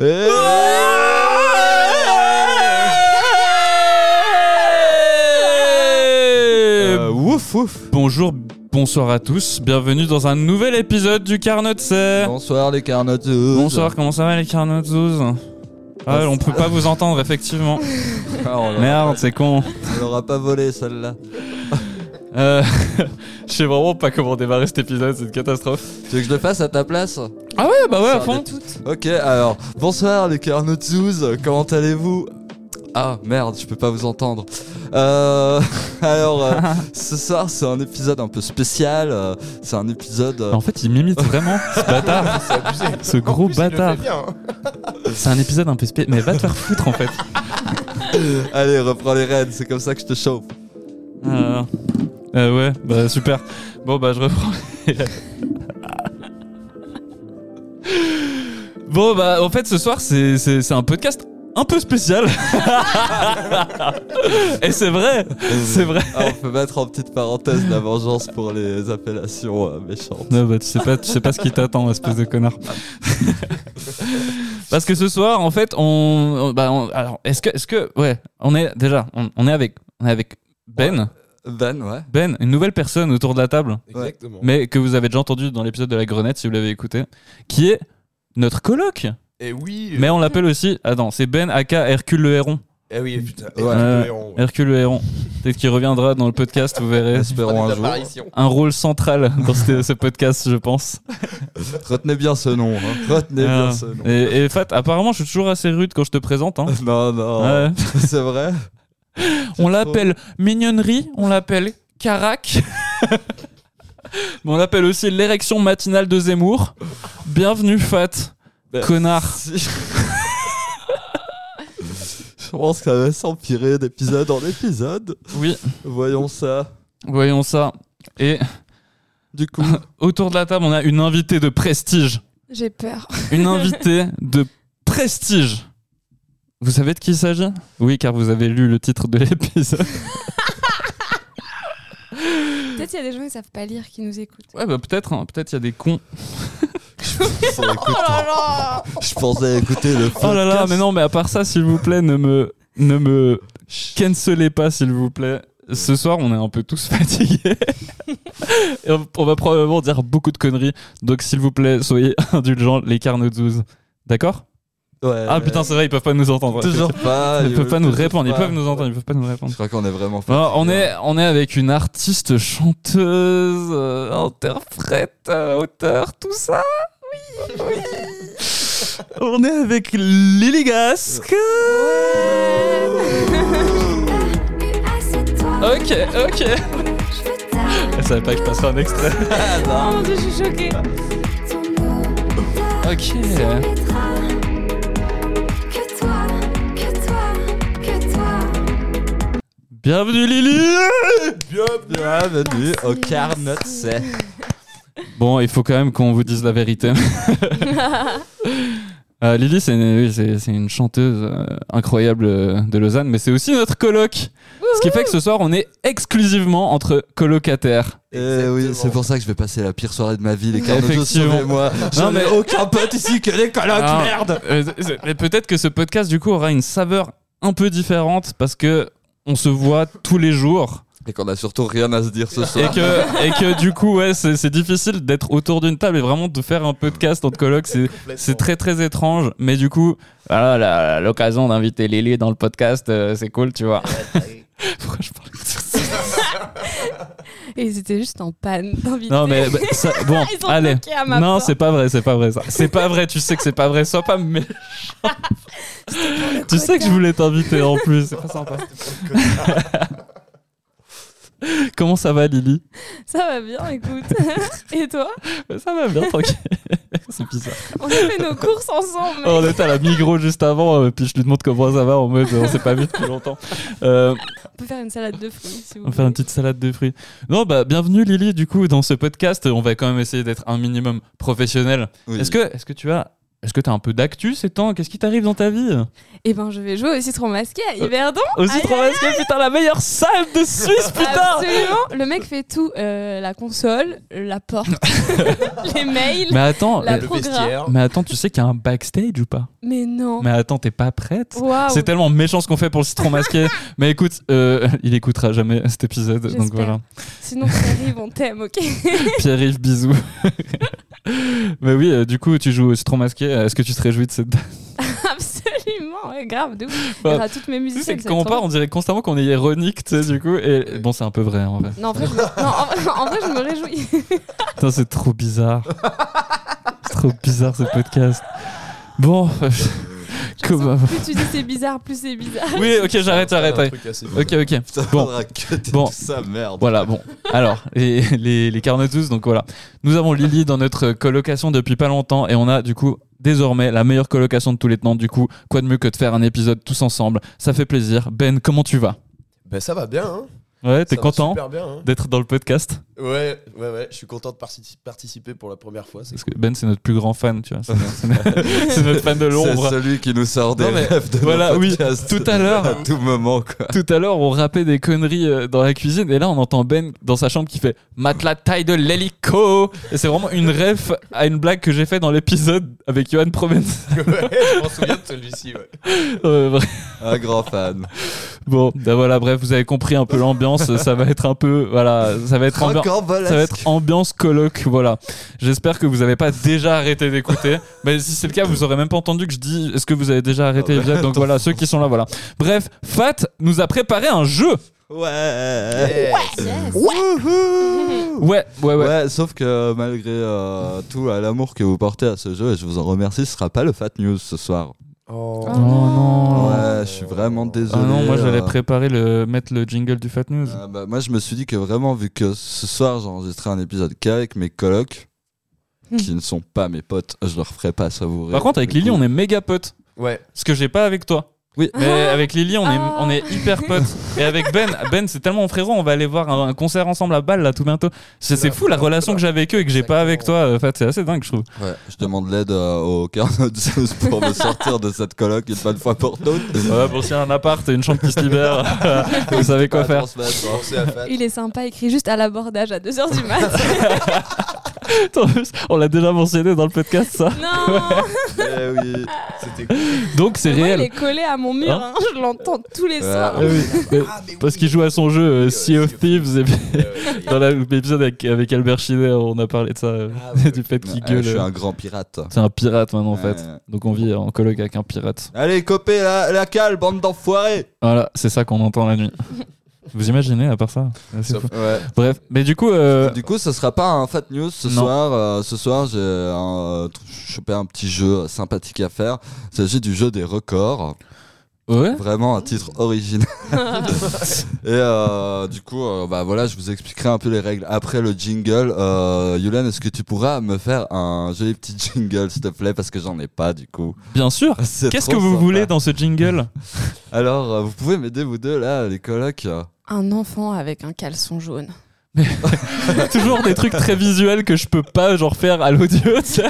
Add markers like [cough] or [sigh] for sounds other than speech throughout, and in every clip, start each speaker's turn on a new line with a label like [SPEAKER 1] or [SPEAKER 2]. [SPEAKER 1] Eh
[SPEAKER 2] Euh,
[SPEAKER 1] Euh, ouf, ouf.
[SPEAKER 2] Bonjour, bonsoir à tous, bienvenue dans un nouvel épisode du Carnotse.
[SPEAKER 1] Bonsoir les carnoteuses.
[SPEAKER 2] Bonsoir, comment ça va les Carnotse ah, on peut pas vous entendre effectivement.
[SPEAKER 1] Ah, on l'aura-
[SPEAKER 2] Merde, c'est con.
[SPEAKER 1] on l'aura pas volé celle-là.
[SPEAKER 2] Euh, [laughs] je sais vraiment pas comment démarrer cet épisode, c'est une catastrophe.
[SPEAKER 1] Tu veux que je le fasse à ta place
[SPEAKER 2] Ah ouais, bah ouais, à
[SPEAKER 1] Ça
[SPEAKER 2] fond.
[SPEAKER 1] Ok, alors, bonsoir les carnoteuses, comment allez-vous Ah merde, je peux pas vous entendre. Euh, [laughs] alors,
[SPEAKER 2] [laughs]
[SPEAKER 1] euh, ce soir c'est un épisode un peu spécial, euh, c'est un épisode... euh,
[SPEAKER 2] En fait, il m'imite [laughs] vraiment, ce bâtard. Ce gros bâtard. C'est un épisode un peu spécial. Mais va te faire foutre en fait.
[SPEAKER 1] Allez, reprends les rênes, c'est comme ça que je te chauffe.
[SPEAKER 2] Euh, euh, ouais, bah super. Bon, bah je reprends. [laughs] bon, bah en fait, ce soir, c'est- c'est c'est un podcast un peu spécial. [laughs] Et c'est vrai, [laughs] c'est vrai.
[SPEAKER 1] Ah, on peut mettre en petite parenthèse la vengeance pour les appellations euh, méchantes.
[SPEAKER 2] Non, bah, tu sais pas, tu sais pas ce qui t'attend, espèce de connard. Parce que ce soir, en fait, on, on- bah, on- alors, est-ce que, est-ce que, ouais, on est déjà, on, on est avec, on est avec Ben,
[SPEAKER 1] Ben, ouais.
[SPEAKER 2] Ben, une nouvelle personne autour de la table,
[SPEAKER 3] Exactement.
[SPEAKER 2] mais que vous avez déjà entendu dans l'épisode de la grenette si vous l'avez écouté, qui est notre coloc.
[SPEAKER 3] Et oui.
[SPEAKER 2] Mais on l'appelle aussi, ah non, c'est Ben aka Hercule le Héron.
[SPEAKER 3] Eh oui, putain.
[SPEAKER 1] Ouais.
[SPEAKER 2] Euh,
[SPEAKER 3] Héron, ouais.
[SPEAKER 2] Hercule le Héron. Peut-être qu'il reviendra dans le podcast, vous
[SPEAKER 3] [laughs]
[SPEAKER 2] verrez.
[SPEAKER 1] Espérons
[SPEAKER 3] Des
[SPEAKER 1] un jour.
[SPEAKER 3] apparitions.
[SPEAKER 2] Un rôle central dans ce, ce podcast, je pense.
[SPEAKER 1] Retenez bien ce nom. hein. Retenez
[SPEAKER 2] Ah.
[SPEAKER 1] bien ce nom.
[SPEAKER 2] Et, et Fat, apparemment, je suis toujours assez rude quand je te présente. Hein.
[SPEAKER 1] [laughs] Non, non.
[SPEAKER 2] Ouais.
[SPEAKER 1] Oh, C'est vrai.
[SPEAKER 2] On l'appelle mignonnerie, on l'appelle carac. Mais on l'appelle aussi l'érection matinale de Zemmour. Bienvenue Fat,
[SPEAKER 1] Ben,
[SPEAKER 2] connard.
[SPEAKER 1] si- [laughs] Je pense que ça va s'empirer d'épisode en épisode.
[SPEAKER 2] Oui,
[SPEAKER 1] Voyons ça.
[SPEAKER 2] voyons ça. Et [laughs]
[SPEAKER 1] Du coup,
[SPEAKER 2] autour de la table, on a une invitée de prestige.
[SPEAKER 4] J'ai peur.
[SPEAKER 2] Une invitée de prestige. Vous savez de qui il s'agit Oui, car vous avez lu le titre de l'épisode.
[SPEAKER 4] Peut-être qu'il y a des gens qui savent pas lire qui nous écoutent.
[SPEAKER 2] Ouais, bah peut-être, hein, peut-être il y a des cons. [laughs]
[SPEAKER 1] ça, écoute, je pensais écouter le
[SPEAKER 2] Oh là là,
[SPEAKER 1] podcast.
[SPEAKER 2] mais non, mais à part ça, s'il vous plaît, ne me, ne me cancelez pas, s'il vous plaît. Ce soir, on est un peu tous [laughs] fatigués. Et on, on va probablement dire beaucoup de conneries. Donc, s'il vous plaît, soyez [laughs] indulgents, les carnets 12. D'accord
[SPEAKER 1] Ouais.
[SPEAKER 2] Ah putain, c'est vrai, ils peuvent pas nous entendre.
[SPEAKER 1] Euh, toujours pas.
[SPEAKER 2] Ils
[SPEAKER 1] il-
[SPEAKER 2] peuvent pas nous
[SPEAKER 1] toujours
[SPEAKER 2] répondre, ils
[SPEAKER 1] pas.
[SPEAKER 2] peuvent nous entendre, ils peuvent pas nous répondre.
[SPEAKER 1] Je crois qu'on est vraiment pas.
[SPEAKER 2] Alors, on, est, on est avec une artiste, chanteuse, euh, interprète, euh, auteur, tout ça. Oui, oui. [laughs] on est avec Lily Gasque. Ah, ok, ok. Elle savait pas que je passerais un extrait.
[SPEAKER 4] Oh
[SPEAKER 2] Ah,
[SPEAKER 4] mon dieu, je suis choquée.
[SPEAKER 2] Ok. Bienvenue Lily.
[SPEAKER 1] Bienvenue au
[SPEAKER 4] Merci,
[SPEAKER 1] Carnot
[SPEAKER 4] merci.
[SPEAKER 1] c'est-
[SPEAKER 2] Bon, il faut quand même qu'on vous dise la vérité. Euh, Lily, c'est une, oui, c'est- c'est une chanteuse euh, incroyable euh, de Lausanne, mais c'est aussi notre coloc. Ce qui fait que ce soir, on est exclusivement entre colocataires.
[SPEAKER 1] Eh oui,
[SPEAKER 3] Exactement.
[SPEAKER 1] c'est pour ça que je vais passer la pire soirée de ma vie, les carnoteuses,
[SPEAKER 2] Effectivement.
[SPEAKER 1] sauvez-moi. J'en
[SPEAKER 2] mais-
[SPEAKER 1] ai aucun pote ici que les colocs,
[SPEAKER 2] Ah.
[SPEAKER 1] merde
[SPEAKER 2] Euh, c'est- c'est- mais peut-être que ce podcast, du coup, aura une saveur un peu différente parce que on se voit tous les jours
[SPEAKER 1] Et qu'on a surtout rien à se dire ce
[SPEAKER 2] et
[SPEAKER 1] soir.
[SPEAKER 2] que, et que du coup, ouais, c'est c'est difficile d'être autour d'une table et vraiment de faire un podcast entre colocs. C'est C'est très très étrange, mais du coup, voilà, la- l'occasion d'inviter Lily dans le podcast, euh, c'est cool, tu vois. [laughs] Pourquoi je parle de ça
[SPEAKER 4] Et ils étaient juste en panne d'invités.
[SPEAKER 2] Non mais bah, ça- bon,
[SPEAKER 4] [laughs] Ils ont
[SPEAKER 2] allez.
[SPEAKER 4] bloqué à ma
[SPEAKER 2] Non,
[SPEAKER 4] porte.
[SPEAKER 2] c'est pas vrai, c'est pas vrai ça. C'est pas vrai, tu sais que c'est pas vrai, sois pas mé- Tu sais que je voulais t'inviter en plus, c'est pas sympa. [laughs] Comment ça va, Lily
[SPEAKER 4] Ça va bien, écoute. [laughs] Et toi
[SPEAKER 2] Ça va bien, tranquille. [laughs] c'est bizarre.
[SPEAKER 4] On a fait nos courses ensemble.
[SPEAKER 2] Oh, on était à la Migros juste avant, euh, puis je lui demande comment ça va en mode euh, on s'est pas vu depuis longtemps. Euh,
[SPEAKER 4] On peut faire une salade de fruits, si vous
[SPEAKER 2] on va faire une
[SPEAKER 4] voulez.
[SPEAKER 2] petite salade de fruits. Non, bah bienvenue Lily, du coup, dans ce podcast. On va quand même essayer d'être un minimum professionnel.
[SPEAKER 1] Oui.
[SPEAKER 2] Est-ce que, est que tu as. Est-ce que t'as un peu d'actu ces temps Qu'est-ce qui t'arrive dans ta vie
[SPEAKER 4] Eh ben, je vais jouer au citron masqué à
[SPEAKER 2] Euh.
[SPEAKER 4] Yverdon.
[SPEAKER 2] Aussi
[SPEAKER 4] Aïe,
[SPEAKER 2] trop masqué, putain, la meilleure salle de Suisse, putain
[SPEAKER 4] Absolument. Le mec fait tout. euh, la console, la
[SPEAKER 2] [laughs]
[SPEAKER 4] porte, [laughs] les mails.
[SPEAKER 2] Mais attends,
[SPEAKER 4] La
[SPEAKER 2] euh,
[SPEAKER 4] pro- vestiaire.
[SPEAKER 2] mais attends, tu sais qu'il y a un backstage ou pas
[SPEAKER 4] Mais non.
[SPEAKER 2] Mais attends, t'es pas prête
[SPEAKER 4] Oh. Waouh.
[SPEAKER 2] C'est tellement méchant ce qu'on fait pour le citron masqué. Mais écoute, euh, [laughs] il écoutera jamais cet épisode. Donc
[SPEAKER 4] J'espère.
[SPEAKER 2] voilà.
[SPEAKER 4] Sinon, ça arrive, on t'aime, ok [laughs]
[SPEAKER 2] [laughs] Pierre-Yves, bisous. Mais oui, euh, du coup, tu joues au citron masqué. Euh, Est-ce que tu te réjouis de cette date
[SPEAKER 4] Absolument. ouais, grave, de ouf. Il
[SPEAKER 2] Bah,
[SPEAKER 4] y aura toutes mes
[SPEAKER 2] Tu
[SPEAKER 4] musiques.
[SPEAKER 2] sais, Quand on parle, on dirait constamment qu'on est ironique, tu sais, du coup. Et bon, c'est un peu vrai, en vrai.
[SPEAKER 4] Non, en vrai, je me... non, en- en vrai, je me
[SPEAKER 2] [laughs]
[SPEAKER 4] réjouis.
[SPEAKER 2] Putain, c'est trop bizarre. C'est trop bizarre ce podcast. Bon, [laughs]
[SPEAKER 4] Je
[SPEAKER 2] Comment-
[SPEAKER 4] sens que Plus tu dis c'est bizarre, plus c'est bizarre.
[SPEAKER 2] oui, ok, j'arrête, j'arrête.
[SPEAKER 3] Un
[SPEAKER 2] ouais.
[SPEAKER 3] truc assez
[SPEAKER 2] Ok, ok.
[SPEAKER 1] Putain,
[SPEAKER 2] Bon.
[SPEAKER 1] faudra cuter
[SPEAKER 2] Bon.
[SPEAKER 1] tout ça, merde.
[SPEAKER 2] Voilà, bon. Alors, les, les, les Carnotus, donc voilà. Nous avons Lily dans notre colocation depuis pas longtemps et on a du coup désormais la meilleure colocation de tous les temps. Du coup, quoi de mieux que de faire un épisode tous ensemble Ça fait plaisir. Ben, comment tu vas
[SPEAKER 3] Ben ça va bien, hein
[SPEAKER 2] Ouais,
[SPEAKER 3] Ça
[SPEAKER 2] t'es
[SPEAKER 3] va
[SPEAKER 2] content
[SPEAKER 3] Super bien, hein
[SPEAKER 2] d'être dans le podcast
[SPEAKER 3] Ouais, ouais, ouais, je suis content de partici- participer pour la première fois. c'est
[SPEAKER 2] Parce que Ben, c'est notre plus grand fan, tu vois. C'est [laughs] notre- c'est notre fan
[SPEAKER 1] C'est
[SPEAKER 2] de l'ombre.
[SPEAKER 1] celui qui nous sort des
[SPEAKER 2] Non, mais
[SPEAKER 1] rêves de
[SPEAKER 2] voilà,
[SPEAKER 1] nos
[SPEAKER 2] oui,
[SPEAKER 1] podcasts
[SPEAKER 2] tout à l'heure.
[SPEAKER 1] À tout moment, quoi.
[SPEAKER 2] Tout à l'heure, on rappait des conneries euh, dans la cuisine, et là, on entend Ben dans sa chambre qui fait Matelas taille de l'hélico Et c'est vraiment une ref à une blague que j'ai fait dans l'épisode avec Johan Provence.
[SPEAKER 1] [laughs]
[SPEAKER 3] cool. ouais, je m'en souviens de celui-ci, ouais.
[SPEAKER 2] Euh, vraiment.
[SPEAKER 1] Un grand fan.
[SPEAKER 2] bon, ben voilà, bref, vous avez compris un peu l'ambiance. ça va être un peu, voilà, ça va être ambiance. Ça va être ambiance colloque, voilà. J'espère que vous n'avez pas déjà arrêté d'écouter. Mais si c'est le cas, vous aurez même pas entendu que je dis est-ce que vous avez déjà arrêté
[SPEAKER 1] Ah
[SPEAKER 2] les
[SPEAKER 1] ouais,
[SPEAKER 2] Donc
[SPEAKER 1] attends.
[SPEAKER 2] voilà, ceux qui sont là, voilà. Bref, Fat nous a préparé un jeu.
[SPEAKER 1] Ouais.
[SPEAKER 4] Yes.
[SPEAKER 1] Wouhou.
[SPEAKER 2] Ouais, ouais, ouais.
[SPEAKER 1] Ouais, sauf que malgré euh, tout à l'amour que vous portez à ce jeu, et je vous en remercie, ce sera pas le Fat News ce soir.
[SPEAKER 3] Oh.
[SPEAKER 4] Oh non.
[SPEAKER 1] Ouais, je suis vraiment désolé.
[SPEAKER 2] Ah non, moi j'allais
[SPEAKER 1] euh,
[SPEAKER 2] préparer le mettre le jingle du Fat News.
[SPEAKER 1] euh, bah, moi je me suis dit que vraiment, vu que ce soir j'enregistrais un épisode qu'avec mes colocs, qui ne sont pas mes potes, je leur ferai pas savourer.
[SPEAKER 2] Par contre, avec Lily, on est méga potes.
[SPEAKER 3] Ouais,
[SPEAKER 2] Ce que j'ai pas avec toi.
[SPEAKER 1] Oui.
[SPEAKER 2] Mais avec Lily, on est,
[SPEAKER 4] Ah.
[SPEAKER 2] on est hyper potes. Et avec Ben, Ben, c'est tellement mon frérot, on va aller voir un, un concert ensemble à Bâle là tout bientôt. C'est c'est fou la relation que j'ai avec eux et que j'ai pas avec toi. euh, En fait, c'est assez dingue, je trouve.
[SPEAKER 1] Ouais, je demande l'aide euh, au Carnot Zeus pour me sortir de cette coloc une bonne fois pour toutes.
[SPEAKER 2] Ouais, pour si un appart et une chambre qui se libère, [laughs] vous savez quoi
[SPEAKER 1] Pas
[SPEAKER 2] faire.
[SPEAKER 1] transmettre.
[SPEAKER 3] pensez à Fat.
[SPEAKER 4] Il est sympa, écrit juste à l'abordage à 2h du mat.
[SPEAKER 2] [laughs] En plus, on l'a déjà mentionné dans le podcast, ça.
[SPEAKER 4] non
[SPEAKER 1] Eh oui.
[SPEAKER 3] C'était cool.
[SPEAKER 2] Donc c'est
[SPEAKER 4] Moi, Il
[SPEAKER 2] réel.
[SPEAKER 4] est collé à mon mur,
[SPEAKER 2] Hein
[SPEAKER 4] hein, je l'entends tous les
[SPEAKER 1] Ouais.
[SPEAKER 4] soirs.
[SPEAKER 2] Ah oui, mais-
[SPEAKER 3] Ah, mais
[SPEAKER 2] Parce
[SPEAKER 3] oui.
[SPEAKER 2] qu'il joue à son jeu euh,
[SPEAKER 3] Oui,
[SPEAKER 2] Sea
[SPEAKER 3] euh,
[SPEAKER 2] of Thieves et puis-
[SPEAKER 3] Ouais, ouais, ouais.
[SPEAKER 2] [laughs] Dans la- l'épisode avec, avec Albert Schiller, on a parlé de ça, euh,
[SPEAKER 3] Euh, Ah ouais.
[SPEAKER 2] [laughs] du fait qu'il
[SPEAKER 1] Eh, je suis
[SPEAKER 2] gueule. euh.
[SPEAKER 1] un grand pirate.
[SPEAKER 2] C'est un pirate maintenant en
[SPEAKER 1] Ouais.
[SPEAKER 2] fait. Donc on vit en colloque avec un pirate.
[SPEAKER 1] Allez, copé la, la cale, bande d'enfoirés.
[SPEAKER 2] Voilà, c'est ça qu'on entend
[SPEAKER 1] [laughs]
[SPEAKER 2] la nuit. Vous imaginez à part ça Ah, C'est
[SPEAKER 3] Sauf-
[SPEAKER 2] fou.
[SPEAKER 1] Ouais.
[SPEAKER 2] Bref, mais du coup, euh,
[SPEAKER 1] Du coup, ce sera pas un fat news ce
[SPEAKER 2] Non.
[SPEAKER 1] soir. Euh, ce soir, j'ai un, euh, chopé un petit jeu sympathique à faire. Il s'agit du jeu des records.
[SPEAKER 2] ouais,
[SPEAKER 1] Vraiment un titre original.
[SPEAKER 2] [laughs]
[SPEAKER 1] Et euh, du coup, euh, bah voilà, je vous expliquerai un peu les règles après le jingle. Euh, Yulen, est-ce que tu pourras me faire un joli petit [laughs] jingle, s'il te plaît, parce que j'en ai pas du coup.
[SPEAKER 2] bien sûr.
[SPEAKER 1] Ah, C'est
[SPEAKER 2] Qu'est-ce que
[SPEAKER 1] trop
[SPEAKER 2] vous
[SPEAKER 1] sympa.
[SPEAKER 2] voulez dans
[SPEAKER 1] [laughs]
[SPEAKER 2] ce jingle
[SPEAKER 1] Alors, euh, vous pouvez m'aider vous deux là, les colocs. euh.
[SPEAKER 4] Un enfant avec un caleçon jaune.
[SPEAKER 2] Toujours des trucs très visuels que je peux pas genre faire à l'audio.
[SPEAKER 1] [laughs]
[SPEAKER 2] tu sais.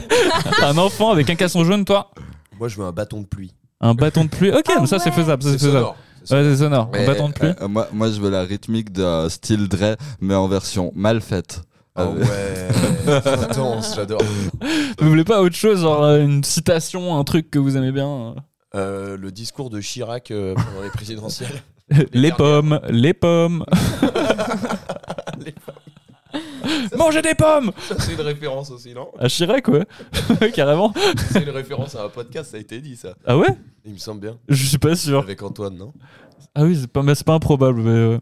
[SPEAKER 2] un enfant avec un casson jaune, toi
[SPEAKER 3] Moi, je veux un bâton de pluie.
[SPEAKER 2] Un bâton de pluie. Ok,
[SPEAKER 4] Ah
[SPEAKER 2] mais ça c'est
[SPEAKER 4] ouais.
[SPEAKER 2] faisable, ça c'est
[SPEAKER 3] C'est
[SPEAKER 2] faisable.
[SPEAKER 3] sonore. C'est
[SPEAKER 2] Ouais, c'est sonore.
[SPEAKER 1] Mais,
[SPEAKER 2] un bâton de pluie.
[SPEAKER 1] euh, moi, moi, je veux la rythmique de euh, style Dre, mais en version mal faite.
[SPEAKER 3] sonore.
[SPEAKER 1] Euh,
[SPEAKER 3] Ah ouais. Intense, j'adore.
[SPEAKER 2] Vous voulez pas autre chose, genre euh, une citation, un truc que vous aimez bien euh
[SPEAKER 3] Euh, le discours de Chirac euh, pendant les présidentielles.
[SPEAKER 2] Les
[SPEAKER 3] dernières.
[SPEAKER 2] pommes, les [laughs] pommes.
[SPEAKER 3] Les femmes,
[SPEAKER 2] Mangez des pommes
[SPEAKER 3] ça, [laughs] c'est une référence aussi, non
[SPEAKER 2] À Chirac, ouais. [laughs] Carrément.
[SPEAKER 3] C'est une référence à un podcast, ça a été dit, ça.
[SPEAKER 2] Ah ouais
[SPEAKER 3] Il me semble bien.
[SPEAKER 2] Je suis pas sûr.
[SPEAKER 3] Avec Antoine, non
[SPEAKER 2] Ah oui, c'est pas, mais c'est pas improbable. mais, euh.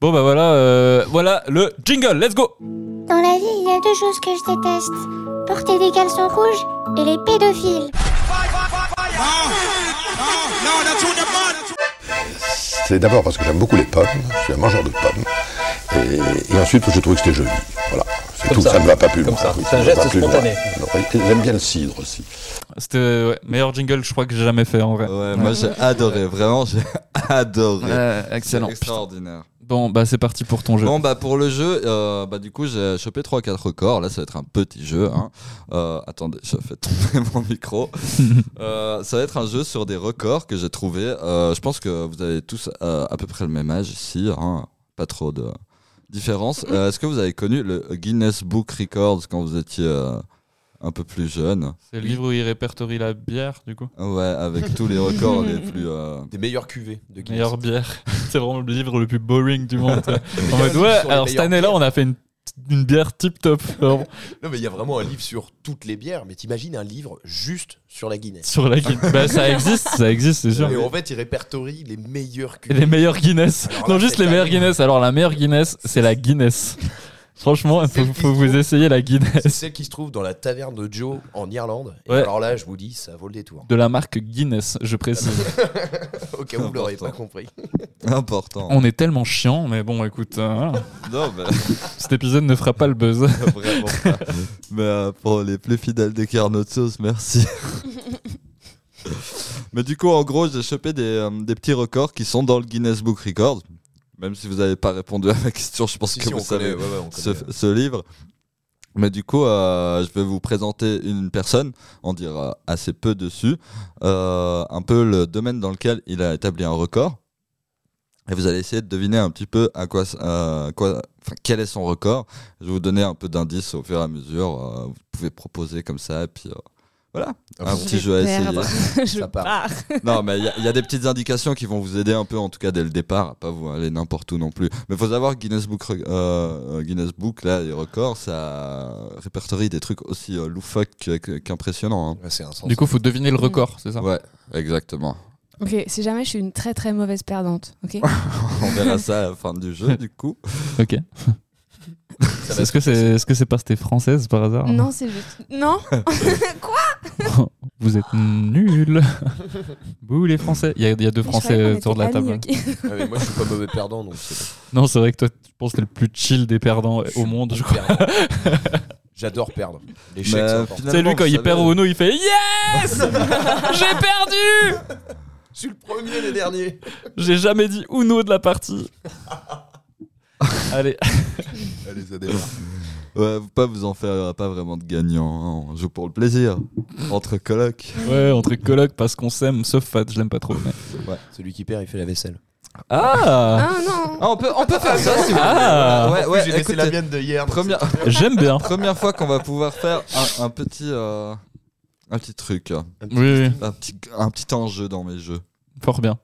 [SPEAKER 2] Bon, bah voilà, euh, voilà le jingle, let's go
[SPEAKER 5] Dans la vie, il y a deux choses que je déteste. Porter des caleçons rouges et les pédophiles.
[SPEAKER 6] Non, non, non, C'est d'abord parce que j'aime beaucoup les pommes, je suis un mangeur de pommes, et, et ensuite parce que je trouvais que c'était joli. Voilà, c'est
[SPEAKER 7] Comme
[SPEAKER 6] tout,
[SPEAKER 7] ça.
[SPEAKER 6] ça ne va pas plus
[SPEAKER 7] Comme
[SPEAKER 6] loin.
[SPEAKER 7] ça.
[SPEAKER 6] Oui,
[SPEAKER 7] C'est un
[SPEAKER 6] ne
[SPEAKER 7] geste
[SPEAKER 6] va plus loin.
[SPEAKER 7] spontané.
[SPEAKER 6] Non, et- et J'aime bien le cidre aussi.
[SPEAKER 2] C'était euh, ouais, meilleur jingle, je crois, que j'ai jamais fait en vrai.
[SPEAKER 1] Ouais, moi j'ai adoré, vraiment j'ai [laughs] adoré.
[SPEAKER 2] Ouais,
[SPEAKER 1] C'est
[SPEAKER 2] excellent.
[SPEAKER 1] Extraordinaire.
[SPEAKER 2] Bon, bah c'est parti pour ton jeu.
[SPEAKER 1] Bon bah pour le jeu, euh, bah du coup j'ai chopé 3-4 records, là ça va être un petit jeu. Hein. Euh, attendez, je fais tomber mon
[SPEAKER 2] [laughs]
[SPEAKER 1] micro. Euh, ça va être un jeu sur des records que j'ai trouvé. Euh, je pense que vous avez tous euh, à peu près le même âge ici, hein. pas trop de
[SPEAKER 2] Mm.
[SPEAKER 1] différence. Euh, Est-ce que vous avez connu le Guinness Book Records quand vous étiez euh, un peu plus jeune
[SPEAKER 2] C'est le livre où il répertorie la bière, du coup.
[SPEAKER 1] Ouais, avec tous les records
[SPEAKER 2] [laughs]
[SPEAKER 1] les plus... euh,
[SPEAKER 3] Des meilleeurs cuvées de Guinness. [laughs]
[SPEAKER 2] Meilleure bière. [laughs] c'est vraiment le livre le plus boring du [laughs] monde. en
[SPEAKER 3] Il y a un
[SPEAKER 2] mode, ouais,
[SPEAKER 3] livre sur les
[SPEAKER 2] alors cette
[SPEAKER 3] meilleures
[SPEAKER 2] année-là, on a fait une, une bière tip top
[SPEAKER 3] [laughs]
[SPEAKER 2] vraiment,
[SPEAKER 3] Non, mais il y a vraiment un livre sur toutes les bières, mais t'imagines un livre juste sur la Guinness.
[SPEAKER 2] sur la Guinness. bah ça existe, ça existe, c'est sûr.
[SPEAKER 3] Et en fait, il répertorie les meilleures
[SPEAKER 2] Et
[SPEAKER 3] cuvées.
[SPEAKER 2] les meilleurs Guinness.
[SPEAKER 3] Alors là,
[SPEAKER 2] non, juste
[SPEAKER 3] Oh, c'est
[SPEAKER 2] les meilleurs
[SPEAKER 3] carrément-
[SPEAKER 2] Guinness. Alors, la meilleure Guinness, c'est la Guinness. Franchement,
[SPEAKER 3] C'est
[SPEAKER 2] faut,
[SPEAKER 3] le
[SPEAKER 2] faut
[SPEAKER 3] bistrot.
[SPEAKER 2] vous essayer la Guinness.
[SPEAKER 3] C'est celle qui se trouve dans la taverne de Joe en Irlande. Et
[SPEAKER 2] Ouais.
[SPEAKER 3] alors là, je vous dis, ça vaut le
[SPEAKER 1] [laughs]
[SPEAKER 3] détour.
[SPEAKER 2] De la marque Guinness, je précise.
[SPEAKER 3] Au cas où vous l'aurez pas
[SPEAKER 1] Important. [laughs]
[SPEAKER 3] compris. [laughs]
[SPEAKER 1] Important.
[SPEAKER 2] On est tellement chiant, mais bon, écoute, euh, voilà.
[SPEAKER 1] Non, mais...
[SPEAKER 2] cet épisode ne fera pas le buzz.
[SPEAKER 1] Vraiment pas. Mais euh, pour les plus fidèles des Carnotos, merci. [laughs] Mais du coup, en gros, j'ai chopé des, euh, des petits records qui sont dans le Guinness Book Records. Même si vous n'avez pas répondu à ma question, je pense
[SPEAKER 3] Si,
[SPEAKER 1] que
[SPEAKER 3] si,
[SPEAKER 1] vous
[SPEAKER 3] on connaît,
[SPEAKER 1] savez
[SPEAKER 3] ouais, ouais, on
[SPEAKER 1] ce,
[SPEAKER 3] connaît.
[SPEAKER 1] ce livre. Mais du coup, euh, je vais vous présenter une personne, en dire euh, assez peu dessus, euh, un peu le domaine dans lequel il a établi un record. Et vous allez essayer de deviner un petit peu à quoi, euh, quoi, enfin, quel est son record. Je vais vous donner un peu d'indices au fur et à mesure. euh, vous pouvez proposer comme ça, et puis euh, voilà,
[SPEAKER 3] Ah
[SPEAKER 1] un
[SPEAKER 3] bon
[SPEAKER 1] petit jeu à essayer.
[SPEAKER 4] perdre. [laughs] je
[SPEAKER 3] Ça part.
[SPEAKER 4] pars.
[SPEAKER 1] Non, mais il y a- il y, a des petites indications qui vont vous aider un peu, en tout cas dès le départ, à pas vous aller n'importe où non plus. Mais faut savoir que Guinness Book, Re- euh, Guinness Book, là, les records, ça répertorie des trucs aussi euh, loufoques que- que- qu'impressionnants.
[SPEAKER 3] Ouais, C'est un sens.
[SPEAKER 2] Du coup, faut deviner le
[SPEAKER 3] Mm.
[SPEAKER 2] record, c'est ça
[SPEAKER 1] hein. Ouais, exactement.
[SPEAKER 4] Ok, si jamais je suis une très très mauvaise perdante, ok
[SPEAKER 2] [laughs]
[SPEAKER 1] On verra ça à la fin du jeu, du coup.
[SPEAKER 2] Ok.
[SPEAKER 3] Ah Ça va
[SPEAKER 2] Est-ce que c'est est-ce que c'est parce que t'es française par hasard
[SPEAKER 4] Non, c'est juste. Non
[SPEAKER 2] Vous êtes
[SPEAKER 4] [laughs]
[SPEAKER 2] nuls. Bouh, les Français. Il y, a- il y a deux
[SPEAKER 4] Mais je
[SPEAKER 2] Français
[SPEAKER 4] croyais qu'on
[SPEAKER 2] autour de la
[SPEAKER 4] était
[SPEAKER 2] table.
[SPEAKER 4] amis, ok.
[SPEAKER 3] Ah, mais moi, je suis pas mauvais perdant, donc
[SPEAKER 2] [laughs]
[SPEAKER 3] c'est bon.
[SPEAKER 2] Non, c'est vrai que toi, je pense que t'es le plus chill des perdants
[SPEAKER 3] Je suis
[SPEAKER 2] au monde, je crois.
[SPEAKER 3] Perdant. J'adore perdre. L'échec,
[SPEAKER 1] Mais
[SPEAKER 3] c'est
[SPEAKER 1] euh,
[SPEAKER 3] important.
[SPEAKER 2] Tu sais,
[SPEAKER 1] finalement,
[SPEAKER 2] lui, quand
[SPEAKER 1] vous
[SPEAKER 2] il
[SPEAKER 1] savez,
[SPEAKER 2] perd au Uno, il fait Yes J'ai perdu
[SPEAKER 3] Je suis le premier, les derniers.
[SPEAKER 2] J'ai jamais dit Uno de
[SPEAKER 1] [laughs]
[SPEAKER 2] la partie. Allez,
[SPEAKER 3] Allez, ça démarre.
[SPEAKER 1] [laughs] Ouais, faut pas vous en faire, il y aura pas vraiment de gagnant. hein. On joue pour le plaisir, entre colocs.
[SPEAKER 2] ouais, entre colocs parce qu'on s'aime, sauf Fat, je l'aime pas trop. mais-
[SPEAKER 3] Celui qui perd, il fait la vaisselle.
[SPEAKER 2] Ah
[SPEAKER 4] Ah non
[SPEAKER 1] Ah, on peut, on peut faire
[SPEAKER 3] [laughs]
[SPEAKER 1] ça si vous
[SPEAKER 2] Ah
[SPEAKER 1] voulez. Ouais, ouais, écoutez,
[SPEAKER 3] mienne de hier.
[SPEAKER 1] première,
[SPEAKER 2] J'aime bien.
[SPEAKER 1] première fois qu'on va pouvoir faire un, un petit, euh, un petit truc.
[SPEAKER 2] Oui, oui,
[SPEAKER 1] un petit, un petit enjeu dans mes jeux.
[SPEAKER 2] fort bien.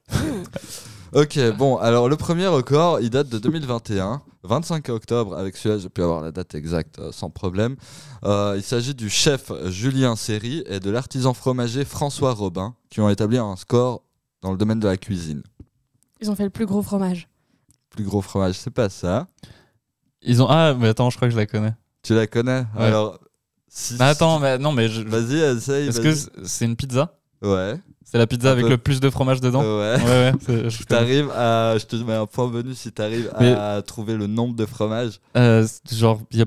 [SPEAKER 1] Ok, bon, alors le premier record, il date de 2021, 25 octobre, avec celui-là, j'ai pu avoir la date exacte euh, sans problème. Euh, il s'agit du chef Julien Seri et de l'artisan fromager François Robin, qui ont établi un score dans le domaine de la cuisine.
[SPEAKER 4] Ils ont fait le plus gros fromage.
[SPEAKER 1] Plus gros fromage, c'est pas ça.
[SPEAKER 2] Ils ont. Ah, mais attends, je crois que je la connais.
[SPEAKER 1] Tu la connais
[SPEAKER 2] Ouais.
[SPEAKER 1] Alors, si-
[SPEAKER 2] Mais attends, mais non, mais je.
[SPEAKER 1] Vas-y, essaye.
[SPEAKER 2] Est-ce
[SPEAKER 1] vas-y.
[SPEAKER 2] que c'est une pizza
[SPEAKER 1] Ouais.
[SPEAKER 2] C'est la pizza
[SPEAKER 1] Un
[SPEAKER 2] avec
[SPEAKER 1] peu. Euh,
[SPEAKER 2] le plus de fromage dedans
[SPEAKER 1] Ouais.
[SPEAKER 2] Ouais, ouais.
[SPEAKER 1] [laughs]
[SPEAKER 2] c'est- je connais.
[SPEAKER 1] T'arrives à. Je te mets un point bonus si t'arrives à trouver le nombre de fromages.
[SPEAKER 2] Euh, c'est- genre, il y a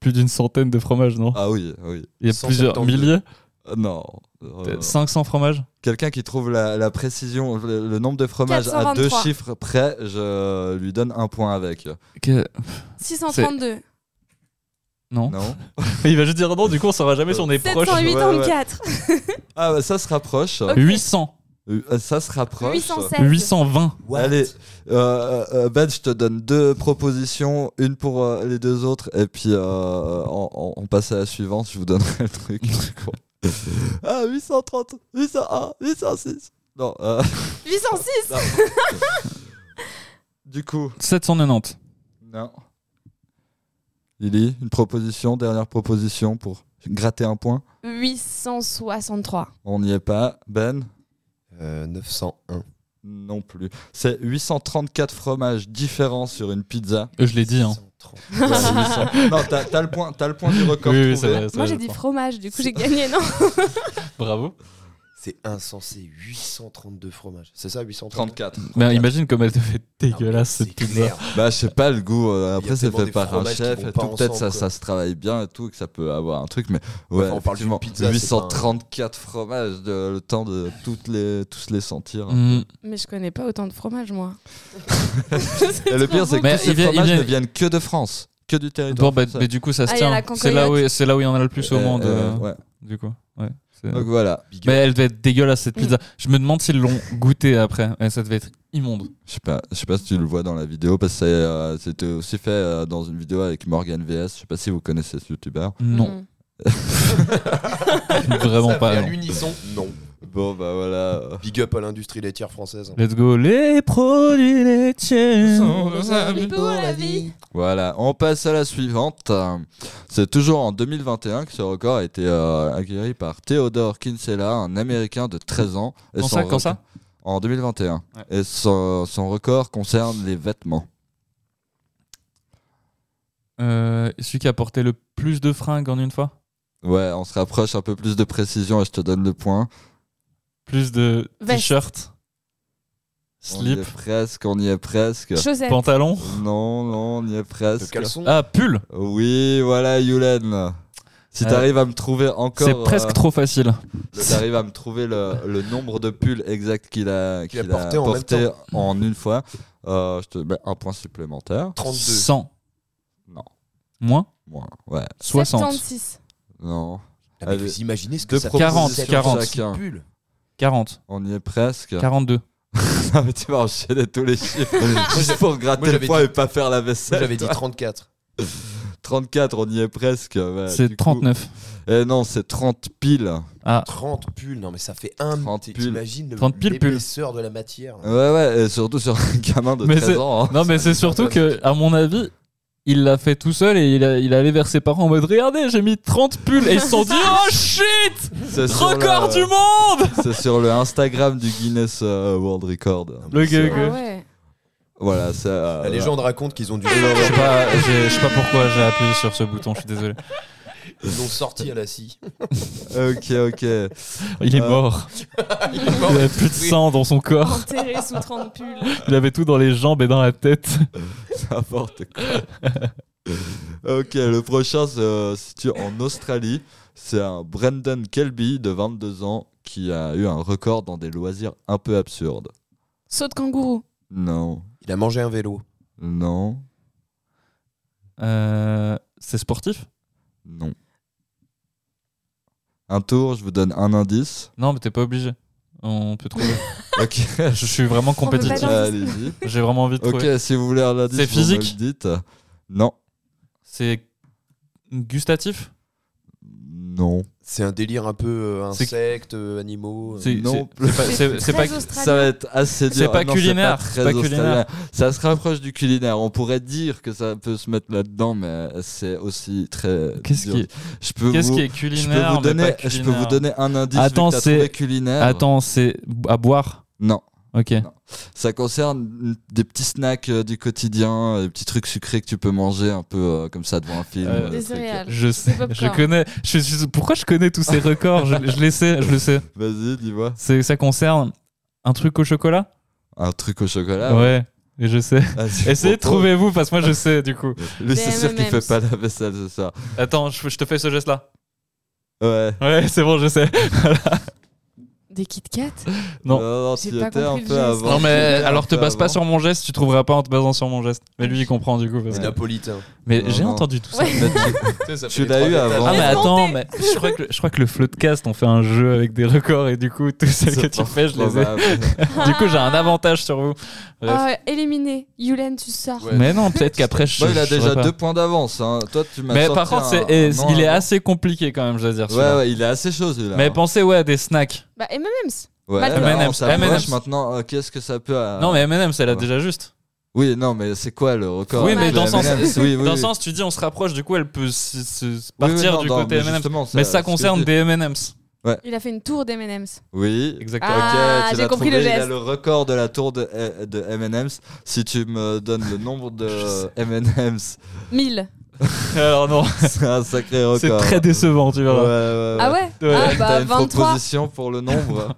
[SPEAKER 2] plus d'une centaine de fromages, non
[SPEAKER 1] Ah oui, oui.
[SPEAKER 2] Il y a
[SPEAKER 3] 172.
[SPEAKER 2] plusieurs milliers
[SPEAKER 1] Euh, Non. Euh,
[SPEAKER 2] 500 fromages
[SPEAKER 1] Quelqu'un qui trouve la, la précision, le, le nombre de fromages à
[SPEAKER 4] 423.
[SPEAKER 1] deux chiffres près, je lui donne un point avec.
[SPEAKER 2] Que-
[SPEAKER 4] 632.
[SPEAKER 2] Non.
[SPEAKER 1] Non
[SPEAKER 2] Il va juste dire non, du coup, on saura jamais si on est proche.
[SPEAKER 1] ouais,
[SPEAKER 4] 784.
[SPEAKER 1] Ah, bah, ça se rapproche.
[SPEAKER 4] Ok.
[SPEAKER 2] 800,
[SPEAKER 1] Euh, Ça se rapproche.
[SPEAKER 4] 816.
[SPEAKER 2] 820.
[SPEAKER 1] Allez, euh, euh, Ben, je te donne deux propositions, une pour euh, les deux autres, et puis euh, on, on- on passe à la suivante, je vous donnerai le [laughs] truc. ah, 830, 801, 806. Non, euh,
[SPEAKER 4] 806
[SPEAKER 1] [laughs] du coup.
[SPEAKER 2] 790.
[SPEAKER 1] Non. Lily, une proposition, dernière proposition pour gratter un point.
[SPEAKER 4] 863.
[SPEAKER 1] On n'y est pas. Ben
[SPEAKER 3] euh, 901.
[SPEAKER 1] Non plus. C'est 834 fromages différents sur une pizza.
[SPEAKER 2] Euh, je l'ai dit. Hein.
[SPEAKER 3] 130.
[SPEAKER 1] Ouais, [laughs] 800. non, t'as t'as le point, t'as le point du record
[SPEAKER 2] Oui, oui,
[SPEAKER 1] trouvé.
[SPEAKER 2] c'est vrai. c'est
[SPEAKER 4] Moi
[SPEAKER 2] vrai,
[SPEAKER 4] j'ai dit
[SPEAKER 2] attends. Bah,
[SPEAKER 4] fromage, du coup j'ai gagné, non
[SPEAKER 2] Bravo.
[SPEAKER 3] C'est insensé, 832 fromages. C'est ça, 832
[SPEAKER 1] 34.
[SPEAKER 2] Ben, imagine comme elle devait être
[SPEAKER 3] Ah ouais,
[SPEAKER 2] dégueulasse
[SPEAKER 3] c'est
[SPEAKER 2] cette pizza.
[SPEAKER 3] clair.
[SPEAKER 1] Bah, je sais pas, le goût, euh,
[SPEAKER 3] Il y a
[SPEAKER 1] après, c'est
[SPEAKER 3] tellement
[SPEAKER 1] fait
[SPEAKER 3] des
[SPEAKER 1] par un
[SPEAKER 3] fromages qui
[SPEAKER 1] chef
[SPEAKER 3] vont
[SPEAKER 1] et
[SPEAKER 3] pas
[SPEAKER 1] tout. Peut-être
[SPEAKER 3] ensemble,
[SPEAKER 1] ça,
[SPEAKER 3] quoi.
[SPEAKER 1] ça se travaille bien et tout, que ça peut avoir un truc, mais ouais,
[SPEAKER 3] on parle d'une
[SPEAKER 1] effectivement,
[SPEAKER 3] pizza, c'est pas un-
[SPEAKER 1] 834 fromages, de- le temps de toutes les, tous les sentir.
[SPEAKER 2] Mm.
[SPEAKER 4] [laughs] Mais je connais pas autant de fromage, moi.
[SPEAKER 1] [laughs] Et le pire, c'est que
[SPEAKER 2] Mais
[SPEAKER 1] tous ces
[SPEAKER 2] il vient- il
[SPEAKER 1] fromages
[SPEAKER 2] vient-
[SPEAKER 1] ne viennent que de France, que du territoire.
[SPEAKER 2] Bon, bah,
[SPEAKER 1] français.
[SPEAKER 2] mais du coup, ça se
[SPEAKER 4] Ah, il y a
[SPEAKER 2] tient.
[SPEAKER 4] la
[SPEAKER 2] C'est là, où-
[SPEAKER 4] cancoyote.
[SPEAKER 2] c'est là où il y en a le plus au
[SPEAKER 1] Euh,
[SPEAKER 2] monde.
[SPEAKER 1] euh,
[SPEAKER 2] euh,
[SPEAKER 1] ouais.
[SPEAKER 2] Du coup, ouais. c'est-
[SPEAKER 1] Donc voilà.
[SPEAKER 3] Big
[SPEAKER 2] Mais
[SPEAKER 3] up.
[SPEAKER 2] elle devait être dégueulasse
[SPEAKER 4] Mm.
[SPEAKER 2] cette pizza. Je me demande s'ils l'ont goûtée après. Ouais, ça devait être immonde.
[SPEAKER 1] Je sais pas, je sais pas si tu le vois dans la vidéo parce que c'est, euh, c'était aussi fait euh, dans une vidéo avec Morgan VS. Je sais pas si vous connaissez ce youtubeur.
[SPEAKER 2] Non,
[SPEAKER 4] Mm.
[SPEAKER 2] vraiment
[SPEAKER 3] Ça fait
[SPEAKER 2] pas.
[SPEAKER 3] À
[SPEAKER 2] non.
[SPEAKER 3] l'unisson, non.
[SPEAKER 1] Bon bah voilà.
[SPEAKER 3] Big up à l'industrie laitière française. hein.
[SPEAKER 2] Let's go, les produits laitiers.
[SPEAKER 4] Mais pour la vie.
[SPEAKER 1] Voilà, on passe à la suivante. C'est toujours en 2021 que ce record a été euh, acquéri par Theodore Kinsella, un Américain de 13 ans. Et
[SPEAKER 2] Quand
[SPEAKER 1] son
[SPEAKER 2] ça, quand
[SPEAKER 1] record-
[SPEAKER 2] ça
[SPEAKER 1] En 2021.
[SPEAKER 2] Ouais.
[SPEAKER 1] Et son, son record concerne les vêtements.
[SPEAKER 2] Euh, celui qui a porté le plus de fringues en une fois
[SPEAKER 1] Ouais, on se rapproche un peu plus de précision et je te donne le point.
[SPEAKER 2] Plus de
[SPEAKER 4] Veste.
[SPEAKER 2] t-shirts
[SPEAKER 1] On y
[SPEAKER 2] Slip
[SPEAKER 1] est presque, on y est presque.
[SPEAKER 4] Chausette.
[SPEAKER 2] Pantalon
[SPEAKER 1] Non, non, on y est
[SPEAKER 3] Le
[SPEAKER 1] presque.
[SPEAKER 3] caleçon.
[SPEAKER 2] Ah, pull
[SPEAKER 1] Oui, voilà, Yulen. Si
[SPEAKER 2] Euh,
[SPEAKER 1] t'arrives à me trouver encore,
[SPEAKER 2] C'est presque
[SPEAKER 1] euh,
[SPEAKER 2] trop facile.
[SPEAKER 1] si t'arrives à me trouver le, le nombre de pulls exact qu'il a,
[SPEAKER 3] Qu'il a
[SPEAKER 1] qu'il a
[SPEAKER 3] porté en même
[SPEAKER 1] porté en, une fois, euh, je te mets un point supplémentaire.
[SPEAKER 3] 32.
[SPEAKER 2] 100.
[SPEAKER 1] Non.
[SPEAKER 2] Moins
[SPEAKER 1] Moins, ouais,
[SPEAKER 2] 60.
[SPEAKER 4] 76.
[SPEAKER 1] non.
[SPEAKER 3] Ah, mais
[SPEAKER 1] Allez.
[SPEAKER 3] vous imaginez ce que
[SPEAKER 1] Deux
[SPEAKER 3] ça
[SPEAKER 1] propositions
[SPEAKER 2] 40, 40.
[SPEAKER 1] chacun.
[SPEAKER 2] 40.
[SPEAKER 1] On y est presque. [laughs]
[SPEAKER 2] 42.
[SPEAKER 1] Non, mais tu vas enchaîner tous les chiffres juste pour
[SPEAKER 3] moi,
[SPEAKER 1] gratter le
[SPEAKER 3] j'avais
[SPEAKER 1] point
[SPEAKER 3] dit-
[SPEAKER 1] et pas faire la
[SPEAKER 3] Moi,
[SPEAKER 1] vaisselle.
[SPEAKER 3] j'avais dit 34.
[SPEAKER 1] 34, on y est presque. ouais,
[SPEAKER 2] C'est
[SPEAKER 1] Bah, du coup-
[SPEAKER 2] 39.
[SPEAKER 1] Eh non, c'est 30 piles.
[SPEAKER 2] Ah,
[SPEAKER 3] 30 pulls, non mais ça fait un.
[SPEAKER 1] 30
[SPEAKER 3] t-
[SPEAKER 1] pulls. Ah,
[SPEAKER 3] T'imagines le-
[SPEAKER 2] 30 pile pulls.
[SPEAKER 3] l'épaisseur de la matière.
[SPEAKER 1] Ouais, ouais, et surtout sur un gamin de
[SPEAKER 2] Mais
[SPEAKER 1] 13
[SPEAKER 2] c'est-
[SPEAKER 1] ans.
[SPEAKER 2] [laughs]
[SPEAKER 1] hein.
[SPEAKER 2] Non, mais c'est surtout que, à mon avis, il l'a fait tout seul et il, a- il allait vers ses parents en mode Regardez, j'ai mis 30 pulls et ils se sont dit Oh shit
[SPEAKER 1] C'est sur
[SPEAKER 2] Record
[SPEAKER 1] le-
[SPEAKER 2] du monde
[SPEAKER 1] C'est sur le Instagram du Guinness euh, World Record.
[SPEAKER 2] Le
[SPEAKER 4] Ah
[SPEAKER 2] gueule.
[SPEAKER 4] ouais.
[SPEAKER 1] Voilà, ça. euh,
[SPEAKER 3] La légende raconte qu'ils ont dû.
[SPEAKER 2] Je sais pas, j'ai- je sais pas pourquoi j'ai appuyé sur ce bouton, je suis désolé.
[SPEAKER 3] Ils l'ont sorti à la scie.
[SPEAKER 1] Ok, euh, ok.
[SPEAKER 2] Il est
[SPEAKER 1] Euh,
[SPEAKER 2] mort.
[SPEAKER 3] Il
[SPEAKER 2] Il avait plus de sang dans son corps.
[SPEAKER 4] Enterré sous 30 pulls.
[SPEAKER 2] Il avait tout dans les jambes et dans la tête.
[SPEAKER 1] N'importe quoi. [laughs] ok, le prochain se situe en Australie. C'est un Brendan Kelby de 22 ans qui a eu un record dans des loisirs un peu absurdes.
[SPEAKER 4] Saut de kangourou.
[SPEAKER 1] Non,
[SPEAKER 3] Il a mangé un vélo.
[SPEAKER 1] non,
[SPEAKER 2] Euh, c'est sportif
[SPEAKER 1] non. Un tour, je vous donne un indice.
[SPEAKER 2] Non, mais t'es pas obligé. On peut trouver.
[SPEAKER 1] Ok, [laughs]
[SPEAKER 2] je suis vraiment
[SPEAKER 4] pas
[SPEAKER 2] compétitif.
[SPEAKER 4] dire.
[SPEAKER 1] allez-y.
[SPEAKER 2] J'ai vraiment envie de
[SPEAKER 1] Ok,
[SPEAKER 2] trouver.
[SPEAKER 1] si vous voulez un indice,
[SPEAKER 2] C'est
[SPEAKER 1] vous me le
[SPEAKER 2] physique
[SPEAKER 1] dites. Non,
[SPEAKER 2] C'est gustatif
[SPEAKER 1] non.
[SPEAKER 3] C'est un délire un peu euh,
[SPEAKER 2] C'est-
[SPEAKER 3] insectes, euh, animaux. euh.
[SPEAKER 2] C'est-
[SPEAKER 1] Non,
[SPEAKER 2] c'est pas- c'est-
[SPEAKER 4] C'est
[SPEAKER 2] c'est
[SPEAKER 4] très
[SPEAKER 2] pas-
[SPEAKER 1] Ça va
[SPEAKER 4] australien.
[SPEAKER 1] être assez dur.
[SPEAKER 2] C'est pas
[SPEAKER 1] Ah non,
[SPEAKER 2] culinaire,
[SPEAKER 1] très
[SPEAKER 2] c'est pas
[SPEAKER 1] australien.
[SPEAKER 2] culinaire.
[SPEAKER 1] Ça se rapproche du culinaire. On pourrait dire que ça peut se mettre là-dedans, mais c'est aussi très.
[SPEAKER 2] Qu'est-ce
[SPEAKER 1] dur.
[SPEAKER 2] qui est-
[SPEAKER 1] Je peux
[SPEAKER 2] Qu'est-ce
[SPEAKER 1] vous,
[SPEAKER 2] qui est
[SPEAKER 1] je peux
[SPEAKER 2] culinaire,
[SPEAKER 1] vous
[SPEAKER 2] mais
[SPEAKER 1] donner,
[SPEAKER 2] pas
[SPEAKER 1] je peux
[SPEAKER 2] culinaire
[SPEAKER 1] vous donner un indice. vu
[SPEAKER 2] Attends,
[SPEAKER 1] que t'as
[SPEAKER 2] c'est-
[SPEAKER 1] trouvé culinaire.
[SPEAKER 2] Attends, c'est à boire.
[SPEAKER 1] Non,
[SPEAKER 2] Ok.
[SPEAKER 1] ça concerne des petits snacks euh, du quotidien, euh, des petits trucs sucrés que tu peux manger un peu euh, comme ça devant un film.
[SPEAKER 2] Euh,
[SPEAKER 1] euh,
[SPEAKER 4] Des
[SPEAKER 1] truc.
[SPEAKER 4] céréales.
[SPEAKER 2] Je sais,
[SPEAKER 4] popcorn.
[SPEAKER 2] je connais. Je, suis- pourquoi je connais tous ces records je, je les sais, je le sais.
[SPEAKER 1] euh, Vas-y, dis-moi.
[SPEAKER 2] C'est, ça concerne un truc au chocolat
[SPEAKER 1] Un truc au chocolat.
[SPEAKER 2] ouais. et
[SPEAKER 1] [laughs]
[SPEAKER 2] je sais.
[SPEAKER 1] Vas-y,
[SPEAKER 2] Essayez
[SPEAKER 1] propose.
[SPEAKER 2] de trouver vous, parce que moi je sais du coup.
[SPEAKER 1] Lui, c'est
[SPEAKER 4] Des
[SPEAKER 1] sûr qu'il
[SPEAKER 4] M&M's.
[SPEAKER 1] fait pas la vaisselle, c'est ça.
[SPEAKER 2] Attends, je, je te fais ce geste là.
[SPEAKER 1] Ouais.
[SPEAKER 2] Ouais, c'est bon, je sais.
[SPEAKER 4] Des Kit Kat.
[SPEAKER 2] Non.
[SPEAKER 1] non, non,
[SPEAKER 4] J'ai
[SPEAKER 1] tu y
[SPEAKER 4] pas
[SPEAKER 1] étais un
[SPEAKER 4] compris le
[SPEAKER 1] peu
[SPEAKER 4] geste.
[SPEAKER 1] avant.
[SPEAKER 2] Non,
[SPEAKER 1] Tu y
[SPEAKER 2] mais
[SPEAKER 1] étais un
[SPEAKER 2] alors te
[SPEAKER 1] peu
[SPEAKER 2] base pas
[SPEAKER 1] avant.
[SPEAKER 2] sur mon geste, tu trouveras pas en te basant sur mon geste. Mais lui il comprend du coup.
[SPEAKER 3] [laughs]
[SPEAKER 2] parce
[SPEAKER 3] C'est [laughs]
[SPEAKER 2] que-
[SPEAKER 3] napolitain.
[SPEAKER 2] Mais
[SPEAKER 1] Non,
[SPEAKER 2] j'ai
[SPEAKER 1] non.
[SPEAKER 2] entendu tout ça.
[SPEAKER 4] Ouais.
[SPEAKER 1] Tu l'as eu avant.
[SPEAKER 2] Ah, mais
[SPEAKER 4] Laisse
[SPEAKER 2] attends,
[SPEAKER 4] monter.
[SPEAKER 2] mais je crois que le, je crois que le floodcast, on fait un jeu avec des records et du coup, tous ceux que
[SPEAKER 1] C'est
[SPEAKER 2] tu fais, je les ai.
[SPEAKER 1] probable.
[SPEAKER 2] Du coup, j'ai
[SPEAKER 4] [laughs]
[SPEAKER 2] un avantage sur vous. Bref.
[SPEAKER 4] Ah, éliminé. Yulen, tu sors.
[SPEAKER 3] Ouais.
[SPEAKER 2] Mais non, peut-être qu'après je.
[SPEAKER 1] Bon, il a
[SPEAKER 2] je saurais
[SPEAKER 1] déjà
[SPEAKER 2] pas.
[SPEAKER 1] deux points d'avance. hein. Toi, tu m'as
[SPEAKER 2] Mais
[SPEAKER 1] sorti
[SPEAKER 2] par contre,
[SPEAKER 1] un-
[SPEAKER 2] c'est-
[SPEAKER 1] un
[SPEAKER 2] eh,
[SPEAKER 1] nom
[SPEAKER 2] il est
[SPEAKER 1] avant.
[SPEAKER 2] assez compliqué quand même, je veux dire.
[SPEAKER 1] Ouais,
[SPEAKER 2] celui-là.
[SPEAKER 1] ouais, il est assez chaud, celui-là.
[SPEAKER 2] Mais pensez, ouais, à des snacks.
[SPEAKER 4] Bah, MM's.
[SPEAKER 1] ouais,
[SPEAKER 4] Malgré-
[SPEAKER 1] alors,
[SPEAKER 2] M&M's,
[SPEAKER 1] on s'approche
[SPEAKER 2] M&M's.
[SPEAKER 1] maintenant. euh, Qu'est-ce que ça peut. euh,
[SPEAKER 2] Non, mais M&M, c'est là
[SPEAKER 1] ouais.
[SPEAKER 2] déjà juste.
[SPEAKER 1] Oui, non, mais c'est quoi le record
[SPEAKER 2] oui,
[SPEAKER 4] ouais.
[SPEAKER 2] mais
[SPEAKER 1] de
[SPEAKER 2] dans le sens,
[SPEAKER 1] M&M's? Oui, oui,
[SPEAKER 2] dans le
[SPEAKER 1] oui.
[SPEAKER 2] sens, tu dis on se rapproche, du coup, elle peut se- se- se
[SPEAKER 1] Oui, oui,
[SPEAKER 2] partir
[SPEAKER 1] non,
[SPEAKER 2] du
[SPEAKER 1] non,
[SPEAKER 2] côté
[SPEAKER 1] mais
[SPEAKER 2] M&M.
[SPEAKER 1] justement,
[SPEAKER 2] Mais
[SPEAKER 1] ce
[SPEAKER 2] ça
[SPEAKER 1] que je
[SPEAKER 2] concerne
[SPEAKER 1] dis.
[SPEAKER 2] des M&M's.
[SPEAKER 4] Il a fait une tour d'MM's.
[SPEAKER 1] Oui.
[SPEAKER 2] Exactement.
[SPEAKER 4] Ah,
[SPEAKER 1] ok, tu
[SPEAKER 4] j'ai
[SPEAKER 1] l'as
[SPEAKER 4] compris le
[SPEAKER 1] trouvé, Il a
[SPEAKER 4] geste.
[SPEAKER 1] le record de la tour de, euh, de M&M's. Si tu me donnes le nombre de M&M's,
[SPEAKER 4] 1000.
[SPEAKER 2] Alors non,
[SPEAKER 1] C'est un sacré record.
[SPEAKER 2] c'est très décevant, tu
[SPEAKER 1] Ouais,
[SPEAKER 2] verras.
[SPEAKER 1] ouais,
[SPEAKER 4] Ah
[SPEAKER 1] ouais.
[SPEAKER 4] ouais
[SPEAKER 2] Ouais.
[SPEAKER 4] Ah
[SPEAKER 1] [laughs] T'as
[SPEAKER 4] bah
[SPEAKER 1] une
[SPEAKER 4] 23.
[SPEAKER 1] proposition pour le nombre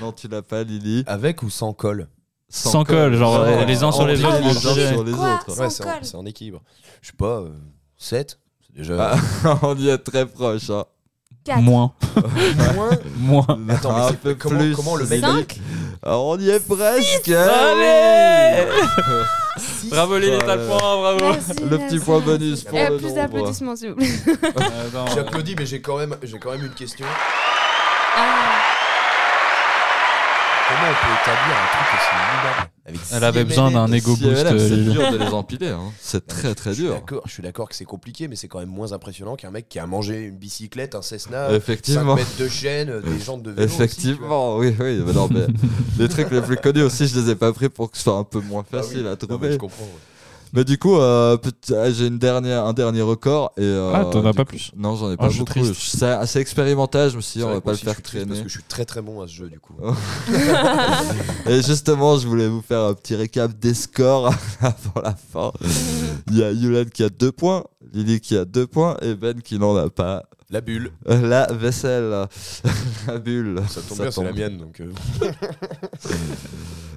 [SPEAKER 1] Non, tu l'as pas, Lily.
[SPEAKER 3] Ah, Avec ou sans col
[SPEAKER 2] Sans colle, genre,
[SPEAKER 1] Ouais.
[SPEAKER 2] euh, les uns sur
[SPEAKER 1] On
[SPEAKER 2] les
[SPEAKER 1] dit
[SPEAKER 2] autres,
[SPEAKER 1] Les
[SPEAKER 2] on
[SPEAKER 1] uns
[SPEAKER 2] dirait.
[SPEAKER 1] sur les
[SPEAKER 4] Quoi
[SPEAKER 1] autres.
[SPEAKER 4] Sans
[SPEAKER 3] c'est en,
[SPEAKER 4] col.
[SPEAKER 3] c'est en équilibre. Je sais pas, 7 C'est déjà.
[SPEAKER 1] Ah, [laughs] on y est très proche. Hein.
[SPEAKER 4] 4.
[SPEAKER 1] [laughs]
[SPEAKER 2] Moins,
[SPEAKER 3] [laughs] Moins
[SPEAKER 2] moins.
[SPEAKER 3] Attends, mais
[SPEAKER 1] Un
[SPEAKER 3] c'est-
[SPEAKER 1] peu
[SPEAKER 3] comment-
[SPEAKER 1] plus,
[SPEAKER 3] comment le mec-
[SPEAKER 1] Lily.
[SPEAKER 4] Cinq
[SPEAKER 1] Alors, on y est presque.
[SPEAKER 2] Allez Bravo Lily,
[SPEAKER 1] Lily,
[SPEAKER 2] t'as
[SPEAKER 1] t'as
[SPEAKER 2] le
[SPEAKER 1] le
[SPEAKER 2] point, bravo.
[SPEAKER 4] Merci,
[SPEAKER 1] [laughs] Le petit
[SPEAKER 4] merci,
[SPEAKER 1] point
[SPEAKER 4] merci.
[SPEAKER 1] bonus pour
[SPEAKER 4] Eh,
[SPEAKER 1] le
[SPEAKER 4] plus
[SPEAKER 1] nombre.
[SPEAKER 4] d'applaudissements, s'il vous plaît.
[SPEAKER 3] J'applaudis, mais j'ai quand, même- j'ai quand même une question.
[SPEAKER 4] Ah,
[SPEAKER 3] Comment on peut établir un truc aussi minable avec
[SPEAKER 2] Elle avait
[SPEAKER 3] six
[SPEAKER 2] besoin d'un
[SPEAKER 3] MNM?
[SPEAKER 2] ego
[SPEAKER 1] Si,
[SPEAKER 2] boost,
[SPEAKER 1] madame,
[SPEAKER 2] euh,
[SPEAKER 1] C'est
[SPEAKER 2] Lily.
[SPEAKER 1] dur de les empiler. hein. C'est très très
[SPEAKER 3] Je suis
[SPEAKER 1] dur.
[SPEAKER 3] d'accord- Je suis d'accord que c'est compliqué, mais c'est quand même moins impressionnant qu'un mec qui a mangé une bicyclette, un Cessna, 5
[SPEAKER 1] Effectivement.
[SPEAKER 3] mètres de chaîne, euh, des jambes de vélo. aussi, tu vois.
[SPEAKER 1] Effectivement, oui, oui. mais non, mais
[SPEAKER 2] [laughs]
[SPEAKER 1] les trucs les plus connus aussi, je les ai pas pris pour que ce soit un peu moins
[SPEAKER 3] Ah oui.
[SPEAKER 1] facile à
[SPEAKER 3] Non,
[SPEAKER 1] trouver.
[SPEAKER 3] mais je comprends. ouais.
[SPEAKER 1] Mais du coup, euh, peut- ah, j'ai une dernière, un dernier record. Et, euh,
[SPEAKER 2] Ah, t'en as
[SPEAKER 1] du
[SPEAKER 2] pas
[SPEAKER 1] coup-
[SPEAKER 2] plus
[SPEAKER 1] Non, j'en ai
[SPEAKER 2] Ah,
[SPEAKER 1] pas
[SPEAKER 2] je suis
[SPEAKER 1] beaucoup.
[SPEAKER 2] triste.
[SPEAKER 1] Je- C'est assez expérimental, je me suis dit,
[SPEAKER 3] C'est
[SPEAKER 1] on
[SPEAKER 3] vrai
[SPEAKER 1] va
[SPEAKER 3] que
[SPEAKER 1] pas
[SPEAKER 3] moi
[SPEAKER 1] le
[SPEAKER 3] aussi, je
[SPEAKER 1] faire
[SPEAKER 3] suis triste
[SPEAKER 1] traîner. Hein
[SPEAKER 3] Parce que je suis très très bon à ce jeu du coup.
[SPEAKER 1] Et justement, je voulais vous faire un petit récap des scores [laughs] avant la fin. Il y a Yulan qui a deux points, Lily qui a deux points et Ben qui n'en a pas.
[SPEAKER 3] La bulle,
[SPEAKER 1] Euh, La vaisselle, [laughs] la bulle.
[SPEAKER 3] ça tombe bien, c'est la mienne donc. euh,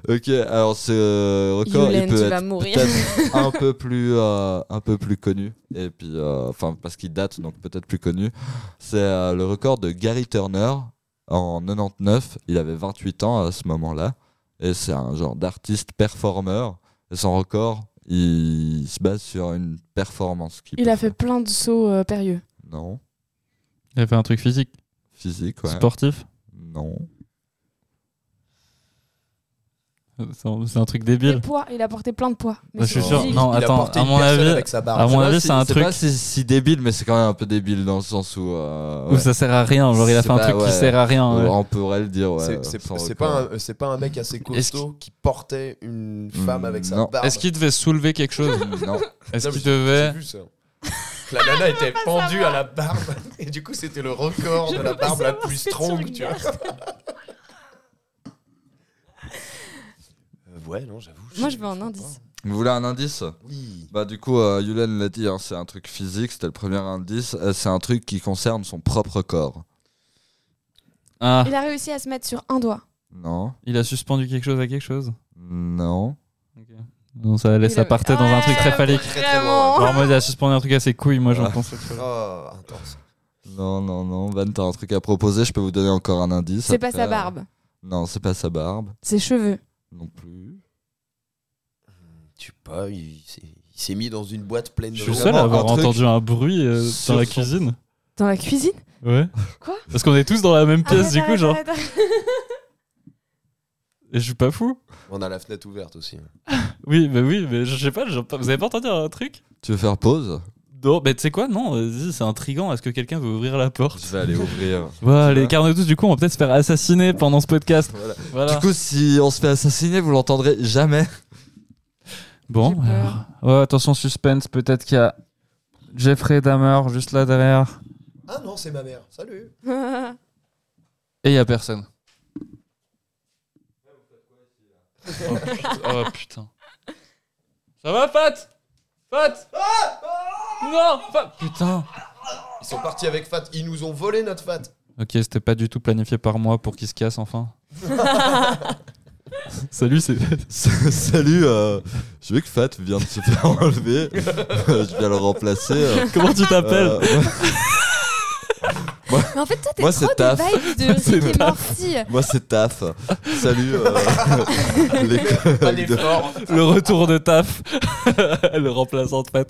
[SPEAKER 1] Ok, alors ce euh, record,
[SPEAKER 4] Yulen,
[SPEAKER 1] il peut
[SPEAKER 4] tu
[SPEAKER 1] être
[SPEAKER 4] vas mourir. [laughs]
[SPEAKER 1] peut-être un peu plus, euh, un peu plus connu, et puis, euh, enfin, parce qu'il date, donc peut-être plus connu. C'est euh, le record de Gary Turner en 99. Il avait 28 ans à ce moment-là, et c'est un genre d'artiste performeur. Et son record, il, se base sur une performance. qu'il
[SPEAKER 4] Il
[SPEAKER 1] peut
[SPEAKER 4] a fait
[SPEAKER 1] faire.
[SPEAKER 4] plein de sauts euh, périlleux.
[SPEAKER 1] Non,
[SPEAKER 2] Il a fait un truc physique,
[SPEAKER 1] physique, ouais.
[SPEAKER 2] sportif.
[SPEAKER 1] Non.
[SPEAKER 2] C'est un- c'est un truc
[SPEAKER 4] Des
[SPEAKER 2] débile.
[SPEAKER 4] poids, il a porté plein de poids. Mais
[SPEAKER 2] Bah, je suis
[SPEAKER 4] c'est
[SPEAKER 2] sûr.
[SPEAKER 4] physique.
[SPEAKER 2] Non,
[SPEAKER 3] il a
[SPEAKER 2] attends,
[SPEAKER 3] porté
[SPEAKER 2] à
[SPEAKER 3] une
[SPEAKER 2] mon
[SPEAKER 3] personne
[SPEAKER 2] avis,
[SPEAKER 3] avec sa barbe.
[SPEAKER 2] à mon
[SPEAKER 1] C'est pas
[SPEAKER 2] avis,
[SPEAKER 1] si-
[SPEAKER 2] c'est un truc
[SPEAKER 1] pas si, si débile, mais c'est quand même un peu débile dans le sens où. euh,
[SPEAKER 2] où
[SPEAKER 1] ouais.
[SPEAKER 2] ça sert à rien. Genre, il a
[SPEAKER 1] C'est
[SPEAKER 2] fait un
[SPEAKER 1] pas-
[SPEAKER 2] truc
[SPEAKER 1] ouais.
[SPEAKER 2] qui sert à rien. ouais.
[SPEAKER 1] Euh, On pourrait le dire, ouais. euh,
[SPEAKER 3] C'est- c'est-
[SPEAKER 1] sans
[SPEAKER 3] c'est
[SPEAKER 1] record.
[SPEAKER 3] pas, un- c'est pas un mec assez costaud qui portait une femme
[SPEAKER 1] Hmm,
[SPEAKER 3] avec sa
[SPEAKER 1] non.
[SPEAKER 3] barbe.
[SPEAKER 2] Est-ce qu'il devait soulever quelque chose
[SPEAKER 1] [laughs] Non.
[SPEAKER 3] Non, mais
[SPEAKER 2] Est-ce
[SPEAKER 3] j'ai-
[SPEAKER 2] qu'il
[SPEAKER 3] j'ai
[SPEAKER 2] devait.
[SPEAKER 3] vu ça. La nana était pendue à la barbe [laughs] et du coup c'était le record
[SPEAKER 4] Je
[SPEAKER 3] de la
[SPEAKER 4] veux pas
[SPEAKER 3] barbe la
[SPEAKER 4] savoir
[SPEAKER 3] plus
[SPEAKER 4] ce
[SPEAKER 3] strong,
[SPEAKER 4] truc.
[SPEAKER 3] tu vois. Euh, Ouais, non, j'avoue.
[SPEAKER 4] Moi,
[SPEAKER 3] sais-
[SPEAKER 4] je veux un
[SPEAKER 3] sais
[SPEAKER 4] indice.
[SPEAKER 3] pas.
[SPEAKER 1] Vous voulez un indice
[SPEAKER 3] Oui.
[SPEAKER 1] Bah du coup, euh, Yulen l'a dit, hein, c'est un truc physique, c'était le premier indice. Euh, c'est un truc qui concerne son propre corps.
[SPEAKER 2] Ah,
[SPEAKER 4] Il a réussi à se mettre sur un doigt.
[SPEAKER 1] Non.
[SPEAKER 2] il a suspendu quelque chose à quelque chose
[SPEAKER 1] Non.
[SPEAKER 2] Non, ça laisse
[SPEAKER 4] Il
[SPEAKER 2] ça
[SPEAKER 4] avait-
[SPEAKER 2] partait dans un truc très
[SPEAKER 4] Ouais,
[SPEAKER 2] phallique.
[SPEAKER 4] Vraiment.
[SPEAKER 2] Genre, en mode, il a suspendu un truc à ses couilles, moi j'en
[SPEAKER 1] Ah.
[SPEAKER 2] pense.
[SPEAKER 3] Oh, intense.
[SPEAKER 1] Non, non, non. Van, t'as un truc à proposer, je peux vous donner encore un indice.
[SPEAKER 4] C'est pas
[SPEAKER 1] après.
[SPEAKER 4] sa barbe,
[SPEAKER 1] Non, c'est pas sa barbe.
[SPEAKER 4] ses cheveux.
[SPEAKER 1] Non plus.
[SPEAKER 3] Tu sais pas, il, s'est- il s'est mis dans une boîte pleine de. Ah,
[SPEAKER 2] Je suis le
[SPEAKER 1] Vraiment
[SPEAKER 2] seul à avoir
[SPEAKER 1] un truc
[SPEAKER 2] entendu un bruit euh,
[SPEAKER 1] sur
[SPEAKER 2] dans la
[SPEAKER 1] son-
[SPEAKER 2] cuisine.
[SPEAKER 4] Dans la cuisine
[SPEAKER 2] Ouais.
[SPEAKER 4] Quoi Ah,
[SPEAKER 2] Parce qu'on est tous dans la même pièce,
[SPEAKER 4] Arrête,
[SPEAKER 2] du coup,
[SPEAKER 4] arrête,
[SPEAKER 2] genre.
[SPEAKER 4] arrête, arrête.
[SPEAKER 2] Et je suis pas fou.
[SPEAKER 3] On a la fenêtre ouverte aussi.
[SPEAKER 2] Oui, bah oui, mais je sais pas, j'ai pas- vous avez pas entendu un truc
[SPEAKER 1] Tu veux faire pause
[SPEAKER 2] Non, mais tu sais quoi, non, vas-y, c'est intriguant. Est-ce que quelqu'un veut ouvrir la porte
[SPEAKER 1] Je vais aller ouvrir.
[SPEAKER 2] Voilà, les
[SPEAKER 1] vas.
[SPEAKER 2] carnes tous, du coup, on va peut-être se faire assassiner pendant ce podcast.
[SPEAKER 1] Voilà. [laughs]
[SPEAKER 2] Voilà.
[SPEAKER 1] Du coup, si on se fait assassiner, vous l'entendrez jamais.
[SPEAKER 2] Bon,
[SPEAKER 4] J'ai peur.
[SPEAKER 2] alors. Ouais, attention, suspense, peut-être qu'il y a Jeffrey Dahmer juste là derrière.
[SPEAKER 3] Ah non, c'est ma mère. Salut.
[SPEAKER 2] Et il y a personne. Oh putain. oh, putain. Ça va, Fat Fat Non Fat Putain
[SPEAKER 3] Ils sont partis avec Fat. Ils nous ont volé notre
[SPEAKER 2] [laughs]
[SPEAKER 3] Fat.
[SPEAKER 2] Ok, c'était pas du tout planifié par moi pour qu'il se casse enfin. Salut, c'est.
[SPEAKER 1] [laughs] Salut, euh, je veux que Fat vient de se faire enlever. Euh, je viens le remplacer. euh,
[SPEAKER 2] Comment tu t'appelles
[SPEAKER 1] euh,
[SPEAKER 4] Mais en fait, toi, t'es
[SPEAKER 1] Moi,
[SPEAKER 4] trop
[SPEAKER 1] c'est
[SPEAKER 4] des
[SPEAKER 1] taf.
[SPEAKER 4] vibes de Rick et Morty.
[SPEAKER 1] Moi, c'est Taf. Salut, euh, [laughs] les
[SPEAKER 3] Pas
[SPEAKER 1] collègues de
[SPEAKER 3] d'effort.
[SPEAKER 2] [laughs] Le retour de taf. [laughs] le remplaçant de Fat.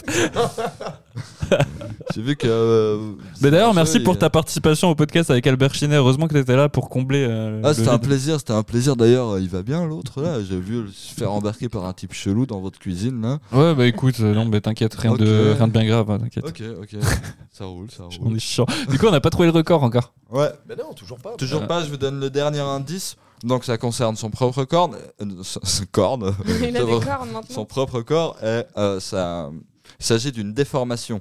[SPEAKER 1] J'ai vu que. euh,
[SPEAKER 2] Mais d'ailleurs,
[SPEAKER 1] c'est-
[SPEAKER 2] merci
[SPEAKER 1] il-
[SPEAKER 2] pour euh, ta participation au podcast avec Albert Chinet. Heureusement que t'étais là pour combler. euh,
[SPEAKER 1] Ah,
[SPEAKER 2] le
[SPEAKER 1] c'était un
[SPEAKER 2] vide.
[SPEAKER 1] plaisir, c'était un plaisir. D'ailleurs, euh, il va bien l'autre là. J'ai vu se faire embarquer par un type chelou dans votre cuisine là.
[SPEAKER 2] Ouais, bah écoute, euh, non, mais t'inquiète, rien,
[SPEAKER 1] Ok.
[SPEAKER 2] de, rien de bien grave, hein, t'inquiète.
[SPEAKER 1] Ok, ok. Ça roule, ça
[SPEAKER 2] On
[SPEAKER 1] roule.
[SPEAKER 2] est chiant. Du coup, on n'a pas trouvé le record encore.
[SPEAKER 1] Ouais,
[SPEAKER 3] Ben non, toujours pas.
[SPEAKER 1] toujours pas, je vous donne le dernier indice. Donc, ça concerne son propre corne. euh, son- son corne.
[SPEAKER 4] Il a
[SPEAKER 1] Ça va.
[SPEAKER 4] des cornes maintenant.
[SPEAKER 1] son propre corps et euh, ça il s'agit d'une déformation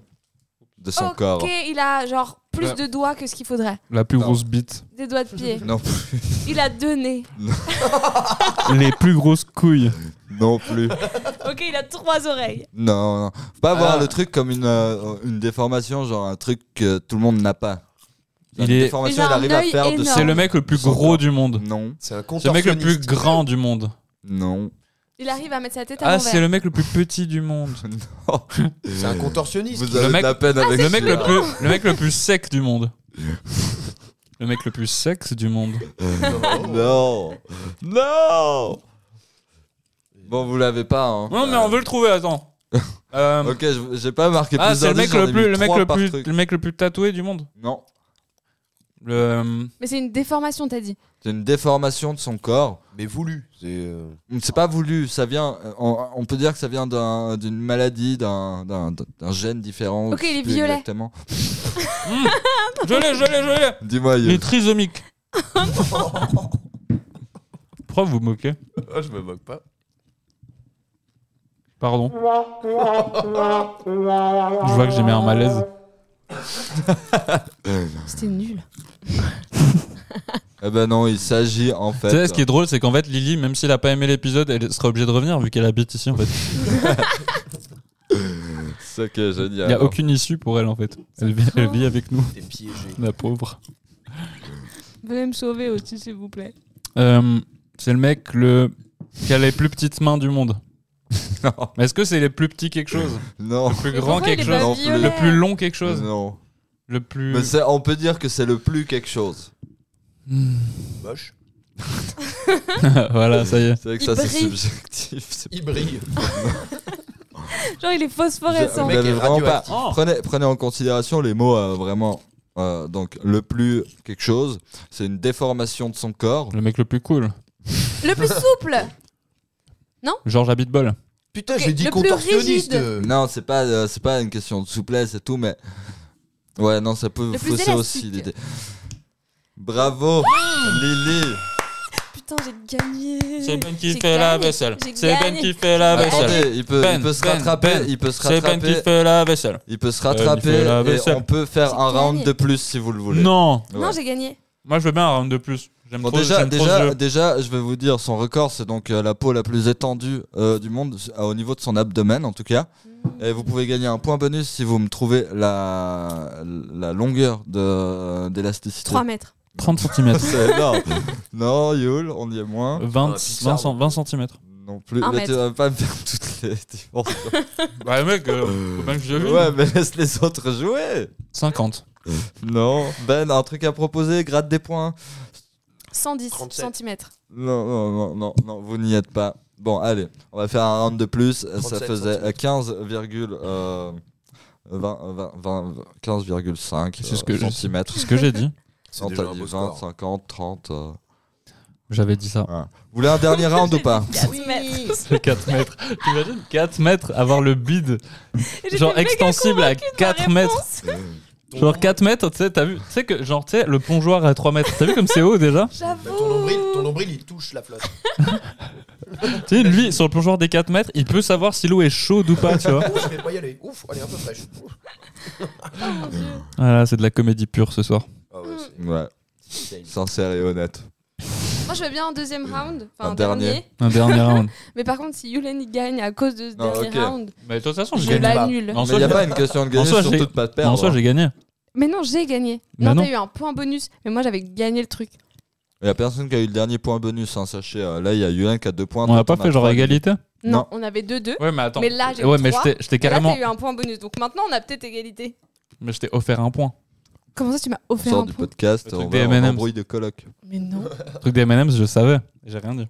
[SPEAKER 1] de son
[SPEAKER 4] ok,
[SPEAKER 1] corps.
[SPEAKER 4] il a genre plus
[SPEAKER 2] Ouais.
[SPEAKER 4] de doigts que ce qu'il faudrait.
[SPEAKER 2] La plus
[SPEAKER 1] Non.
[SPEAKER 2] grosse bite.
[SPEAKER 4] Des doigts de pied.
[SPEAKER 1] Non, plus.
[SPEAKER 4] Il a deux nez.
[SPEAKER 2] Les plus grosses couilles.
[SPEAKER 1] non plus.
[SPEAKER 4] Ok, il a trois oreilles.
[SPEAKER 1] Non, non. Faut pas voir
[SPEAKER 2] Ah.
[SPEAKER 1] le truc comme une, euh, une déformation, genre un truc que tout le monde n'a pas.
[SPEAKER 2] Il
[SPEAKER 1] une
[SPEAKER 2] est-
[SPEAKER 4] Il
[SPEAKER 1] déformation,
[SPEAKER 4] a
[SPEAKER 1] il
[SPEAKER 4] un
[SPEAKER 1] arrive à
[SPEAKER 4] œil
[SPEAKER 1] faire de
[SPEAKER 4] énorme.
[SPEAKER 2] C'est le mec le plus gros du monde.
[SPEAKER 1] Non,
[SPEAKER 3] C'est un
[SPEAKER 2] C'est le mec
[SPEAKER 3] contorsionniste.
[SPEAKER 2] le plus grand du monde.
[SPEAKER 1] non.
[SPEAKER 4] Il arrive à mettre sa tête à
[SPEAKER 2] Ah, c'est
[SPEAKER 4] l'envers.
[SPEAKER 2] le mec le plus petit
[SPEAKER 1] [laughs]
[SPEAKER 2] du monde.
[SPEAKER 3] C'est un contorsionniste.
[SPEAKER 1] Vous
[SPEAKER 2] Le
[SPEAKER 1] avez
[SPEAKER 2] mec-
[SPEAKER 1] de la
[SPEAKER 4] Ah,
[SPEAKER 1] peine avec
[SPEAKER 2] Le mec
[SPEAKER 1] [laughs]
[SPEAKER 2] le
[SPEAKER 1] celui-là.
[SPEAKER 2] plus, le mec le plus sec du monde. Le mec le plus sexe du monde.
[SPEAKER 1] Non Non Bon, vous l'avez pas, hein.
[SPEAKER 2] Non, mais on veut le trouver,
[SPEAKER 1] [laughs]
[SPEAKER 2] attends. Euh,
[SPEAKER 1] Ok, je- j'ai pas marqué
[SPEAKER 2] Ah,
[SPEAKER 1] plus
[SPEAKER 2] c'est le
[SPEAKER 1] d'indices,
[SPEAKER 2] mec le
[SPEAKER 1] j'en ai
[SPEAKER 2] plus,
[SPEAKER 1] mis
[SPEAKER 2] le mec
[SPEAKER 1] trois
[SPEAKER 2] le
[SPEAKER 1] par
[SPEAKER 2] plus,
[SPEAKER 1] truc.
[SPEAKER 2] le mec le plus tatoué du monde.
[SPEAKER 1] Non,
[SPEAKER 2] Le, euh,
[SPEAKER 4] Mais c'est une déformation, t'as dit.
[SPEAKER 1] c'est une déformation de son corps.
[SPEAKER 3] Mais voulu. C'est, euh,
[SPEAKER 1] C'est pas voulu, ça vient. euh, On, on peut dire que ça vient d'un- d'une maladie, d'un- d'un d'un gène différent.
[SPEAKER 4] Ok,
[SPEAKER 1] je sais
[SPEAKER 4] il est
[SPEAKER 1] plus
[SPEAKER 4] violet.
[SPEAKER 1] Exactement.
[SPEAKER 2] Je l'ai, je l'ai, je l'ai.
[SPEAKER 1] Dis-moi,
[SPEAKER 2] Il
[SPEAKER 1] Yves.
[SPEAKER 2] est trisomique. [laughs] Pourquoi vous vous moquez
[SPEAKER 3] Ah, je me moque pas.
[SPEAKER 2] Pardon. Je vois que j'ai mis un malaise.
[SPEAKER 4] C'était nul.
[SPEAKER 1] Eh ben non, il s'agit en
[SPEAKER 2] Tu sais,
[SPEAKER 1] fait.
[SPEAKER 2] ce qui est drôle, c'est qu'en fait, Lily, même si elle a pas aimé l'épisode, elle sera obligée de revenir vu qu'elle habite ici en fait.
[SPEAKER 1] Ce qui est
[SPEAKER 2] Il
[SPEAKER 1] génial.
[SPEAKER 2] n'y a aucune issue pour elle en fait. Elle vit, elle vit avec nous,
[SPEAKER 3] T'es piégé.
[SPEAKER 2] la pauvre.
[SPEAKER 4] Venez me sauver aussi, s'il vous plaît.
[SPEAKER 2] Euh, c'est le mec le... qui a les plus petites mains du monde.
[SPEAKER 1] Non.
[SPEAKER 2] Mais est-ce que c'est les plus petits quelque chose
[SPEAKER 1] Non.
[SPEAKER 2] Le plus
[SPEAKER 4] Mais
[SPEAKER 2] grand
[SPEAKER 4] pourquoi il
[SPEAKER 2] quelque
[SPEAKER 4] est pas
[SPEAKER 2] chose
[SPEAKER 1] Non,
[SPEAKER 4] violet
[SPEAKER 2] Le plus long quelque chose Mm.
[SPEAKER 1] Non.
[SPEAKER 2] Le plus.
[SPEAKER 1] Mais c'est- on peut dire que c'est le plus quelque chose.
[SPEAKER 2] Hmm.
[SPEAKER 3] Moche.
[SPEAKER 2] [laughs] voilà, ça y est.
[SPEAKER 1] C'est vrai que
[SPEAKER 4] Il
[SPEAKER 1] ça c'est
[SPEAKER 4] brille.
[SPEAKER 1] subjectif. c'est-
[SPEAKER 3] Il brille.
[SPEAKER 4] Genre, il est phosphorescent.
[SPEAKER 1] Vous
[SPEAKER 3] mec
[SPEAKER 1] n'avez
[SPEAKER 3] est
[SPEAKER 1] vraiment pas.
[SPEAKER 3] radioactif.
[SPEAKER 4] Oh.
[SPEAKER 1] Prenez, prenez en considération les mots euh, vraiment. euh, donc le plus quelque chose, c'est une déformation de son corps.
[SPEAKER 2] Le mec le plus cool.
[SPEAKER 4] Le
[SPEAKER 2] [laughs]
[SPEAKER 4] plus souple.
[SPEAKER 2] Georges Habitbol.
[SPEAKER 3] Putain,
[SPEAKER 4] Ok,
[SPEAKER 3] j'ai dit
[SPEAKER 4] le plus
[SPEAKER 3] contorsionniste.
[SPEAKER 1] Non, c'est pas euh, c'est pas une question de souplesse et tout, mais ouais, non, ça peut
[SPEAKER 4] Le plus
[SPEAKER 1] fausser
[SPEAKER 4] élastique. Ah
[SPEAKER 1] aussi l'idée. Bravo, Lily.
[SPEAKER 4] Putain, j'ai gagné.
[SPEAKER 2] C'est Ben qui
[SPEAKER 4] J'ai
[SPEAKER 2] fait la
[SPEAKER 4] gagné.
[SPEAKER 2] vaisselle.
[SPEAKER 4] J'ai
[SPEAKER 2] C'est Ben
[SPEAKER 4] gagné.
[SPEAKER 2] qui fait la vaisselle.
[SPEAKER 1] Attendez, il peut,
[SPEAKER 2] Ben,
[SPEAKER 1] il peut se
[SPEAKER 2] Ben,
[SPEAKER 1] rattraper,
[SPEAKER 2] Ben.
[SPEAKER 1] il peut se
[SPEAKER 2] C'est Ben qui
[SPEAKER 1] rattraper,
[SPEAKER 2] fait la vaisselle.
[SPEAKER 1] il peut se
[SPEAKER 2] Ben, il fait
[SPEAKER 1] rattraper
[SPEAKER 2] la
[SPEAKER 1] et
[SPEAKER 2] vaisselle.
[SPEAKER 1] on peut
[SPEAKER 4] C'est
[SPEAKER 1] faire un round
[SPEAKER 4] gagné.
[SPEAKER 1] de plus si vous le voulez.
[SPEAKER 2] Non
[SPEAKER 1] Ouais.
[SPEAKER 4] Non, j'ai gagné.
[SPEAKER 2] Moi je veux bien un round de plus. J'aime
[SPEAKER 1] Bon,
[SPEAKER 2] trop,
[SPEAKER 1] déjà,
[SPEAKER 2] j'aime trop ce
[SPEAKER 1] déjà, euh,
[SPEAKER 2] jeu.
[SPEAKER 1] déjà, je vais vous dire, son record, c'est donc euh, la peau la plus étendue euh, du monde, euh, au niveau de son abdomen en tout cas.
[SPEAKER 4] Mm.
[SPEAKER 1] Et vous pouvez gagner un point bonus si vous me trouvez la, la longueur de- euh, d'élasticité.
[SPEAKER 4] 3 mètres.
[SPEAKER 2] 30 cm.
[SPEAKER 1] [laughs] C'est énorme. non, Yul, on y est moins.
[SPEAKER 2] 20,
[SPEAKER 3] Ah, Pixar,
[SPEAKER 2] 20, 20 cm.
[SPEAKER 1] Non plus.
[SPEAKER 4] Un
[SPEAKER 1] Mais tu
[SPEAKER 4] mètre.
[SPEAKER 1] vas pas me faire toutes les [laughs] dimensions.
[SPEAKER 2] Bah, mec, faut bien que je
[SPEAKER 1] ouais, mais laisse les autres jouer.
[SPEAKER 2] 50.
[SPEAKER 1] Non. Ben, un truc à proposer, gratte des points.
[SPEAKER 4] 110
[SPEAKER 3] 37.
[SPEAKER 4] cm.
[SPEAKER 1] Non, non, non, non, non, vous n'y êtes pas. Bon, allez, on va faire un round de plus. Ça
[SPEAKER 3] 37
[SPEAKER 1] faisait
[SPEAKER 3] centimètres.
[SPEAKER 1] 15, euh, 20, euh, 20, 20, 15,5
[SPEAKER 2] C'est ce que
[SPEAKER 1] euh,
[SPEAKER 2] je-
[SPEAKER 1] centimètres.
[SPEAKER 2] C'est ce que j'ai dit.
[SPEAKER 3] C'est
[SPEAKER 1] Non,
[SPEAKER 3] déjà
[SPEAKER 1] t'as
[SPEAKER 3] un
[SPEAKER 1] dit
[SPEAKER 3] beau
[SPEAKER 1] 20,
[SPEAKER 3] score.
[SPEAKER 1] 50, 30. euh. Vous
[SPEAKER 2] J'avais dit
[SPEAKER 1] [laughs]
[SPEAKER 2] ça.
[SPEAKER 1] voulez un dernier round
[SPEAKER 3] [laughs]
[SPEAKER 1] ou pas
[SPEAKER 4] 4 mètres. [laughs]
[SPEAKER 2] 4 mètres. T'imagines 4 mètres, avoir le bide. Genre extensible à 4 mètres.
[SPEAKER 3] Bah,
[SPEAKER 2] Genre 4 mètres, tu sais, t'as vu Tu sais que, genre, tu sais, le plongeoir à 3 mètres. T'as vu comme c'est haut déjà
[SPEAKER 4] J'avoue.
[SPEAKER 3] Bah, ton, nombril, ton nombril, il touche la flotte.
[SPEAKER 2] Tu sais, lui, sur le plongeoir des 4 mètres, il peut savoir si l'eau est chaude ou pas, tu vois.
[SPEAKER 3] Ouh, je vais pas y aller. Ouf, elle est un peu fraîche. Ouf.
[SPEAKER 4] Oh,
[SPEAKER 2] Voilà, c'est de la comédie pure ce soir.
[SPEAKER 3] Ah ouais, c'est-
[SPEAKER 1] Ouais,
[SPEAKER 3] c'est-
[SPEAKER 1] sincère et honnête.
[SPEAKER 4] Moi, je veux bien un deuxième round. Enfin,
[SPEAKER 1] Un
[SPEAKER 4] un dernier.
[SPEAKER 1] dernier.
[SPEAKER 2] Un [laughs] dernier round.
[SPEAKER 4] Mais par contre, si Yulen il gagne à cause de ce
[SPEAKER 1] Non,
[SPEAKER 4] dernier
[SPEAKER 1] ok.
[SPEAKER 4] round,
[SPEAKER 2] Mais de toute façon,
[SPEAKER 4] je
[SPEAKER 2] j'ai gagné.
[SPEAKER 4] l'annule.
[SPEAKER 2] En
[SPEAKER 1] Mais
[SPEAKER 2] soi,
[SPEAKER 1] il n'y a
[SPEAKER 2] j'ai-
[SPEAKER 1] pas une question de
[SPEAKER 2] en
[SPEAKER 1] gagner,
[SPEAKER 2] soi, j'ai-
[SPEAKER 1] surtout de pas de
[SPEAKER 2] mais
[SPEAKER 1] perdre.
[SPEAKER 2] en soi, j'ai gagné.
[SPEAKER 4] Mais non, j'ai gagné.
[SPEAKER 2] Bah
[SPEAKER 4] non,
[SPEAKER 2] non.
[SPEAKER 4] t'as eu un point bonus. Mais moi, j'avais gagné le truc.
[SPEAKER 1] Il n'y a personne qui a eu le dernier point bonus, hein, sachez. euh, là, il y a Yulin qui a deux points.
[SPEAKER 2] On
[SPEAKER 1] toi,
[SPEAKER 2] n'a pas
[SPEAKER 1] t'en
[SPEAKER 2] fait
[SPEAKER 1] as
[SPEAKER 2] genre
[SPEAKER 1] trois.
[SPEAKER 2] égalité
[SPEAKER 4] Non,
[SPEAKER 1] Non.
[SPEAKER 4] on avait 2-2.
[SPEAKER 2] Ouais, mais attends.
[SPEAKER 4] Mais là, j'ai eu
[SPEAKER 2] Ouais, mais
[SPEAKER 4] trois.
[SPEAKER 2] j'étais j'étais
[SPEAKER 4] Et Là,
[SPEAKER 2] carrément.
[SPEAKER 4] t'as eu un point bonus. Donc maintenant, on a peut-être égalité.
[SPEAKER 2] Mais je t'ai offert un point.
[SPEAKER 4] Comment ça, tu m'as
[SPEAKER 1] On
[SPEAKER 4] offert
[SPEAKER 1] sort
[SPEAKER 4] un
[SPEAKER 1] du
[SPEAKER 4] point
[SPEAKER 1] podcast,
[SPEAKER 2] Le truc
[SPEAKER 1] on
[SPEAKER 2] des
[SPEAKER 1] va en
[SPEAKER 2] M&M's.
[SPEAKER 1] embrouille de coloc.
[SPEAKER 4] Mais
[SPEAKER 1] [laughs]
[SPEAKER 4] non.
[SPEAKER 2] Le truc des M&M's, je savais. J'ai rien dit. Ouais,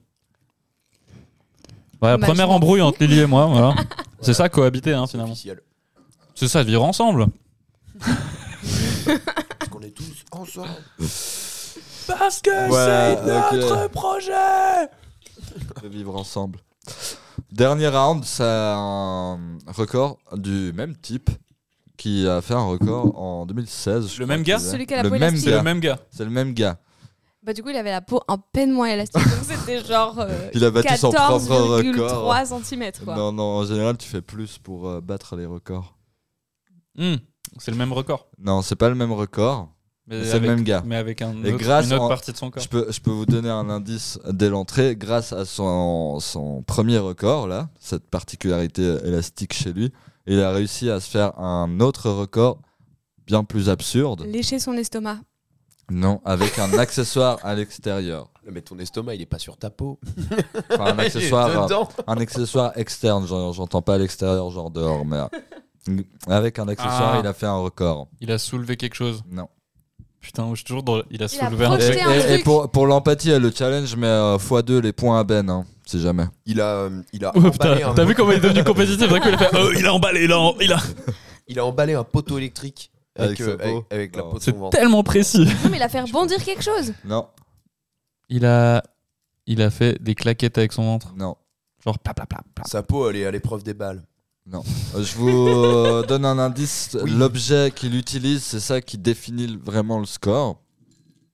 [SPEAKER 4] Bah, je
[SPEAKER 2] première
[SPEAKER 4] m'en
[SPEAKER 2] embrouille
[SPEAKER 4] fous.
[SPEAKER 2] entre Lily et moi,
[SPEAKER 1] [laughs]
[SPEAKER 2] voilà. C'est ça cohabiter, hein,
[SPEAKER 3] c'est
[SPEAKER 2] finalement.
[SPEAKER 3] officiel.
[SPEAKER 2] C'est ça, de vivre ensemble.
[SPEAKER 3] Parce qu'on est tous ensemble.
[SPEAKER 2] Parce que
[SPEAKER 1] Voilà, c'est ok. notre
[SPEAKER 2] projet
[SPEAKER 1] de vivre ensemble. Dernier round, c'est un record du même type qui a fait un record en 2016. je crois
[SPEAKER 2] Le même
[SPEAKER 1] qu'il
[SPEAKER 2] gars
[SPEAKER 1] est.
[SPEAKER 4] Celui qui a la
[SPEAKER 1] le
[SPEAKER 4] peau
[SPEAKER 1] même
[SPEAKER 4] élastique.
[SPEAKER 2] C'est
[SPEAKER 1] gars.
[SPEAKER 2] le même gars.
[SPEAKER 1] C'est le même gars.
[SPEAKER 4] Bah du coup, il avait la peau un peine moins élastique.
[SPEAKER 1] [laughs]
[SPEAKER 4] donc c'était genre euh,
[SPEAKER 1] Il a battu son propre record.
[SPEAKER 4] 14,3 cm quoi.
[SPEAKER 1] Non, non, en général, tu fais plus pour euh, battre les records.
[SPEAKER 2] Hmm, C'est le même record.
[SPEAKER 1] Non, c'est pas le même record.
[SPEAKER 2] Mais
[SPEAKER 1] C'est le
[SPEAKER 2] avec-
[SPEAKER 1] même gars.
[SPEAKER 2] Mais avec un
[SPEAKER 1] Et
[SPEAKER 2] autre,
[SPEAKER 1] grâce
[SPEAKER 2] une autre
[SPEAKER 1] en-
[SPEAKER 2] partie de son corps.
[SPEAKER 1] Je peux, je peux vous donner un indice dès l'entrée. Grâce à son, son premier record, là, cette particularité élastique chez lui, il a réussi à se faire un autre record bien plus absurde.
[SPEAKER 4] Lécher son estomac.
[SPEAKER 1] Non, avec un [laughs] accessoire à l'extérieur.
[SPEAKER 3] Mais ton estomac, il est pas sur ta
[SPEAKER 2] [laughs]
[SPEAKER 3] peau.
[SPEAKER 1] Enfin,
[SPEAKER 3] [laughs]
[SPEAKER 1] un accessoire, euh,
[SPEAKER 3] dedans.
[SPEAKER 2] hein.
[SPEAKER 1] un accessoire externe. genre, J'entends pas à l'extérieur, genre dehors, mais euh, avec un accessoire,
[SPEAKER 2] Ah.
[SPEAKER 1] il a fait un record.
[SPEAKER 2] Il a soulevé quelque chose.
[SPEAKER 1] Non.
[SPEAKER 2] Putain, je suis toujours dans. le- Il
[SPEAKER 4] Il
[SPEAKER 2] a
[SPEAKER 4] a
[SPEAKER 2] soulevé un
[SPEAKER 1] Et,
[SPEAKER 4] projeté
[SPEAKER 2] truc. Eh,
[SPEAKER 4] C'était un
[SPEAKER 1] et- et
[SPEAKER 4] truc.
[SPEAKER 1] pour, pour l'empathie, le challenge met euh, x2 les points à Ben, hein, si jamais.
[SPEAKER 3] Il a, euh, il a
[SPEAKER 2] Oh,
[SPEAKER 3] emballé
[SPEAKER 2] putain,
[SPEAKER 3] un-
[SPEAKER 2] t'as vu comment il est devenu compétitif D'un coup, il a fait. Oh, il a emballé, il a. Il a...
[SPEAKER 3] il a emballé un poteau électrique avec,
[SPEAKER 1] Avec sa
[SPEAKER 3] euh,
[SPEAKER 1] peau.
[SPEAKER 3] avec- avec la
[SPEAKER 1] Oh.
[SPEAKER 3] peau de
[SPEAKER 2] C'est
[SPEAKER 3] son ventre.
[SPEAKER 2] tellement précis.
[SPEAKER 4] Non, mais il a fait rebondir quelque chose.
[SPEAKER 1] Non,
[SPEAKER 2] Il a. Il a fait des claquettes avec son ventre.
[SPEAKER 1] non.
[SPEAKER 2] Genre, pla pla pla pla.
[SPEAKER 3] Sa peau, elle est à l'épreuve des balles.
[SPEAKER 1] Euh, Je vous euh, donne un indice.
[SPEAKER 3] Oui.
[SPEAKER 1] L'objet qu'il utilise, c'est ça qui définit le- vraiment le score.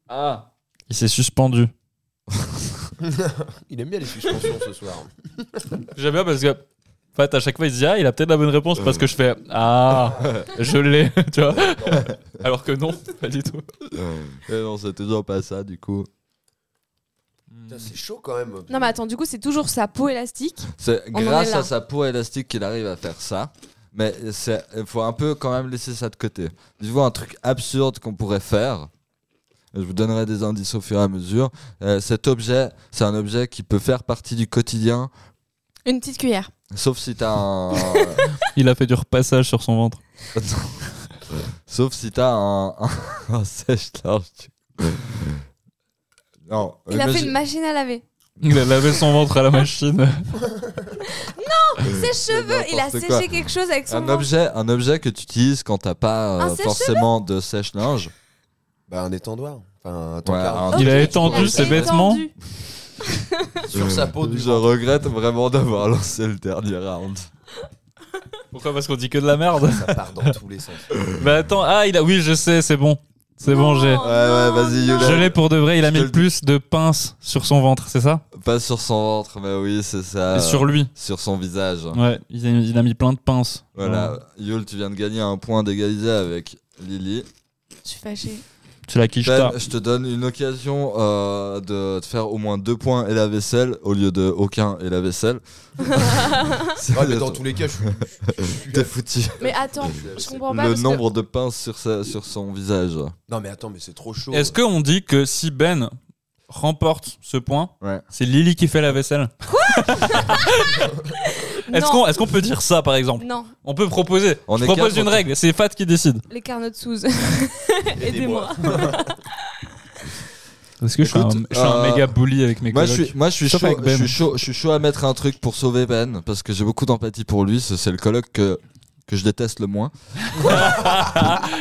[SPEAKER 2] Ah Il s'est suspendu.
[SPEAKER 3] Il aime bien les suspensions ce soir.
[SPEAKER 2] J'aime bien parce que. En fait, à chaque fois, il se dit Ah, il a peut-être la bonne réponse parce que je fais Ah, je l'ai, [laughs] tu vois. Alors que non, pas du tout.
[SPEAKER 1] Et non, c'est toujours pas ça, du coup.
[SPEAKER 3] [laughs] Putain, C'est chaud quand même.
[SPEAKER 4] Non, mais attends, du coup, c'est toujours sa peau élastique.
[SPEAKER 1] C'est
[SPEAKER 4] On en est
[SPEAKER 1] grâce
[SPEAKER 4] là.
[SPEAKER 1] à sa peau élastique qu'il arrive à faire ça. Mais c'est- il faut un peu quand même laisser ça de côté. Je vois un truc absurde qu'on pourrait faire. Je vous donnerai des indices au fur et à mesure. Euh, cet objet, c'est un objet qui peut faire partie du quotidien,
[SPEAKER 4] Une petite cuillère.
[SPEAKER 1] sauf si t'as un. [laughs]
[SPEAKER 2] Il a fait du repassage sur son ventre.
[SPEAKER 1] Sauf si t'as un, un, un sèche-large. tu- Non.
[SPEAKER 4] Il a
[SPEAKER 1] mais
[SPEAKER 4] fait
[SPEAKER 1] je-
[SPEAKER 4] une machine à laver.
[SPEAKER 2] Il a lavé son ventre à la machine.
[SPEAKER 4] Ses cheveux, il a
[SPEAKER 1] Euh, n'importe
[SPEAKER 4] séché
[SPEAKER 1] quoi.
[SPEAKER 4] quelque chose avec son
[SPEAKER 1] un,
[SPEAKER 4] ventre.
[SPEAKER 1] objet, un objet que tu utilises quand t'as pas
[SPEAKER 4] Un
[SPEAKER 1] euh,
[SPEAKER 4] sèche-cheveux
[SPEAKER 1] forcément de sèche-linge.
[SPEAKER 3] Bah, un étendoir. Enfin, un
[SPEAKER 1] Ouais,
[SPEAKER 3] tampon.
[SPEAKER 1] un-
[SPEAKER 2] Il a
[SPEAKER 4] Ok,
[SPEAKER 2] étendu
[SPEAKER 4] il a
[SPEAKER 2] ses vêtements.
[SPEAKER 4] étendu.
[SPEAKER 3] [laughs] Sur sa peau du
[SPEAKER 1] Euh, Je
[SPEAKER 3] ventre.
[SPEAKER 1] regrette vraiment d'avoir lancé le dernier round.
[SPEAKER 2] Pourquoi Parce qu'on dit que de la merde.
[SPEAKER 3] Ça part dans tous les sens.
[SPEAKER 2] bah attends, ah, il a. Oui, je sais, c'est bon. C'est bon,
[SPEAKER 4] Non,
[SPEAKER 2] j'ai.
[SPEAKER 4] non,
[SPEAKER 1] ouais, vas-y,
[SPEAKER 4] non.
[SPEAKER 1] Yola.
[SPEAKER 2] Je l'ai pour de vrai, il a
[SPEAKER 1] Je te
[SPEAKER 2] mis
[SPEAKER 1] le dis.
[SPEAKER 2] plus de pinces sur son ventre, c'est ça
[SPEAKER 1] Pas sur son ventre, mais oui, c'est ça.
[SPEAKER 2] Et sur lui.
[SPEAKER 1] Sur son visage.
[SPEAKER 2] Ouais, il a, il a mis plein de pinces.
[SPEAKER 1] Voilà.
[SPEAKER 2] Ouais.
[SPEAKER 1] Yul, tu viens de gagner un point d'égaliser avec Lily.
[SPEAKER 4] Je suis fâchée.
[SPEAKER 2] Tu la quiches
[SPEAKER 1] Ben,
[SPEAKER 2] tard.
[SPEAKER 1] je te donne une occasion euh, de te faire au moins deux points et la vaisselle au lieu de aucun et
[SPEAKER 3] [laughs]
[SPEAKER 1] la vaisselle. [laughs]
[SPEAKER 3] Ouais,
[SPEAKER 2] [laughs]
[SPEAKER 3] mais dans tous les cas, je suis. je suis-
[SPEAKER 1] T'es foutu.
[SPEAKER 4] Mais attends,
[SPEAKER 3] je suis-
[SPEAKER 4] je comprends pas.
[SPEAKER 1] Le
[SPEAKER 4] parce que-
[SPEAKER 1] nombre de pinces sur, sa- sur son visage.
[SPEAKER 3] Non, mais attends, mais c'est trop chaud.
[SPEAKER 2] Est-ce qu'on dit que si Ben remporte ce point,
[SPEAKER 1] Ouais.
[SPEAKER 2] c'est Lily qui fait la vaisselle Est-ce
[SPEAKER 4] Non.
[SPEAKER 2] qu'on est-ce qu'on peut dire ça par exemple
[SPEAKER 4] Non,
[SPEAKER 2] On peut proposer.
[SPEAKER 1] On
[SPEAKER 2] Je
[SPEAKER 1] est
[SPEAKER 2] propose
[SPEAKER 1] quatre
[SPEAKER 2] une
[SPEAKER 1] contre-
[SPEAKER 2] règle, c'est Fat qui décide.
[SPEAKER 4] les carnots de Souze. Aidez-moi.
[SPEAKER 2] Parce que
[SPEAKER 1] je suis Écoute, un- je suis un euh, méga
[SPEAKER 2] méga bully avec mes
[SPEAKER 1] Moi, je suis, moi je, suis
[SPEAKER 2] Sauf
[SPEAKER 1] chaud,
[SPEAKER 2] avec Ben.
[SPEAKER 1] je, suis chaud, je suis chaud à mettre un truc pour sauver Ben parce que j'ai beaucoup d'empathie pour lui. C'est c'est le colloque que, que je déteste le moins.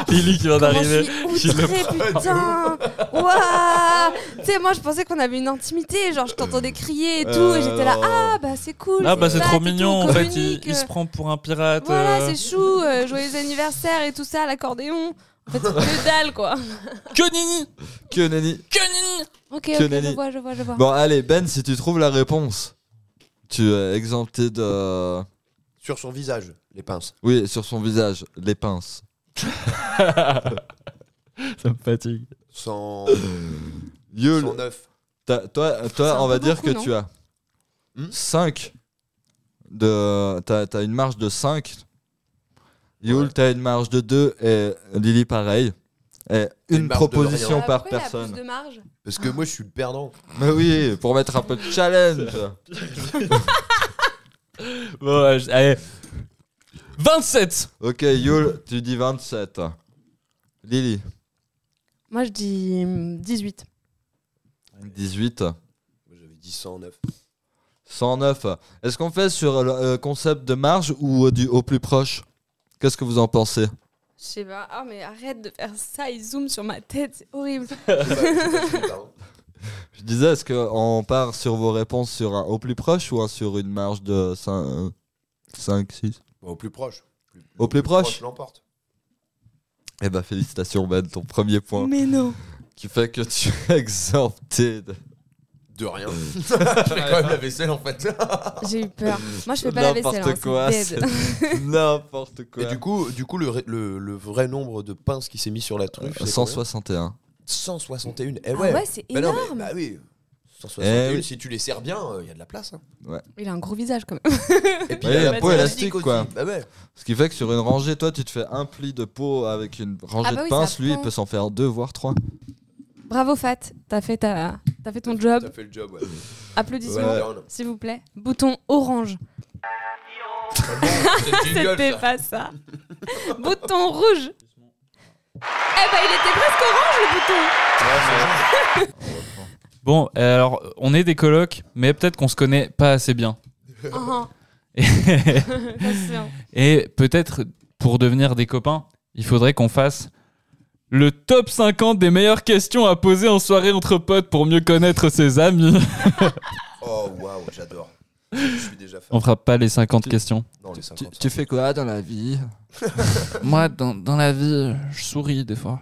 [SPEAKER 2] Lily qui vient
[SPEAKER 4] Moi, je
[SPEAKER 2] d'arriver.
[SPEAKER 4] suis
[SPEAKER 2] Je le
[SPEAKER 4] outrée, putain Ouah Tu sais, moi, je pensais qu'on avait une intimité, genre, je t'entendais crier et tout, et j'étais
[SPEAKER 1] Euh,
[SPEAKER 4] là, ah, bah, c'est cool
[SPEAKER 2] Ah bah c'est
[SPEAKER 4] ça,
[SPEAKER 2] trop
[SPEAKER 4] tout,
[SPEAKER 2] mignon
[SPEAKER 4] on
[SPEAKER 2] en fait, il,
[SPEAKER 4] communique,
[SPEAKER 2] il se prend pour un pirate.
[SPEAKER 4] Voilà,
[SPEAKER 2] euh.
[SPEAKER 4] c'est chou, euh, joyeux anniversaire et tout ça, l'accordéon En fait, c'est que dalle, quoi
[SPEAKER 2] Que nini
[SPEAKER 1] Que nenni.
[SPEAKER 4] Ok,
[SPEAKER 1] Que
[SPEAKER 4] ok,
[SPEAKER 1] nenni.
[SPEAKER 4] je vois, je vois, je vois.
[SPEAKER 1] Bon, allez, Ben, si tu trouves la réponse, tu es exempté de.
[SPEAKER 3] Sur son visage, les pinces.
[SPEAKER 1] Oui, sur son visage, les pinces.
[SPEAKER 2] Ça me fatigue.
[SPEAKER 3] Sans.
[SPEAKER 1] Yul,
[SPEAKER 3] Sans neuf.
[SPEAKER 1] t'as- toi,
[SPEAKER 4] C'est un
[SPEAKER 1] toi on
[SPEAKER 4] peu
[SPEAKER 1] va dire
[SPEAKER 4] beaucoup,
[SPEAKER 1] que
[SPEAKER 4] non
[SPEAKER 1] tu as
[SPEAKER 3] Hmm
[SPEAKER 1] 5 de. T'as t'as une marge de 5. Yul,
[SPEAKER 3] Ouais.
[SPEAKER 1] t'as une marge de 2 et Lily, pareil. Et
[SPEAKER 3] Une
[SPEAKER 1] une,
[SPEAKER 3] marge de
[SPEAKER 1] proposition
[SPEAKER 3] rien.
[SPEAKER 1] par
[SPEAKER 4] Pourquoi il a plus
[SPEAKER 1] personne.
[SPEAKER 4] de marge
[SPEAKER 3] Parce que moi, je suis le perdant.
[SPEAKER 1] Mais oui, pour mettre un peu de challenge.
[SPEAKER 2] Bon, euh, je- allez. 27
[SPEAKER 1] Ok, Yul, tu dis 27. Lily,
[SPEAKER 4] Moi, je dis hum, 18.
[SPEAKER 1] 18.
[SPEAKER 3] Moi, J'avais dit
[SPEAKER 2] [laughs]
[SPEAKER 3] 109.
[SPEAKER 1] 109. Est-ce qu'on fait sur le euh, concept de marge ou euh, du au plus proche Qu'est-ce que vous en pensez
[SPEAKER 4] Je sais pas, ah, mais arrête de faire ça, il zoome sur ma tête, c'est horrible
[SPEAKER 3] Je sais pas, je sais pas, je suis le perdant.
[SPEAKER 1] Je disais, est-ce qu'on part sur vos réponses sur un au plus proche ou un sur une marge de euh, 5, 6
[SPEAKER 3] Bon, au plus proche. Plus-
[SPEAKER 1] Au plus proche
[SPEAKER 3] l'emporte.
[SPEAKER 1] Eh ben félicitations Ben, ton premier point
[SPEAKER 4] Mais non
[SPEAKER 1] qui fait que tu es exempté de-
[SPEAKER 3] De rien. [laughs] je fais quand même la vaisselle en fait.
[SPEAKER 4] J'ai eu peur. Moi, je fais pas la vaisselle.
[SPEAKER 1] N'importe
[SPEAKER 4] hein,
[SPEAKER 1] quoi,
[SPEAKER 4] c'est
[SPEAKER 1] c'est Eh [laughs]
[SPEAKER 4] dead.
[SPEAKER 1] N'importe quoi.
[SPEAKER 3] Et du coup, du coup le, ré- le- le vrai nombre de pinces qui s'est mis sur la
[SPEAKER 1] Euh,
[SPEAKER 3] truffe. c'est
[SPEAKER 1] 161.
[SPEAKER 3] combien 161. Eh
[SPEAKER 4] Ah
[SPEAKER 3] ouais.
[SPEAKER 4] ouais, c'est
[SPEAKER 3] Bah non, mais-
[SPEAKER 4] énorme.
[SPEAKER 3] bah oui.
[SPEAKER 1] Eh
[SPEAKER 3] 161,
[SPEAKER 1] oui.
[SPEAKER 3] si tu les sers bien, il y a de la place.
[SPEAKER 4] [laughs]
[SPEAKER 3] hein.
[SPEAKER 4] Il a un gros visage quand même. [laughs]
[SPEAKER 3] Et
[SPEAKER 1] Ouais,
[SPEAKER 3] il y a
[SPEAKER 1] la peau élastique,
[SPEAKER 3] aussi.
[SPEAKER 1] quoi.
[SPEAKER 3] Bah ouais.
[SPEAKER 1] Ce qui fait que sur une rangée, toi, tu te fais un pli de peau avec une rangée
[SPEAKER 4] Ah bah
[SPEAKER 1] de
[SPEAKER 4] oui,
[SPEAKER 1] pinces.
[SPEAKER 4] ça
[SPEAKER 1] Lui, il
[SPEAKER 4] prend.
[SPEAKER 1] peut s'en faire deux, voire trois.
[SPEAKER 4] Bravo Fat, t'as fait ta, t'as fait ton job.
[SPEAKER 3] T'as fait le job, ouais.
[SPEAKER 4] Applaudissements,
[SPEAKER 1] Ouais.
[SPEAKER 4] s'il vous plaît. Bouton orange. C'était
[SPEAKER 3] C'était
[SPEAKER 4] pas ça. [laughs] bouton rouge. Eh ben, il était presque orange le bouton.
[SPEAKER 2] Bon, euh, alors, on est des colocs, mais peut-être qu'on se connaît pas assez bien. [laughs]
[SPEAKER 4] Ah, [laughs]
[SPEAKER 2] Et,
[SPEAKER 4] ah. Ça, c'est bien.
[SPEAKER 2] et peut-être, pour devenir des copains, il faudrait qu'on fasse le top 50 des meilleures questions à poser en soirée entre potes pour mieux connaître ses amis.
[SPEAKER 3] Oh waouh, j'adore. Je suis déjà fan.
[SPEAKER 2] On fera pas les 50 questions.
[SPEAKER 3] Non, les
[SPEAKER 1] Tu,
[SPEAKER 3] 50.
[SPEAKER 1] tu fais quoi dans la vie
[SPEAKER 2] Moi, dans, dans la vie, euh, je souris des [laughs] fois.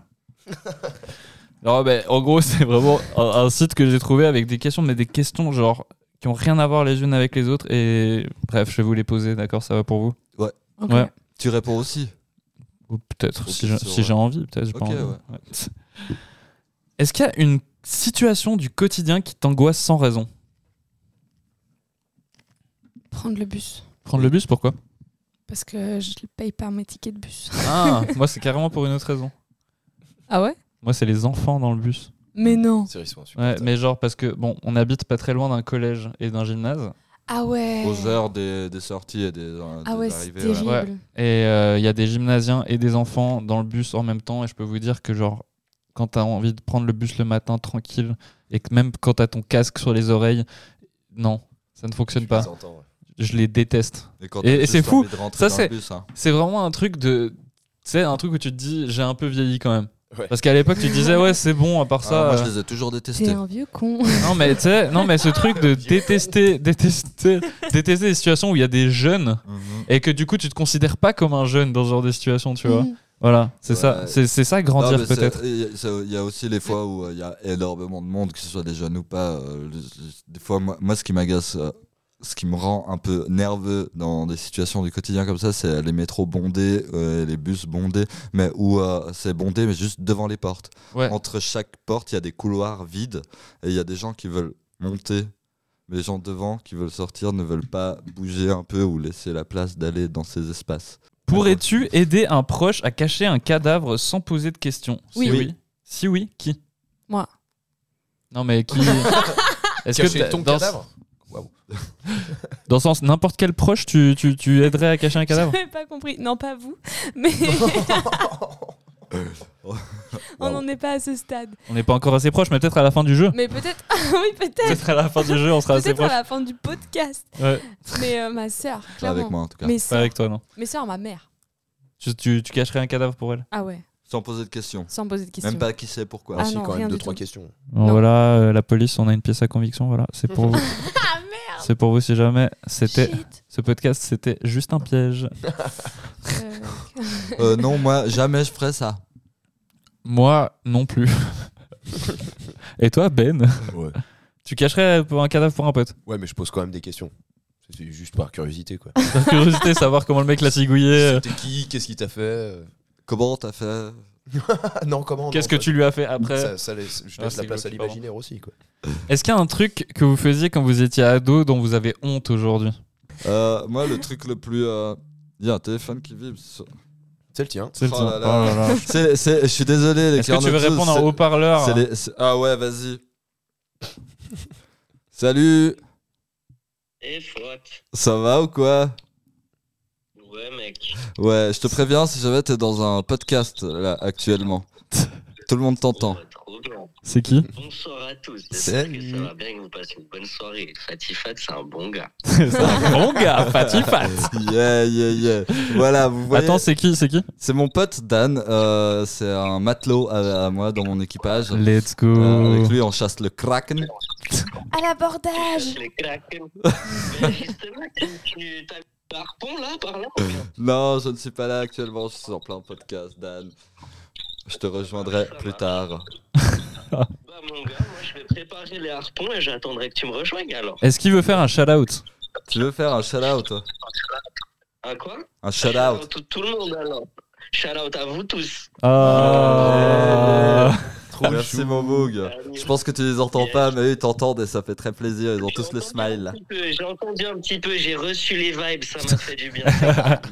[SPEAKER 2] Alors, ben, en gros, c'est vraiment un, un site que j'ai trouvé avec des questions, mais des questions genre qui ont rien à voir les unes avec les autres. Et bref, je vais vous les poser, d'accord Ça va pour vous
[SPEAKER 4] Ok.
[SPEAKER 2] Ouais.
[SPEAKER 1] Tu réponds aussi.
[SPEAKER 2] Ou peut-être,
[SPEAKER 1] Ou
[SPEAKER 2] si j'ai
[SPEAKER 1] sur,
[SPEAKER 2] si j'ai
[SPEAKER 1] ouais.
[SPEAKER 2] envie, peut-être. j'ai pas
[SPEAKER 1] Ok,
[SPEAKER 2] envie.
[SPEAKER 1] ouais.
[SPEAKER 2] Ouais. Est-ce qu'il y a une situation du quotidien qui t'angoisse sans raison
[SPEAKER 4] Prendre le bus.
[SPEAKER 2] Prendre le bus, pourquoi
[SPEAKER 4] Parce que je le paye par mes tickets de bus.
[SPEAKER 1] Ah.
[SPEAKER 2] [laughs] Moi, c'est carrément pour une autre raison.
[SPEAKER 4] Ah ouais
[SPEAKER 2] Moi, c'est les enfants dans le bus.
[SPEAKER 4] Mais non.
[SPEAKER 3] Sérieusement, super.
[SPEAKER 2] Ouais, mais genre parce que, bon, on habite pas très loin d'un collège et d'un gymnase.
[SPEAKER 4] Ah ouais.
[SPEAKER 1] Aux heures des, des sorties et des, euh,
[SPEAKER 4] Ah
[SPEAKER 1] des
[SPEAKER 4] ouais, c'est
[SPEAKER 1] arrivées.
[SPEAKER 4] terrible.
[SPEAKER 2] ouais. Et euh, il y a des gymnasiens et des enfants dans le bus en même temps. Et je peux vous dire que, genre, quand t'as envie de prendre le bus le matin tranquille et que même quand t'as ton casque sur les oreilles, non, ça ne fonctionne pas. Je les déteste.
[SPEAKER 1] Et, quand
[SPEAKER 2] Et-
[SPEAKER 1] t'as
[SPEAKER 2] et
[SPEAKER 1] juste
[SPEAKER 2] c'est fou.
[SPEAKER 1] envie de rentrer
[SPEAKER 2] Ça,
[SPEAKER 1] dans le
[SPEAKER 2] c'est-
[SPEAKER 1] bus, hein.
[SPEAKER 2] C'est vraiment un truc de. Tu sais, un truc où tu te dis, j'ai un peu vieilli quand même.
[SPEAKER 3] Ouais.
[SPEAKER 2] Parce qu'à l'époque, tu disais, ouais, c'est bon, à part
[SPEAKER 1] Ah,
[SPEAKER 2] ça.
[SPEAKER 1] moi,
[SPEAKER 2] euh,
[SPEAKER 1] je les ai toujours
[SPEAKER 4] T'es
[SPEAKER 1] détestés.
[SPEAKER 4] un vieux con.
[SPEAKER 2] Non, mais tu sais, non, mais ce truc de détester, détester, détester les situations où il y a des jeunes
[SPEAKER 1] Mhm.
[SPEAKER 2] et que du coup, tu te considères pas comme un jeune dans ce genre de
[SPEAKER 4] [laughs]
[SPEAKER 2] situation, tu vois.
[SPEAKER 4] Mm.
[SPEAKER 2] Voilà, c'est ça,
[SPEAKER 1] Ouais.
[SPEAKER 2] c'est c'est ça
[SPEAKER 1] Non,
[SPEAKER 2] grandir
[SPEAKER 1] mais c'est-
[SPEAKER 2] peut-être.
[SPEAKER 1] Il y a- c'est- il y a aussi les fois où euh, il y a énormément de monde, que ce soit des jeunes ou pas. euh, le- le- des fois, moi, moi, ce qui m'agace, euh, ce qui me rend un peu nerveux dans des situations du quotidien comme ça, c'est les métros bondés, euh, les bus bondés, mais où euh, c'est bondé, mais juste devant les portes.
[SPEAKER 2] Ouais.
[SPEAKER 1] Entre chaque porte, il y a des couloirs vides et il y a des gens qui veulent monter. mais Les gens devant qui veulent sortir ne veulent pas bouger un peu ou laisser la place d'aller dans ces espaces.
[SPEAKER 2] Pourrais-tu aider un proche à cacher un cadavre sans poser de questions
[SPEAKER 4] Oui.
[SPEAKER 2] Si
[SPEAKER 1] Oui.
[SPEAKER 2] oui, si oui qui
[SPEAKER 4] Moi.
[SPEAKER 2] Non mais
[SPEAKER 4] [laughs]
[SPEAKER 2] qui Est-ce
[SPEAKER 3] Cacher
[SPEAKER 2] t'as-
[SPEAKER 3] ton
[SPEAKER 2] dans,
[SPEAKER 3] cadavre
[SPEAKER 2] dans le sens n'importe quel proche tu, tu, tu aiderais à cacher un cadavre
[SPEAKER 4] J'avais pas compris. Non, pas vous.
[SPEAKER 1] [laughs]
[SPEAKER 4] Mais on n'en est pas à ce stade.
[SPEAKER 2] On n'est pas encore assez proche mais peut-être à la fin
[SPEAKER 4] [laughs]
[SPEAKER 2] du jeu.
[SPEAKER 4] Mais peut-être. oui, peut-être.
[SPEAKER 2] Peut-être à la fin du jeu on sera assez
[SPEAKER 4] Peut-être à
[SPEAKER 2] proche.
[SPEAKER 4] la fin du podcast.
[SPEAKER 2] Ouais,
[SPEAKER 4] Mais euh, ma sœur,
[SPEAKER 1] Pas
[SPEAKER 4] clairement.
[SPEAKER 1] avec moi en tout cas.
[SPEAKER 4] Mes
[SPEAKER 2] pas
[SPEAKER 4] sœurs,
[SPEAKER 2] avec toi non.
[SPEAKER 4] mes sœurs, ma mère.
[SPEAKER 2] Tu, tu, tu cacherais un cadavre pour elle.
[SPEAKER 4] Ah ouais,
[SPEAKER 1] Sans poser de questions.
[SPEAKER 4] sans poser de questions.
[SPEAKER 1] Même pas qui sait pourquoi.
[SPEAKER 4] Ah
[SPEAKER 3] si,
[SPEAKER 4] non,
[SPEAKER 3] quand
[SPEAKER 4] rien
[SPEAKER 3] même, deux,
[SPEAKER 4] du
[SPEAKER 3] trois
[SPEAKER 4] tout.
[SPEAKER 3] questions.
[SPEAKER 2] Bon,
[SPEAKER 4] Non.
[SPEAKER 2] voilà euh, la police on a une pièce à conviction voilà
[SPEAKER 4] [laughs]
[SPEAKER 2] c'est pour vous. C'est pour vous si jamais c'était
[SPEAKER 4] Ah, Shit.
[SPEAKER 2] ce podcast c'était juste un piège.
[SPEAKER 4] Euh,
[SPEAKER 1] Euh, non, moi, jamais je ferais ça.
[SPEAKER 2] Moi non plus. Et toi Ben
[SPEAKER 3] Ouais.
[SPEAKER 2] Tu cacherais pour un cadavre pour un pote
[SPEAKER 3] ouais, mais je pose quand même des questions. C'est juste par curiosité, quoi.
[SPEAKER 2] Par curiosité, savoir comment le mec l'a cigouillé. euh,
[SPEAKER 3] C'était qui Qu'est-ce qui t'a fait euh
[SPEAKER 1] Comment t'as fait
[SPEAKER 3] Ah non, comment
[SPEAKER 2] Qu'est-ce
[SPEAKER 3] non,
[SPEAKER 2] que
[SPEAKER 3] ça-
[SPEAKER 2] tu lui as fait après
[SPEAKER 3] ça, ça laisse, Je
[SPEAKER 2] Ah,
[SPEAKER 3] laisse
[SPEAKER 2] c'est
[SPEAKER 3] la place à
[SPEAKER 2] glauque, pardon.
[SPEAKER 3] l'imaginaire aussi, quoi.
[SPEAKER 2] Est-ce qu'il y a un truc que vous faisiez quand vous étiez ado dont vous avez honte aujourd'hui
[SPEAKER 1] Euh, Moi, le truc le plus. euh, Il y a un téléphone qui vibre. sur-
[SPEAKER 3] C'est le tien.
[SPEAKER 2] C'est le
[SPEAKER 1] Oh
[SPEAKER 2] tien.
[SPEAKER 1] là là.
[SPEAKER 2] Oh là là.
[SPEAKER 1] C'est- c'est- Je suis désolé, les
[SPEAKER 2] Est-ce que tu veux
[SPEAKER 1] Carnotus,
[SPEAKER 2] répondre en
[SPEAKER 1] c'est-
[SPEAKER 2] haut-parleur hein
[SPEAKER 1] c'est les- c'est- Ah ouais, vas-y. Salut
[SPEAKER 7] Eh, Fouat.
[SPEAKER 1] Ça va ou quoi
[SPEAKER 7] Ouais, mec.
[SPEAKER 1] Ouais, je te préviens si jamais t'es dans un podcast là actuellement. Tout le monde t'entend.
[SPEAKER 7] Oh, trop bien.
[SPEAKER 2] C'est qui
[SPEAKER 7] Bonsoir à tous. J'espère que ça
[SPEAKER 3] Salut.
[SPEAKER 7] va bien et que vous passez une bonne soirée. Fatifat, c'est un bon gars.
[SPEAKER 2] C'est un bon gars, Fatifat.
[SPEAKER 1] Yeah, yeah, yeah. Voilà, vous voyez.
[SPEAKER 2] Attends, c'est qui C'est qui
[SPEAKER 1] c'est mon pote Dan. euh, c'est un matelot à, à moi dans mon équipage.
[SPEAKER 2] Let's go.
[SPEAKER 1] Euh, avec lui, on chasse le kraken.
[SPEAKER 4] à l'abordage.
[SPEAKER 7] Le
[SPEAKER 1] [laughs]
[SPEAKER 7] Kraken. Ah, Mais justement, tu- tu t'as mis le harpon là, par là
[SPEAKER 1] Euh.
[SPEAKER 7] ou bien
[SPEAKER 1] Non, je ne suis pas là actuellement, je suis en plein podcast, Dan. Je te rejoindrai plus tard.
[SPEAKER 7] Bah mon gars, moi je vais préparer les harpons et j'attendrai que tu me rejoignes alors.
[SPEAKER 2] Est-ce qu'il veut faire un shout-out
[SPEAKER 1] Tu veux faire un shout-out
[SPEAKER 7] À quoi
[SPEAKER 1] Un shout-out
[SPEAKER 7] Tout, tout le monde alors. Shout out à vous tous.
[SPEAKER 2] Ah. [laughs]
[SPEAKER 3] Trop
[SPEAKER 1] Eh, Merci
[SPEAKER 3] chou.
[SPEAKER 1] mon boog. Je pense que tu les entends pas, mais eux, ils t'entendent et ça fait très plaisir. Ils ont tous le smile.
[SPEAKER 7] J'ai entendu un petit peu, j'ai reçu les vibes, ça
[SPEAKER 1] [laughs]
[SPEAKER 7] m'a fait du bien.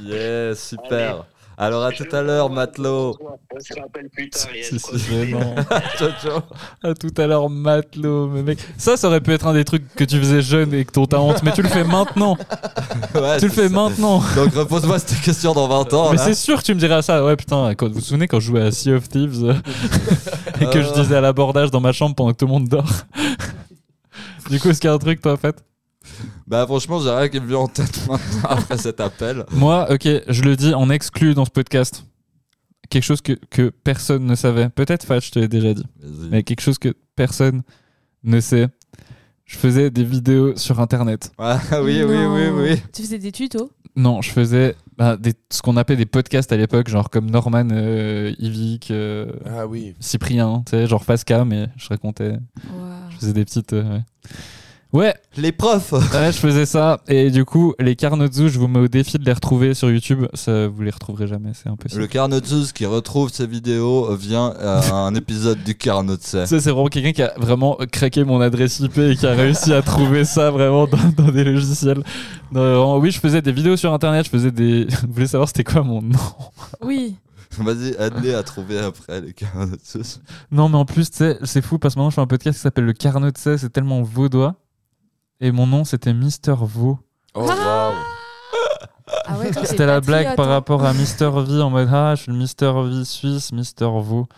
[SPEAKER 1] Yeah, super. Alors à tout à l'heure, Matelot.
[SPEAKER 7] On se rappelle plus tard.
[SPEAKER 2] C'est-
[SPEAKER 7] yes,
[SPEAKER 2] c'est-
[SPEAKER 1] Ah,
[SPEAKER 7] profitez.
[SPEAKER 2] Vraiment.
[SPEAKER 1] Ciao, ciao.
[SPEAKER 2] À Ah, tout à l'heure, matelot. Mais mec, ça, ça aurait pu être un des trucs que tu faisais jeune et que dont t'as honte, mais tu le fais maintenant.
[SPEAKER 1] Ouais,
[SPEAKER 2] tu
[SPEAKER 1] c'est
[SPEAKER 2] le fais
[SPEAKER 1] ça.
[SPEAKER 2] maintenant.
[SPEAKER 1] Donc repose-moi cette question dans 20 ans.
[SPEAKER 2] mais
[SPEAKER 1] Oh là.
[SPEAKER 2] c'est sûr que tu me dirais ça. Ouais, putain, quand, vous vous souvenez quand je jouais à Sea of Thieves euh, et que je
[SPEAKER 1] Euh.
[SPEAKER 2] disais à l'abordage dans ma chambre pendant que tout le monde dort Du coup, est-ce qu'il y a un truc, toi, en fait
[SPEAKER 1] Bah franchement, j'ai rien qui me vient en tête maintenant [laughs] après cet appel.
[SPEAKER 2] Moi, ok, je le dis en exclu dans ce podcast. Quelque chose que, que personne ne savait. Peut-être, Fat, je te l'ai déjà dit.
[SPEAKER 1] Vas-y.
[SPEAKER 2] mais quelque chose que personne ne sait. Je faisais des vidéos sur Internet.
[SPEAKER 1] Ah, oui, oui, oui,
[SPEAKER 4] Non.
[SPEAKER 1] oui.
[SPEAKER 4] Tu faisais des tutos
[SPEAKER 2] Non, je faisais bah, des, ce qu'on appelait des podcasts à l'époque, genre comme Norman, euh, Yvick, euh,
[SPEAKER 3] Ah oui.
[SPEAKER 2] Cyprien, tu sais, genre Pascal, mais je racontais, je faisais des petites... euh, ouais. Ouais,
[SPEAKER 1] Les profs.
[SPEAKER 2] ouais, je faisais ça. Et du coup, les Carnotzu, je vous mets au défi de les retrouver sur YouTube. Ça, vous les retrouverez jamais, c'est impossible.
[SPEAKER 1] Le Carnotus qui retrouve ses vidéos vient à un épisode du
[SPEAKER 2] [laughs]
[SPEAKER 1] Carnotus.
[SPEAKER 2] Ça, c'est vraiment quelqu'un qui a vraiment craqué mon adresse IP et qui a réussi à trouver ça vraiment dans, dans des logiciels. Non, vraiment, oui, je faisais des vidéos sur internet, je faisais des. [laughs] Vous voulez savoir c'était quoi mon nom
[SPEAKER 4] Oui.
[SPEAKER 1] Vas-y, aide-les à trouver après les Carnotus.
[SPEAKER 2] Non, mais en plus, tu sais, c'est fou parce que maintenant je fais un podcast qui s'appelle Le Carnot de C, c'est tellement vaudois. Et mon nom c'était Mister Vaux.
[SPEAKER 3] Oh
[SPEAKER 4] Ah.
[SPEAKER 3] waouh.
[SPEAKER 4] Ah ouais, toi, t'es
[SPEAKER 2] C'était la
[SPEAKER 4] patriote,
[SPEAKER 2] blague par
[SPEAKER 4] hein.
[SPEAKER 2] rapport à Mister V en mode Ah, je suis le Mister V suisse, Mister Vaux.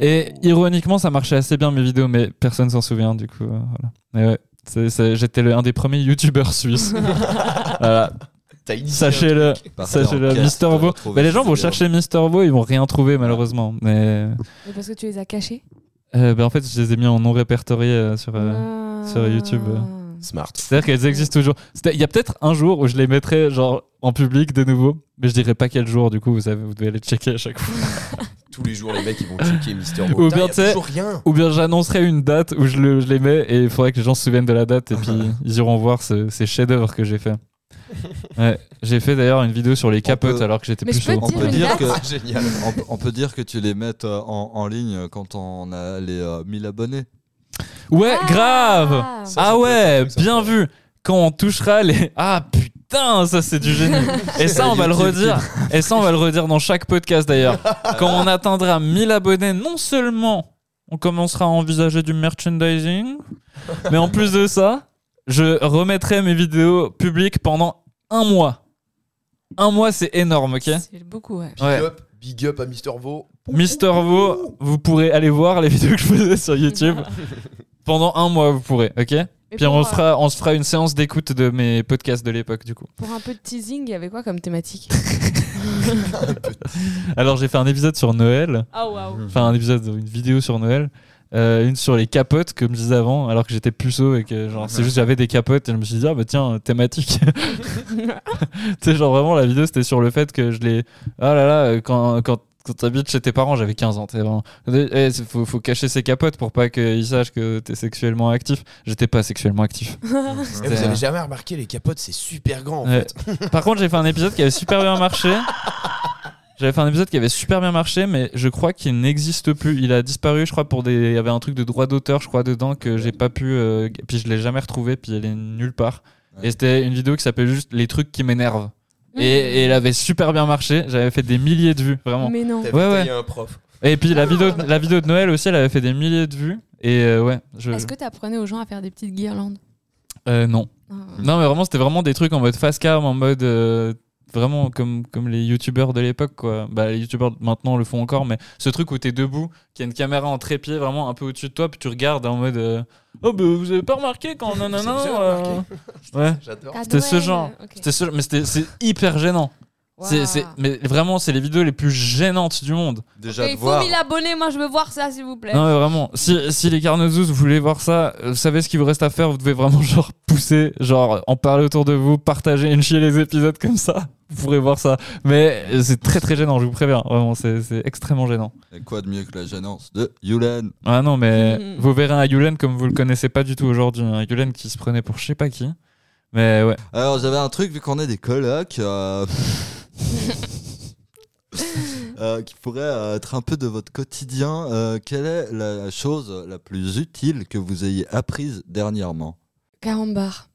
[SPEAKER 2] Et ironiquement, ça marchait assez bien mes vidéos, mais personne s'en souvient du coup. euh, voilà. Mais ouais, c'est- c'est- j'étais le- un des premiers
[SPEAKER 4] [laughs]
[SPEAKER 2] youtubeurs suisses. voilà,
[SPEAKER 3] [laughs] T'as initié un
[SPEAKER 2] sachez-le,
[SPEAKER 1] Partez en
[SPEAKER 2] sachez-le,
[SPEAKER 1] quête
[SPEAKER 2] Mister
[SPEAKER 1] de
[SPEAKER 2] Vaux.
[SPEAKER 1] retrouver
[SPEAKER 2] Mais les
[SPEAKER 1] ces
[SPEAKER 2] gens vont
[SPEAKER 1] vidéos.
[SPEAKER 2] chercher Mister Vaux, ils vont rien trouver malheureusement. Mais
[SPEAKER 4] Mais parce que tu les as cachés
[SPEAKER 2] euh, ben, en fait, je les ai mis en non répertorié euh, sur. euh, sur YouTube, euh.
[SPEAKER 4] Ah.
[SPEAKER 3] Smart.
[SPEAKER 2] C'est-à-dire qu'elles existent toujours. C'était- Il y a peut-être un jour où je les mettrai genre en public de nouveau, mais je dirai pas quel jour. Du coup, vous savez, vous devez aller checker à chaque fois.
[SPEAKER 3] Tous les jours, les mecs, ils vont checker Mister
[SPEAKER 2] Ou
[SPEAKER 3] Ou
[SPEAKER 2] bien,
[SPEAKER 3] bien,
[SPEAKER 2] tu sais-
[SPEAKER 3] toujours rien.
[SPEAKER 2] Ou bien j'annoncerai une date où je, le- je les mets et il faudrait que les gens se souviennent de la date et puis ils iront voir ce- ces chefs-d'œuvre que j'ai fait. Ouais, j'ai fait d'ailleurs une vidéo sur les capotes
[SPEAKER 1] peut-
[SPEAKER 2] alors que j'étais
[SPEAKER 4] Mais
[SPEAKER 2] plus
[SPEAKER 4] je peux
[SPEAKER 2] chaud.
[SPEAKER 1] On
[SPEAKER 4] Dire
[SPEAKER 1] peut
[SPEAKER 4] une
[SPEAKER 1] dire
[SPEAKER 4] date.
[SPEAKER 1] que.
[SPEAKER 3] Ah, [laughs] Génial.
[SPEAKER 1] On, on peut dire que tu les mettes euh, en, en ligne quand on a les euh,
[SPEAKER 3] [laughs]
[SPEAKER 1] 1000 abonnés.
[SPEAKER 2] Ouais,
[SPEAKER 4] Ah.
[SPEAKER 2] grave
[SPEAKER 3] Ça, ça
[SPEAKER 2] Ah
[SPEAKER 3] peut être
[SPEAKER 2] ouais,
[SPEAKER 3] un truc
[SPEAKER 2] bien
[SPEAKER 3] sympa.
[SPEAKER 2] vu Quand on touchera les... Ah putain, ça c'est du
[SPEAKER 3] [laughs]
[SPEAKER 2] génie Et ça on va le redire Et ça on va le redire dans chaque podcast
[SPEAKER 3] [laughs]
[SPEAKER 2] d'ailleurs. Quand on atteindra 1000 abonnés, non seulement on commencera à envisager du merchandising, mais en plus de ça, je remettrai mes vidéos publiques pendant un mois. Un mois c'est énorme, ok
[SPEAKER 4] C'est beaucoup, ouais.
[SPEAKER 2] Ouais.
[SPEAKER 3] Big up, big up à Mister Vaux.
[SPEAKER 2] Mister Vaux, vous pourrez aller voir les [laughs] vidéos que je faisais sur YouTube.
[SPEAKER 3] [laughs]
[SPEAKER 2] Pendant un mois, vous pourrez, ok
[SPEAKER 4] Mais
[SPEAKER 2] Puis
[SPEAKER 4] pour,
[SPEAKER 2] on
[SPEAKER 4] euh,
[SPEAKER 2] se, fera, on se fera une séance d'écoute de mes podcasts de l'époque, du coup.
[SPEAKER 4] euh, pour un peu de teasing, il y avait quoi comme
[SPEAKER 2] [laughs]
[SPEAKER 4] thématique
[SPEAKER 2] Alors, j'ai fait un épisode sur Noël,
[SPEAKER 4] Ah waouh
[SPEAKER 2] enfin, un épisode, une vidéo sur Noël, euh, une sur les capotes, comme je disais avant, alors que j'étais puceau et que, genre, c'est juste j'avais des capotes et je me suis dit, ah bah tiens, thématique. [laughs] tu sais, genre, vraiment, la vidéo, c'était sur le fait que je les. Ah là là, euh, quand. quand quand t'habites chez tes parents, j'avais 15 ans. t'es Vraiment... Eh, c'est- faut, faut cacher ses capotes pour pas qu'ils sachent que t'es sexuellement actif. J'étais pas sexuellement actif.
[SPEAKER 3] Eh,
[SPEAKER 2] C'était-
[SPEAKER 3] vous avez jamais remarqué, les capotes, c'est super grand en
[SPEAKER 2] Ouais.
[SPEAKER 3] fait.
[SPEAKER 2] [laughs] Par contre, j'ai fait un épisode qui avait super bien marché. J'avais fait un épisode qui avait super bien marché, mais je crois qu'il n'existe plus. Il a disparu, je crois, pour des. Il y avait un truc de droit d'auteur, je crois, dedans que j'ai pas pu. euh, Puis je l'ai jamais retrouvé, puis elle est nulle part. Et c'était une vidéo qui s'appelait juste Les trucs qui m'énervent.
[SPEAKER 4] Mmh.
[SPEAKER 2] Et, et elle avait super bien marché. J'avais fait des milliers de vues, vraiment.
[SPEAKER 4] [laughs] Mais non.
[SPEAKER 3] T'as
[SPEAKER 2] Ouais,
[SPEAKER 3] vu,
[SPEAKER 2] ouais.
[SPEAKER 3] il y a un prof.
[SPEAKER 2] Et puis la vidéo, la vidéo de Noël aussi, elle avait fait des milliers de vues. Et euh, ouais, je.
[SPEAKER 4] Est-ce que t'apprenais aux gens à faire des petites guirlandes
[SPEAKER 2] Euh, non.
[SPEAKER 4] Ah.
[SPEAKER 2] Non, mais vraiment, c'était vraiment des trucs en mode face cam, en mode euh, vraiment comme, comme les youtubeurs de l'époque, quoi. Bah, les youtubeurs maintenant le font encore, mais ce truc où t'es debout, qu'il y a une caméra en trépied vraiment un peu au-dessus de toi, puis tu regardes en mode euh, Oh, bah, vous avez pas remarqué quand non, non,
[SPEAKER 3] Vous avez
[SPEAKER 2] non.
[SPEAKER 3] remarqué
[SPEAKER 2] [laughs] Ouais.
[SPEAKER 3] J'adore.
[SPEAKER 4] Ah,
[SPEAKER 2] C'était ce
[SPEAKER 4] Noël,
[SPEAKER 2] genre.
[SPEAKER 4] ok.
[SPEAKER 2] C'était ce- mais c'était- c'est hyper gênant. C'est-
[SPEAKER 4] Waouh.
[SPEAKER 2] c'est- mais vraiment, c'est les vidéos les plus gênantes du monde.
[SPEAKER 1] Déjà
[SPEAKER 4] Ok,
[SPEAKER 1] de
[SPEAKER 4] Il faut
[SPEAKER 1] voir.
[SPEAKER 4] 1000 abonnés, moi je veux voir ça s'il vous plaît.
[SPEAKER 2] Non, mais vraiment, si, si les Carnozus, vous voulez voir ça, euh, vous savez ce qu'il vous reste [laughs] à faire, vous devez vraiment genre pousser, genre en parler autour de vous, partager, une chier les épisodes comme ça. vous pourrez voir ça. Mais euh, c'est très très gênant, je vous préviens. Vraiment, c'est c'est extrêmement gênant.
[SPEAKER 1] Et quoi de mieux que la gênance de Yulen
[SPEAKER 2] Ah non, mais
[SPEAKER 4] Mhm.
[SPEAKER 2] vous verrez un Yulen comme vous le connaissez pas du tout aujourd'hui. Un Yulen qui se prenait pour je sais pas qui. Mais ouais.
[SPEAKER 1] Alors j'avais un truc vu qu'on est des colocs [laughs] euh, euh, qui pourrait euh, être un peu de votre quotidien. Euh, quelle est la chose la plus utile que vous ayez apprise dernièrement
[SPEAKER 4] Carambar.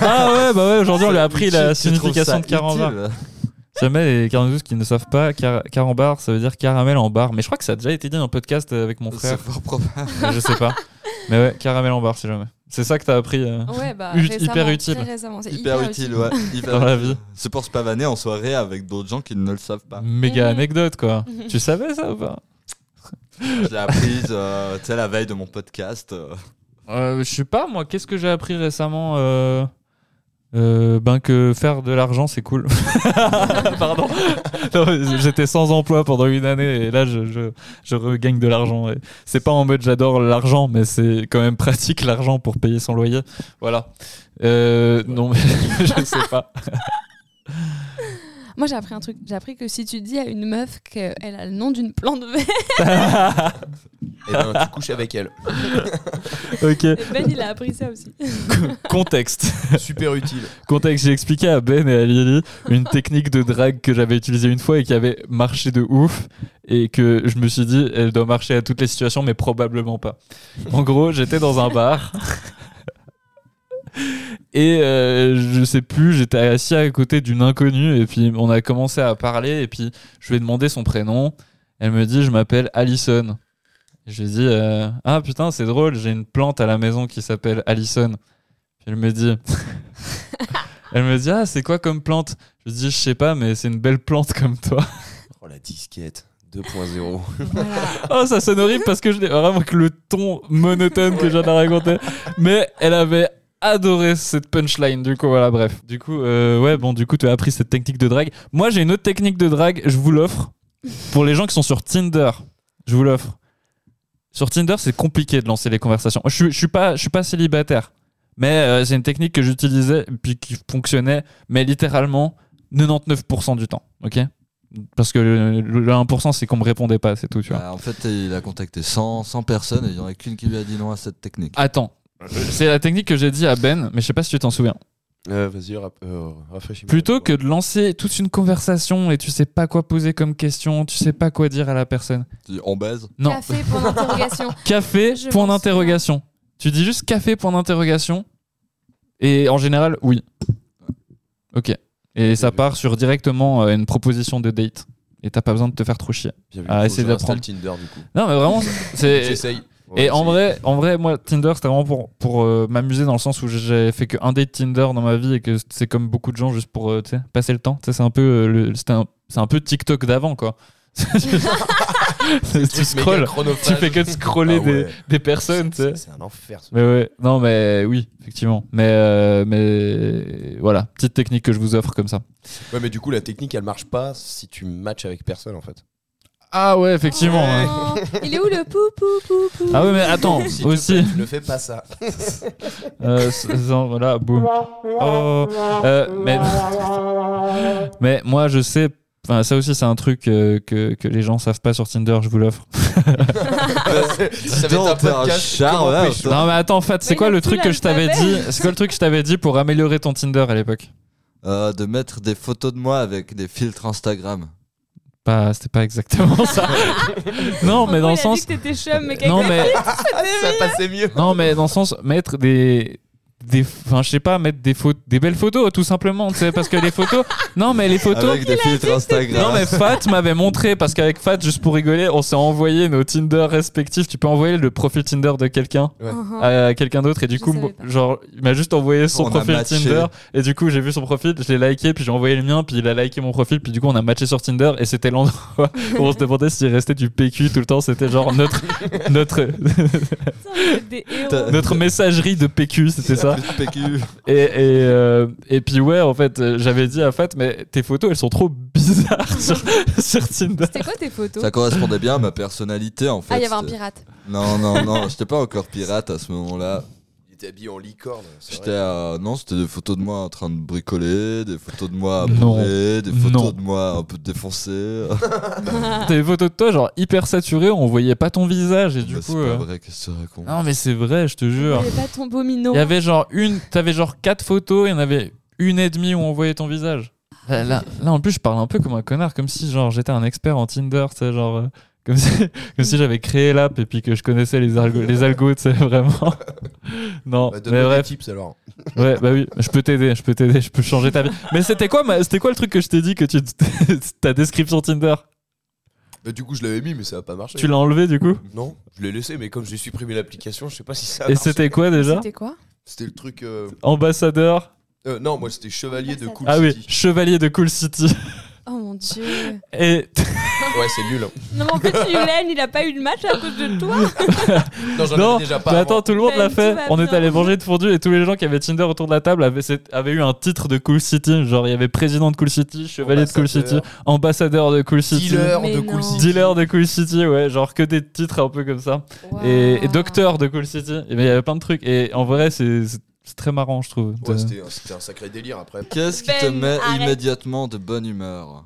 [SPEAKER 2] Ah ouais, bah ouais, aujourd'hui on lui a appris la
[SPEAKER 1] Tu- tu trouves ça
[SPEAKER 2] signification de carambar.
[SPEAKER 1] utile
[SPEAKER 2] Jamais les 42 qui ne savent pas, car- carambar ça veut dire caramel en barre. Mais je crois que ça a déjà été dit dans le podcast avec mon
[SPEAKER 1] C'est
[SPEAKER 2] frère.
[SPEAKER 1] fort probable.
[SPEAKER 2] Mais je sais pas. Mais ouais, caramel en barre si jamais. C'est ça que t'as appris. euh.
[SPEAKER 4] Ouais, bah,
[SPEAKER 2] Ut-
[SPEAKER 4] récemment,
[SPEAKER 2] hyper utile.
[SPEAKER 4] très récemment, c'est
[SPEAKER 1] Hyper, utile, [laughs] ouais. Hyper
[SPEAKER 2] Dans la
[SPEAKER 1] utile.
[SPEAKER 2] vie.
[SPEAKER 1] C'est pour se pavaner en soirée avec d'autres gens qui ne le savent pas.
[SPEAKER 2] Méga
[SPEAKER 4] Mhm.
[SPEAKER 2] anecdote quoi.
[SPEAKER 4] Mhm.
[SPEAKER 2] tu savais ça ou pas
[SPEAKER 1] Je l'ai apprise euh, tu sais, la veille de mon podcast. euh.
[SPEAKER 2] Euh, Je sais pas moi, qu'est-ce que j'ai appris récemment euh, euh, Ben que faire de l'argent c'est [laughs] cool. Pardon. Non, mais J'étais sans emploi pendant une année et là je, je, je regagne de l'argent. et C'est pas en mode j'adore l'argent mais c'est quand même pratique l'argent pour payer son loyer. Voilà. Euh, non mais [laughs] je sais pas.
[SPEAKER 4] Moi, j'ai appris un truc. J'ai appris que si tu dis à une meuf qu'elle a le nom d'une plante
[SPEAKER 2] [laughs]
[SPEAKER 4] verte,
[SPEAKER 3] Et ben, tu couches avec elle.
[SPEAKER 2] ok.
[SPEAKER 4] Ben, il a appris ça aussi.
[SPEAKER 2] Contexte.
[SPEAKER 3] Super utile.
[SPEAKER 2] Contexte, j'ai expliqué à Ben et à Lily une technique de drague que j'avais utilisée une fois et qui avait marché de ouf et que je me suis dit elle doit marcher à toutes les situations mais probablement pas. En gros, j'étais dans un bar [laughs] et euh, je sais plus, j'étais assis à côté d'une inconnue et puis on a commencé à parler et puis je lui ai demandé son prénom. Elle me dit je m'appelle Allison. Je lui ai dit euh, ah putain c'est drôle j'ai une plante à la maison qui s'appelle Allison. Puis elle me dit elle me dit ah c'est quoi comme plante Je lui dis je sais pas mais c'est une belle plante comme toi.
[SPEAKER 3] Oh la disquette 2.0.
[SPEAKER 2] Oh ça sonne horrible parce que je n'ai vraiment que le ton monotone que j'en ai raconté. Mais elle avait adoré cette punchline du coup voilà bref. Du coup euh, ouais bon du coup tu as appris cette technique de drague. Moi j'ai une autre technique de drague, je vous l'offre pour les gens qui sont sur Tinder. Je vous l'offre. Sur Tinder c'est compliqué de lancer les conversations. Je, suis- je suis pas je suis pas célibataire. Mais euh, c'est une technique que j'utilisais et puis qui fonctionnait mais littéralement 99% du temps, OK parce que le, le 1% c'est qu'on me répondait pas, c'est tout, tu vois.
[SPEAKER 1] Bah, en fait, il a contacté 100, 100 personnes et il n'y en a qu'une qui lui a dit non à cette technique.
[SPEAKER 2] Attends. C'est la technique que j'ai dit à Ben, mais je sais pas si tu t'en souviens.
[SPEAKER 3] Euh, Vas-y, rap- euh, rafraîchis-moi.
[SPEAKER 2] Plutôt que de lancer toute une conversation et tu sais pas quoi poser comme question, tu sais pas quoi dire à la personne.
[SPEAKER 1] Tu- On baise
[SPEAKER 2] Non.
[SPEAKER 4] Café pour l'interrogation.
[SPEAKER 2] Café,
[SPEAKER 4] Je
[SPEAKER 2] point
[SPEAKER 4] m'en
[SPEAKER 2] d'interrogation. Tu dis juste café, point d'interrogation. Et en général, oui. Ok. Et ça part sur directement euh, une proposition de date. Et t'as pas besoin de te faire trop chier.
[SPEAKER 3] Bien vu,
[SPEAKER 2] Ah,
[SPEAKER 3] faut que
[SPEAKER 2] essayer
[SPEAKER 3] je réinstalle
[SPEAKER 2] d'apprendre.
[SPEAKER 3] Tinder du coup.
[SPEAKER 2] Non, mais vraiment,
[SPEAKER 3] [laughs]
[SPEAKER 2] c'est.
[SPEAKER 3] J'essaye.
[SPEAKER 2] Et
[SPEAKER 3] [laughs]
[SPEAKER 2] en vrai, en vrai, moi, Tinder, c'était vraiment pour, pour euh, m'amuser dans le sens où j'ai fait qu'un date Tinder dans ma vie et que c'est comme beaucoup de gens juste pour euh, tu sais, passer le temps. Tu sais, c'est un peu euh, le- c'était un, c'est un peu TikTok d'avant, quoi. [laughs]
[SPEAKER 3] [laughs]
[SPEAKER 2] tu scrolles, tu fais que de scroller des, des personnes, tu sais.
[SPEAKER 3] Ah C'est un enfer. ce-
[SPEAKER 2] Mais ouais, non, mais oui, effectivement. Mais, euh, mais voilà, petite technique que je vous offre comme ça.
[SPEAKER 3] Ouais, mais du coup, la technique elle marche pas si tu matches avec personne en fait.
[SPEAKER 2] Ah ouais, [laughs] effectivement. ouais.
[SPEAKER 4] Oh, Il est où le pou pou pou pou
[SPEAKER 2] Ah ouais, mais attends,
[SPEAKER 3] [laughs] S'il te
[SPEAKER 2] aussi.
[SPEAKER 3] plaît, tu ne fais pas [laughs] ça.
[SPEAKER 2] Euh, c- non, voilà, boum. Oh, euh, mais, mais moi, je sais. Enfin, ça aussi, c'est un truc euh, que, que les gens savent pas sur Tinder, je vous l'offre.
[SPEAKER 3] ça
[SPEAKER 1] donc, t'es un char,
[SPEAKER 3] comment
[SPEAKER 1] ouais,
[SPEAKER 3] pêcher.
[SPEAKER 1] toi.
[SPEAKER 2] Non, mais attends, Fat, c'est
[SPEAKER 4] Mais
[SPEAKER 2] quoi
[SPEAKER 4] il y a
[SPEAKER 2] le
[SPEAKER 4] tout
[SPEAKER 2] truc que je t'avais dit
[SPEAKER 4] l'alphabet.
[SPEAKER 2] C'est quoi le truc que je t'avais dit pour améliorer ton Tinder à l'époque
[SPEAKER 1] Euh, de mettre des photos de moi avec des filtres Instagram.
[SPEAKER 2] Bah, c'était pas
[SPEAKER 4] [laughs]
[SPEAKER 2] exactement ça. non, mais dans
[SPEAKER 4] Il a
[SPEAKER 2] le
[SPEAKER 4] dit
[SPEAKER 2] sens.
[SPEAKER 4] que t'étais chum, mais
[SPEAKER 2] Non,
[SPEAKER 4] quelqu'un-
[SPEAKER 2] mais.
[SPEAKER 3] [laughs] ça passait mieux.
[SPEAKER 2] Non, mais dans le sens, mettre des. Des, enfin, je sais pas, mettre des, photos des belles photos, tout simplement, tu sais, parce que les photos. Non, mais les photos.
[SPEAKER 1] Avec des filtres Instagram.
[SPEAKER 2] Non mais Fat m'avait montré parce qu'avec Fat juste pour rigoler on s'est envoyé nos Tinder respectifs tu peux envoyer le profil Tinder de quelqu'un
[SPEAKER 4] Uh-huh.
[SPEAKER 2] à quelqu'un d'autre et du
[SPEAKER 4] Je
[SPEAKER 2] coup
[SPEAKER 4] savais
[SPEAKER 2] moi,
[SPEAKER 4] pas.
[SPEAKER 2] genre il m'a juste envoyé son
[SPEAKER 1] On a
[SPEAKER 2] profil
[SPEAKER 1] matché.
[SPEAKER 2] Tinder et du coup j'ai vu son profil je l'ai liké puis j'ai envoyé le mien puis il a liké mon profil puis du coup on a matché sur Tinder et c'était l'endroit
[SPEAKER 4] [laughs]
[SPEAKER 2] où on se demandait s'il restait du PQ tout le temps c'était genre notre notre [laughs]
[SPEAKER 4] Putain, vous êtes des héros.
[SPEAKER 1] T'as-
[SPEAKER 2] notre messagerie de PQ c'était
[SPEAKER 1] [laughs]
[SPEAKER 2] ça
[SPEAKER 1] Plus de PQ.
[SPEAKER 2] et, et, euh, et puis ouais en fait euh, j'avais dit à Fat mais tes photos elles sont trop bizarres [laughs] sur, sur Tinder
[SPEAKER 4] C'était quoi tes photos
[SPEAKER 1] Ça correspondait bien à ma personnalité en fait.
[SPEAKER 4] Ah, il y avait un
[SPEAKER 1] C'était-
[SPEAKER 4] pirate.
[SPEAKER 1] Non, non, non, j'étais pas encore pirate à ce moment-là.
[SPEAKER 3] était habillé en licorne. c'est
[SPEAKER 1] J'étais
[SPEAKER 3] vrai.
[SPEAKER 1] à- Non, c'était des photos de moi en train de bricoler, des photos de moi à
[SPEAKER 2] Non.
[SPEAKER 1] pleurer, des photos
[SPEAKER 2] Non.
[SPEAKER 1] de moi un peu défoncé.
[SPEAKER 2] [laughs] T'as des photos de toi, genre hyper saturé, on voyait pas ton visage et
[SPEAKER 1] [laughs]
[SPEAKER 2] du
[SPEAKER 1] Bah, c'est
[SPEAKER 2] coup.
[SPEAKER 1] pas
[SPEAKER 2] euh,
[SPEAKER 1] vrai, qu'est-ce que tu
[SPEAKER 4] Ah.
[SPEAKER 1] racontes
[SPEAKER 2] Non, mais c'est vrai, je te jure.
[SPEAKER 4] T'avais pas ton beau minot.
[SPEAKER 2] hein. Il y avait genre une, t'avais genre quatre photos, il y en avait une et demie où on voyait ton visage. Là, là, là, en plus, je parle un peu comme un connard, comme si genre j'étais un expert en Tinder, tu sais, genre. euh, Comme si, [laughs] comme si j'avais créé l'app et puis que je connaissais les, algo, les algos, tu sais, vraiment. [laughs] Non,
[SPEAKER 3] Bah, donne-moi
[SPEAKER 2] mais
[SPEAKER 3] des
[SPEAKER 2] bref,
[SPEAKER 3] tips alors.
[SPEAKER 2] ouais, bah oui, je peux t'aider, je peux t'aider, je peux changer
[SPEAKER 3] [laughs]
[SPEAKER 2] ta vie. Mais c'était quoi, ma- c'était quoi le truc que je t'ai dit que tu, [laughs] ta description Tinder
[SPEAKER 3] Bah, du coup, je l'avais mis, mais ça a pas marché.
[SPEAKER 2] Tu l'as enlevé du coup
[SPEAKER 3] Non, je l'ai laissé, mais comme j'ai supprimé l'application, je sais pas si ça. a
[SPEAKER 2] Et
[SPEAKER 3] marché.
[SPEAKER 2] c'était quoi déjà
[SPEAKER 4] C'était quoi
[SPEAKER 3] C'était le truc. euh,
[SPEAKER 2] Ambassadeur
[SPEAKER 3] euh, non, moi c'était Chevalier de Cool
[SPEAKER 2] Ah oui,
[SPEAKER 3] City.
[SPEAKER 2] chevalier de Cool City. [laughs]
[SPEAKER 4] Oh mon dieu.
[SPEAKER 3] Ouais,
[SPEAKER 2] Et
[SPEAKER 3] c'est nul. hein.
[SPEAKER 4] [laughs] Non, mais en fait, Yulène, il a pas eu le match à cause de toi.
[SPEAKER 3] Non, j'en
[SPEAKER 2] Non,
[SPEAKER 3] avais déjà pas.
[SPEAKER 2] mais
[SPEAKER 3] avant.
[SPEAKER 2] attends, tout le monde
[SPEAKER 4] Ben,
[SPEAKER 2] l'a
[SPEAKER 4] tout
[SPEAKER 2] fait.
[SPEAKER 4] va
[SPEAKER 2] On est
[SPEAKER 4] bien.
[SPEAKER 2] allé manger de fondue et tous les gens qui avaient Tinder autour de la table avaient, cette- avaient eu un titre de Cool City. Genre, il y avait président de Cool City, chevalier de Cool City,
[SPEAKER 3] Ambassadeur.
[SPEAKER 2] ambassadeur de Cool City,
[SPEAKER 3] Dealer
[SPEAKER 4] Mais
[SPEAKER 3] de
[SPEAKER 4] non.
[SPEAKER 3] Cool City.
[SPEAKER 2] dealer de Cool City. Ouais, genre que des titres un peu comme ça. [laughs] Et, et docteur de Cool City. Et ben, il y avait plein de trucs. Et en vrai, c'est c'est- c'est très marrant, je trouve.
[SPEAKER 3] Ouais,
[SPEAKER 2] De-
[SPEAKER 3] c'était un- c'était un sacré délire après. [laughs]
[SPEAKER 1] Qu'est-ce qui te
[SPEAKER 4] Ben,
[SPEAKER 1] met
[SPEAKER 4] arrête.
[SPEAKER 1] immédiatement de bonne humeur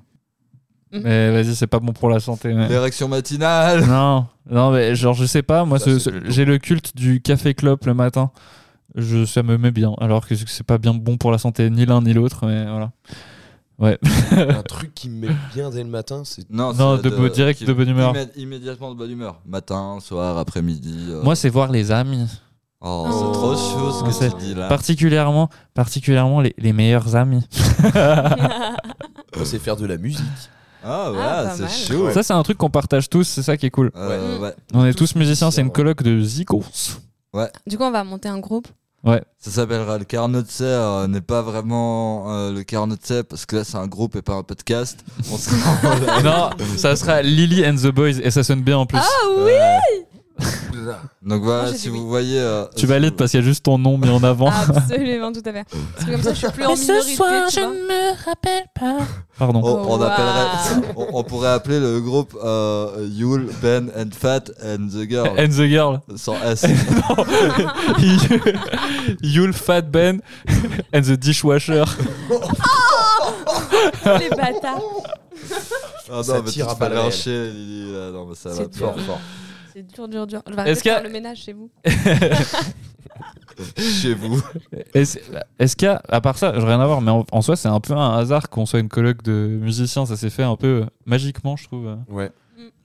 [SPEAKER 2] mais vas-y, c'est pas bon pour la santé. mais-
[SPEAKER 1] L'érection matinale
[SPEAKER 2] [laughs] Non, non, mais genre, je sais pas. Moi,
[SPEAKER 3] Ça,
[SPEAKER 2] ce-
[SPEAKER 3] c'est
[SPEAKER 2] ce- j'ai le culte du café clope le matin. Je, ça me met bien, alors que c'est pas bien bon pour la santé, ni l'un ni l'autre, mais voilà.
[SPEAKER 3] un truc qui me met bien dès le matin, c'est
[SPEAKER 1] Non,
[SPEAKER 2] Non,
[SPEAKER 1] c'est
[SPEAKER 2] de bo- direct
[SPEAKER 1] qui-
[SPEAKER 2] de bonne humeur.
[SPEAKER 1] immé- immédiatement de bonne humeur. Matin, soir, après-midi. euh.
[SPEAKER 2] Moi, c'est voir les amis.
[SPEAKER 1] Oh,
[SPEAKER 4] Oh.
[SPEAKER 1] c'est trop chaud
[SPEAKER 2] Ah,
[SPEAKER 1] ce que
[SPEAKER 2] c'est
[SPEAKER 1] tu dis là.
[SPEAKER 2] Particulièrement, particulièrement les, les meilleurs amis.
[SPEAKER 3] c'est faire de la musique.
[SPEAKER 1] Ah ouais,
[SPEAKER 4] Ah, pas
[SPEAKER 1] c'est
[SPEAKER 4] mal.
[SPEAKER 1] chaud.
[SPEAKER 2] Ça, c'est un truc qu'on partage tous, c'est ça qui est cool.
[SPEAKER 1] Euh, ouais.
[SPEAKER 2] On est
[SPEAKER 3] Tous
[SPEAKER 2] tous musiciens, c'est une
[SPEAKER 3] musiciens,
[SPEAKER 2] coloc de [laughs] zikos.
[SPEAKER 4] [laughs] Du coup, on va monter un groupe.
[SPEAKER 1] Ça s'appellera le Carnotzer, euh, n'est pas vraiment euh, le Carnotzer parce que là c'est un groupe et pas un podcast. On se
[SPEAKER 4] [laughs]
[SPEAKER 2] non, ça sera Lily and the Boys, et ça sonne bien en plus.
[SPEAKER 4] Oh oui
[SPEAKER 1] Ouais.
[SPEAKER 3] Oula.
[SPEAKER 1] Donc
[SPEAKER 4] Moi,
[SPEAKER 1] voilà,
[SPEAKER 4] j'ai
[SPEAKER 1] si
[SPEAKER 4] dit oui.
[SPEAKER 1] vous voyez. euh,
[SPEAKER 2] tu valides parce qu'il y a juste ton nom mis en avant.
[SPEAKER 4] [laughs] Absolument, tout à fait. Parce que comme ça, je suis plus en minorité. tu vois.
[SPEAKER 2] me rappelle pas. Pardon.
[SPEAKER 1] On, on
[SPEAKER 4] Wow.
[SPEAKER 1] appellerait- on- on pourrait appeler le groupe euh, Yule, Ben and Fat and the Girl
[SPEAKER 2] [laughs] And the girl.
[SPEAKER 1] sans
[SPEAKER 2] [laughs]
[SPEAKER 1] S. Ah
[SPEAKER 2] Yule Fat Ben and the [laughs] dishwasher.
[SPEAKER 4] Les bâtards.
[SPEAKER 1] Ah
[SPEAKER 3] Ça
[SPEAKER 1] non, mais tu
[SPEAKER 3] tire à
[SPEAKER 1] te fais
[SPEAKER 3] balles réelles.
[SPEAKER 1] lyncher, Lily, là, non, mais ça va
[SPEAKER 4] C'est
[SPEAKER 1] fort,
[SPEAKER 4] dur.
[SPEAKER 1] fort.
[SPEAKER 4] C'est dur, dur, dur. Je vais arrêter de
[SPEAKER 2] qu'il y a-
[SPEAKER 4] faire le ménage chez vous.
[SPEAKER 1] Chez vous.
[SPEAKER 2] Est-ce est-ce qu'il y a, à part ça, je rien à voir, mais en, en soi, c'est un peu un hasard qu'on soit une coloc de musiciens. Ça s'est fait un peu euh, magiquement, je trouve.
[SPEAKER 3] Ouais.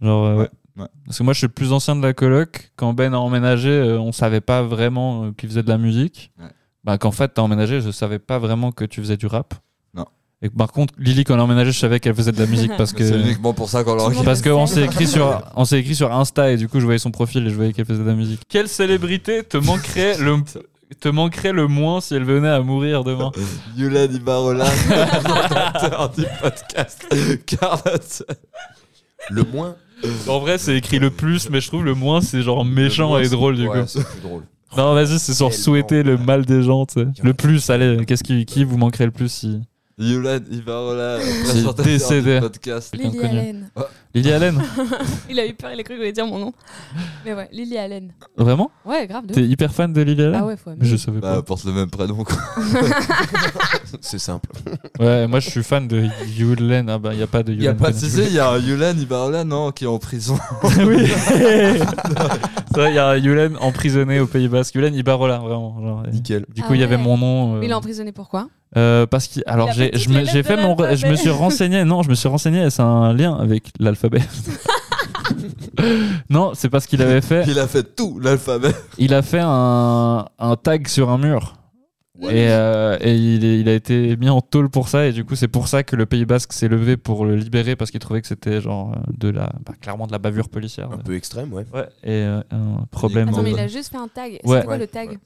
[SPEAKER 2] Genre, euh,
[SPEAKER 1] Ouais, ouais.
[SPEAKER 2] Parce que moi, je suis le plus ancien de la coloc. Quand Ben a emménagé, euh, on savait pas vraiment euh, qu'il faisait de la musique.
[SPEAKER 1] Ouais.
[SPEAKER 2] Bah, quand Fat t'as emménagé, je savais pas vraiment que tu faisais du rap.
[SPEAKER 1] Non.
[SPEAKER 2] Et par contre, Lily, quand elle a emménagé, je savais qu'elle faisait de
[SPEAKER 1] [laughs]
[SPEAKER 2] la musique parce
[SPEAKER 1] Mais C'est
[SPEAKER 2] que.
[SPEAKER 1] uniquement pour ça qu'on
[SPEAKER 4] Tout le
[SPEAKER 1] l'enregistre.
[SPEAKER 2] Parce
[SPEAKER 4] Je
[SPEAKER 2] qu'on
[SPEAKER 4] sais.
[SPEAKER 2] s'est écrit sur on s'est écrit sur Insta et du coup je voyais son profil et je voyais qu'elle faisait de la musique. Quelle célébrité te manquerait le te manquerait le moins si elle venait à mourir demain
[SPEAKER 1] Yulen
[SPEAKER 2] [laughs]
[SPEAKER 1] Ibarola, présentateur du podcast Carnotzer.
[SPEAKER 3] Le moins
[SPEAKER 2] En vrai c'est écrit le plus mais je trouve le moins c'est genre méchant
[SPEAKER 3] Le moins,
[SPEAKER 2] et drôle
[SPEAKER 3] c'est-
[SPEAKER 2] du
[SPEAKER 3] ouais,
[SPEAKER 2] coup.
[SPEAKER 3] c'est plus drôle.
[SPEAKER 2] Non vas-y c'est sur
[SPEAKER 3] Tellement.
[SPEAKER 2] souhaiter le mal des gens tu sais. Le plus allez qu'est-ce qui qui vous manquerait le plus si
[SPEAKER 1] Yulen Ibarola, présentateur
[SPEAKER 2] décédé.
[SPEAKER 1] du podcast.
[SPEAKER 2] Quelqu'un
[SPEAKER 4] Lily
[SPEAKER 2] connu.
[SPEAKER 4] Allen.
[SPEAKER 2] Lily Allen
[SPEAKER 4] Il a eu peur, il a cru que je voulais dire mon nom. Mais ouais, Lily Allen.
[SPEAKER 2] vraiment
[SPEAKER 4] Ouais, grave. De...
[SPEAKER 2] T'es
[SPEAKER 4] ouf.
[SPEAKER 2] hyper fan de Lily Allen
[SPEAKER 4] Mmh. Ah ouais, faut
[SPEAKER 2] Mais
[SPEAKER 4] aimer.
[SPEAKER 2] je savais
[SPEAKER 1] Bah,
[SPEAKER 2] pas.
[SPEAKER 1] elle porte le même prénom, quoi.
[SPEAKER 3] C'est simple.
[SPEAKER 2] Ouais, moi je suis fan de Yulen. Ah bah y a pas de Yulen.
[SPEAKER 1] Il y a pas de CC, il y a Yulen Ibarola, non, qui est en prison.
[SPEAKER 2] oui. C'est vrai, il y a Yulen emprisonné au Pays Basque. Yulen Ibarola, vraiment. genre.
[SPEAKER 3] Nickel.
[SPEAKER 2] Du
[SPEAKER 4] Ah
[SPEAKER 2] coup, il y avait
[SPEAKER 4] ouais.
[SPEAKER 2] mon nom. euh,
[SPEAKER 4] Mais il est emprisonné pourquoi
[SPEAKER 2] euh, parce que alors
[SPEAKER 4] a
[SPEAKER 2] j'ai
[SPEAKER 4] pas
[SPEAKER 2] je
[SPEAKER 4] toutes
[SPEAKER 2] me-
[SPEAKER 4] les
[SPEAKER 2] j'ai
[SPEAKER 4] lettres
[SPEAKER 2] fait
[SPEAKER 4] de
[SPEAKER 2] mon je me suis
[SPEAKER 4] l'alphabet.
[SPEAKER 2] renseigné non je me suis renseigné c'est un lien avec
[SPEAKER 4] [laughs]
[SPEAKER 2] l'alphabet non c'est parce qu'il avait fait
[SPEAKER 1] [laughs] Il a fait tout l'alphabet.
[SPEAKER 2] il a fait un, un tag sur un mur et, euh, et il, est- il a été mis en tôle pour ça et du coup c'est pour ça que le Pays Basque s'est levé pour le libérer parce qu'il trouvait que c'était genre euh, de la bah, clairement de la bavure policière
[SPEAKER 3] Un peu extrême,
[SPEAKER 2] [laughs]
[SPEAKER 3] ouais.
[SPEAKER 2] Ouais, et euh, un problème.
[SPEAKER 4] Attends, mais
[SPEAKER 2] euh,
[SPEAKER 4] il a juste fait un tag.
[SPEAKER 2] Ouais.
[SPEAKER 4] C'était quoi le tag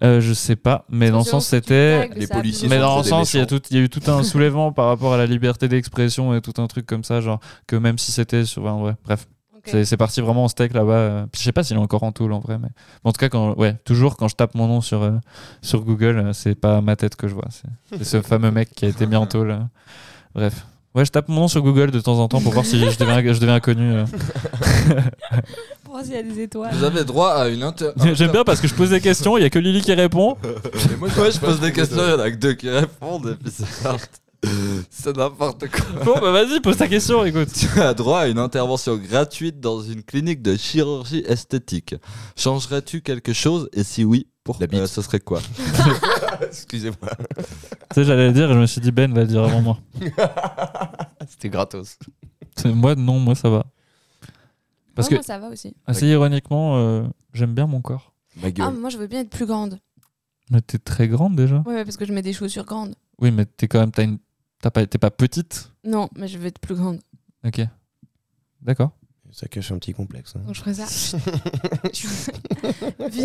[SPEAKER 3] Ouais.
[SPEAKER 2] euh, je sais pas, mais dans le sens c'était.
[SPEAKER 3] les policiers
[SPEAKER 2] Mais
[SPEAKER 3] sont
[SPEAKER 2] dans le
[SPEAKER 3] tous des
[SPEAKER 2] sens, il y, a
[SPEAKER 3] méchants.
[SPEAKER 2] tout, il y a
[SPEAKER 4] [laughs]
[SPEAKER 2] eu tout un soulèvement par rapport à la liberté d'expression et tout un truc comme ça, genre que même si c'était sur. enfin, ouais, bref, c'est- c'est parti vraiment en steak là-bas. euh, puis Je sais pas s'il est encore en tôle en vrai, mais mais en tout cas, quand, ouais, toujours quand je tape mon nom sur, euh, sur Google, euh, c'est pas ma tête que je vois. c'est- C'est ce fameux mec qui a été mis en tôle. euh. Bref. Ouais, je tape mon nom sur Google de temps en temps pour voir si je deviens, je deviens connu. euh.
[SPEAKER 4] Pour voir s'il y a des étoiles.
[SPEAKER 1] [laughs] Vous avez droit à une inter...
[SPEAKER 2] [laughs] J'aime bien parce que je pose des questions, il y a que Lily qui répond.
[SPEAKER 3] Et moi,
[SPEAKER 1] Moi, je pose
[SPEAKER 3] trouvé
[SPEAKER 1] des
[SPEAKER 3] de-
[SPEAKER 1] questions, il y en a que deux qui répondent, et puis c'est [laughs] parti. C'est n'importe quoi.
[SPEAKER 2] Bon, bah vas-y, pose ta question, écoute.
[SPEAKER 1] Tu as droit à une intervention gratuite dans une clinique de chirurgie esthétique. Changerais-tu quelque chose et si oui, pour
[SPEAKER 3] La bite.
[SPEAKER 1] Euh, ce serait quoi
[SPEAKER 3] [laughs] Excusez-moi.
[SPEAKER 2] Tu sais, j'allais le dire et je me suis dit Ben va le dire avant moi.
[SPEAKER 3] C'était gratos.
[SPEAKER 2] C'est- Moi, non, moi ça va. Parce
[SPEAKER 4] Ouais,
[SPEAKER 2] que,
[SPEAKER 4] moi, ça va aussi.
[SPEAKER 2] assez ironiquement, euh, j'aime bien mon corps.
[SPEAKER 3] Ma
[SPEAKER 4] Ah,
[SPEAKER 3] gueule.
[SPEAKER 4] mais moi, je veux bien être plus grande.
[SPEAKER 2] Mais t'es très grande déjà.
[SPEAKER 4] Ouais, ouais, parce que je mets des chaussures grandes.
[SPEAKER 2] Oui, mais t'es quand même. T'as une... t'as pas... T'es pas petite.
[SPEAKER 4] Non, mais je veux être plus grande.
[SPEAKER 2] Ok. D'accord.
[SPEAKER 3] Ça cache un petit complexe. hein.
[SPEAKER 4] Donc, je ferais [laughs] ça.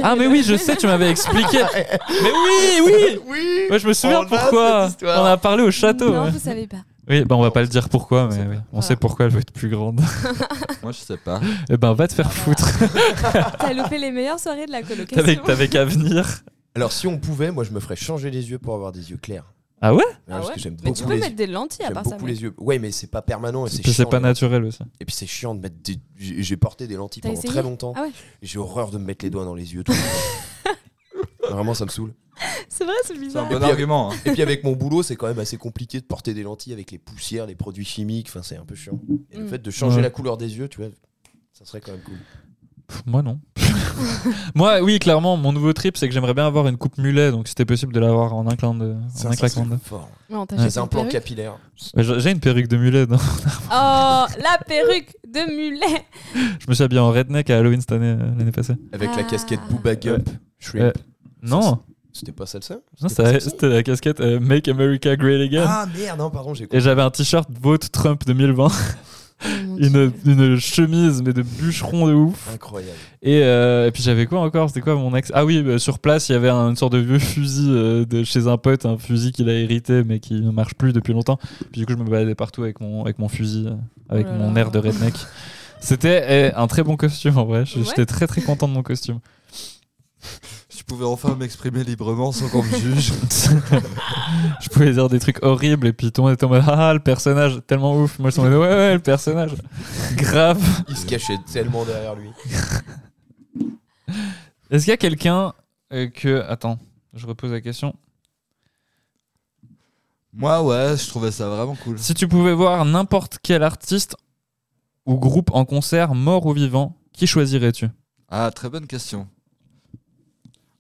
[SPEAKER 2] Ah,
[SPEAKER 4] [laughs]
[SPEAKER 2] mais oui, je sais, tu m'avais expliqué. Mais oui, oui
[SPEAKER 3] Oui
[SPEAKER 2] Moi, je me souviens
[SPEAKER 3] On a
[SPEAKER 2] pourquoi.
[SPEAKER 3] cette histoire.
[SPEAKER 2] On a parlé au château.
[SPEAKER 4] Non,
[SPEAKER 2] ouais.
[SPEAKER 4] vous savez pas.
[SPEAKER 2] Oui, bah on va pas le dire pourquoi, mais oui, on
[SPEAKER 4] Voilà.
[SPEAKER 2] sait pourquoi elle veut être plus grande. [laughs]
[SPEAKER 4] Ah,
[SPEAKER 1] Moi, je sais
[SPEAKER 4] [laughs]
[SPEAKER 1] pas.
[SPEAKER 2] Eh ben, va te faire foutre.
[SPEAKER 4] T'as loupé les meilleures soirées de la colocation.
[SPEAKER 2] T'avais t'avais qu'à venir.
[SPEAKER 3] Alors, si on pouvait, moi, je me ferais changer les yeux pour avoir des yeux clairs.
[SPEAKER 2] Ah ouais
[SPEAKER 4] Ah
[SPEAKER 3] Parce
[SPEAKER 4] ouais
[SPEAKER 3] que j'aime
[SPEAKER 4] Mais tu
[SPEAKER 3] beaucoup
[SPEAKER 4] peux
[SPEAKER 3] les
[SPEAKER 4] mettre des lentilles à
[SPEAKER 3] J'aime
[SPEAKER 4] part ça.
[SPEAKER 3] beaucoup
[SPEAKER 4] mais
[SPEAKER 3] les yeux. Ouais, mais c'est pas permanent et c'est
[SPEAKER 2] Puis C'est
[SPEAKER 3] chiant.
[SPEAKER 2] pas naturel aussi.
[SPEAKER 3] Et puis c'est chiant de mettre des. J'ai j'ai porté des lentilles
[SPEAKER 4] T'as
[SPEAKER 3] pendant
[SPEAKER 4] essayé
[SPEAKER 3] très longtemps.
[SPEAKER 4] Ah ouais.
[SPEAKER 3] J'ai horreur de me mettre les doigts dans les yeux.
[SPEAKER 4] [laughs]
[SPEAKER 3] Tout le temps. Vraiment, ça me saoule.
[SPEAKER 4] C'est vrai, c'est
[SPEAKER 1] C'est un
[SPEAKER 4] bizarre.
[SPEAKER 1] bon
[SPEAKER 3] puis,
[SPEAKER 1] argument. hein.
[SPEAKER 3] Et puis avec mon boulot, c'est quand même assez compliqué de porter des lentilles avec les poussières, les produits chimiques. Enfin, c'est un peu chiant. Et le
[SPEAKER 4] Mm.
[SPEAKER 3] fait de changer
[SPEAKER 2] Ouais.
[SPEAKER 3] la couleur des yeux, tu vois, ça serait quand même cool.
[SPEAKER 2] Pff, Moi non. [laughs] Moi oui clairement mon nouveau trip c'est que j'aimerais bien avoir une coupe mulet donc c'était possible de l'avoir en un clin de en un claquement de doigts.
[SPEAKER 3] fort.
[SPEAKER 4] Non, t'achètes
[SPEAKER 3] Les
[SPEAKER 4] une
[SPEAKER 3] implants
[SPEAKER 4] perruque.
[SPEAKER 3] capillaires.
[SPEAKER 2] Mais j'ai- J'ai une perruque de mulet non
[SPEAKER 4] Oh,
[SPEAKER 2] [laughs]
[SPEAKER 4] la perruque de mulet.
[SPEAKER 2] je me suis habillé en redneck à Halloween cette année euh, l'année passée.
[SPEAKER 3] Avec
[SPEAKER 4] Ah.
[SPEAKER 3] la casquette Booba Gump. Shrimp.
[SPEAKER 2] Euh, non,
[SPEAKER 3] C'était pas celle-là
[SPEAKER 2] non
[SPEAKER 3] c'était pas
[SPEAKER 2] ça-
[SPEAKER 3] ça.
[SPEAKER 2] c'était la casquette euh, Make America Great Again
[SPEAKER 3] Ah merde, non, pardon, j'ai
[SPEAKER 2] et j'avais un t-shirt Vote Trump 2020
[SPEAKER 4] Oh mon Dieu.
[SPEAKER 2] une, une chemise mais de bûcheron de ouf
[SPEAKER 3] Incroyable.
[SPEAKER 2] Et, euh, et puis j'avais quoi encore C'était quoi mon ex Ah oui, bah, sur place, il y avait un- une sorte de vieux fusil euh, de chez un pote, un fusil qu'il a hérité mais qui ne marche plus depuis longtemps. Puis du coup, je me baladais partout avec mon, avec mon fusil, euh, avec
[SPEAKER 4] Oh là
[SPEAKER 2] mon
[SPEAKER 4] là.
[SPEAKER 2] air de redneck. C'était eh, un très bon costume en vrai. Je-
[SPEAKER 4] Ouais.
[SPEAKER 2] J'étais très très content de mon costume. [laughs]
[SPEAKER 1] Je pouvais enfin m'exprimer librement sans qu'on me
[SPEAKER 4] [laughs]
[SPEAKER 1] juge.
[SPEAKER 2] Je pouvais dire des trucs horribles et puis tout le monde était en mode Ah, ah, le personnage, tellement ouf. Moi, je suis en mode Ouais, ouais, le personnage. Grave.
[SPEAKER 3] Il se cachait tellement derrière lui.
[SPEAKER 2] Est-ce qu'il y a quelqu'un euh, que. Attends, je repose la question.
[SPEAKER 1] Moi, ouais, je trouvais ça vraiment cool.
[SPEAKER 2] Si tu pouvais voir n'importe quel artiste ou groupe en concert, mort ou vivant, qui choisirais-tu
[SPEAKER 1] Ah, très bonne question.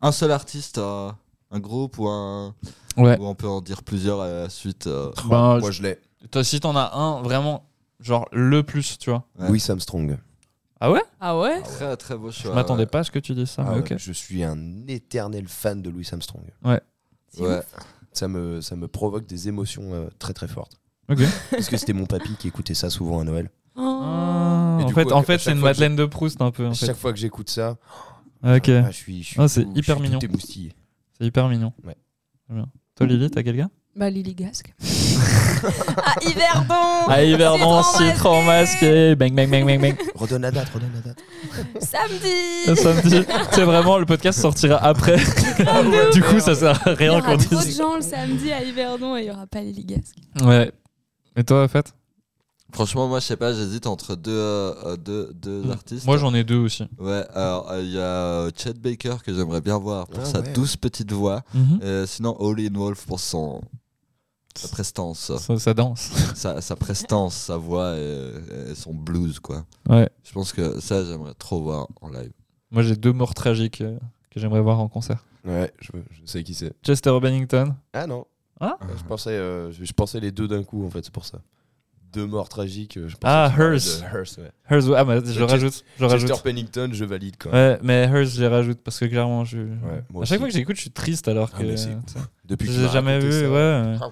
[SPEAKER 1] Un seul artiste, euh, un groupe ou un.
[SPEAKER 2] Ouais.
[SPEAKER 1] Ou on peut en dire plusieurs à la suite. euh.
[SPEAKER 2] Ben,
[SPEAKER 3] Moi, je l'ai.
[SPEAKER 2] toi, si t'en as un vraiment, genre le plus, tu vois.
[SPEAKER 1] Ouais.
[SPEAKER 3] Louis Armstrong.
[SPEAKER 2] Ah ouais
[SPEAKER 4] Ah ouais
[SPEAKER 1] Très très beau choix.
[SPEAKER 2] Je m'attendais
[SPEAKER 1] ouais.
[SPEAKER 2] pas à ce que tu dises ça.
[SPEAKER 3] Ah
[SPEAKER 2] mais
[SPEAKER 3] ouais,
[SPEAKER 2] ok.
[SPEAKER 3] Je suis un éternel fan de Louis Armstrong.
[SPEAKER 4] C'est
[SPEAKER 1] Ouais.
[SPEAKER 4] ouf.
[SPEAKER 3] Ça me, ça me provoque des émotions euh, très très fortes.
[SPEAKER 2] Ok.
[SPEAKER 3] Parce que c'était mon papy qui écoutait ça souvent à Noël.
[SPEAKER 4] Oh.
[SPEAKER 2] Ah,
[SPEAKER 3] Et
[SPEAKER 2] en
[SPEAKER 3] du
[SPEAKER 2] fait,
[SPEAKER 3] coup,
[SPEAKER 2] en
[SPEAKER 3] à
[SPEAKER 2] fait
[SPEAKER 3] chaque
[SPEAKER 2] c'est une
[SPEAKER 3] fois que
[SPEAKER 2] Madeleine de Proust un peu. En fait.
[SPEAKER 3] Chaque fois que j'écoute ça,
[SPEAKER 2] Ok,
[SPEAKER 3] ah, je suis, je suis
[SPEAKER 2] Ah, c'est
[SPEAKER 3] tout-
[SPEAKER 2] hyper
[SPEAKER 3] je suis tout
[SPEAKER 2] mignon.
[SPEAKER 3] émoustillé.
[SPEAKER 2] c'est hyper mignon.
[SPEAKER 3] Ouais.
[SPEAKER 2] Très bien. Toi, Lily, t'as quelqu'un
[SPEAKER 4] Bah, Lily
[SPEAKER 2] [laughs]
[SPEAKER 4] Gasque. ah, Yverdon
[SPEAKER 2] Ah, Hiverdon, citre en masque, et bang bang bang bang
[SPEAKER 4] [laughs]
[SPEAKER 2] bang.
[SPEAKER 3] [laughs] Redonne la date, redonne la date.
[SPEAKER 2] Le Euh,
[SPEAKER 4] Samedi
[SPEAKER 2] samedi, c'est vraiment le podcast sortira après. du coup, ça sert à
[SPEAKER 4] Ah, Il y
[SPEAKER 2] rien qu'on
[SPEAKER 4] aura trop de
[SPEAKER 2] dise.
[SPEAKER 4] gens le samedi à Yverdon et il y aura pas Lily
[SPEAKER 2] [laughs]
[SPEAKER 4] Gasque.
[SPEAKER 2] Ouais. Et toi, en fait
[SPEAKER 1] Franchement, moi, je sais pas, j'hésite entre deux, euh, deux, deux artistes.
[SPEAKER 2] Moi, j'en ai deux aussi.
[SPEAKER 1] Ouais, alors euh, il y a euh, Chet Baker que j'aimerais bien voir pour
[SPEAKER 3] Ah
[SPEAKER 1] sa
[SPEAKER 3] ouais.
[SPEAKER 1] douce petite voix.
[SPEAKER 2] Mhm.
[SPEAKER 1] Euh, sinon, Howlin' Wolf pour son. Sa prestance,
[SPEAKER 2] Ça, ça danse. [laughs]
[SPEAKER 1] sa, sa prestance, sa voix et, et son blues, quoi.
[SPEAKER 2] Ouais.
[SPEAKER 1] Je pense que ça, j'aimerais trop voir en live.
[SPEAKER 2] Moi, j'ai deux morts tragiques euh, que j'aimerais voir en concert.
[SPEAKER 3] Ouais, je, je sais qui c'est.
[SPEAKER 2] Chester Bennington.
[SPEAKER 3] Ah non.
[SPEAKER 2] Ah
[SPEAKER 3] Euh, je, pensais, euh, je, je pensais les deux d'un coup, en fait, c'est pour ça. Deux morts tragiques. euh, Je pensais
[SPEAKER 2] Ah,
[SPEAKER 3] que tu parlais
[SPEAKER 2] Hearst.
[SPEAKER 3] de Hearst, ouais.
[SPEAKER 2] Hers, ouais, ah, bah, je le
[SPEAKER 3] Chester-
[SPEAKER 2] rajoute. Je le rajoute.
[SPEAKER 3] Euh, Chester Pennington, je valide quand même.
[SPEAKER 2] Ouais, mais Hers, je les rajoute parce que clairement, je.
[SPEAKER 3] Ouais, moi
[SPEAKER 2] à chaque
[SPEAKER 3] aussi.
[SPEAKER 2] fois que j'écoute, je suis triste alors
[SPEAKER 3] Ah,
[SPEAKER 2] que.
[SPEAKER 3] mais c'est- Depuis
[SPEAKER 2] je
[SPEAKER 3] que
[SPEAKER 2] les ai jamais vu. Ouais. ouais.
[SPEAKER 3] Ah.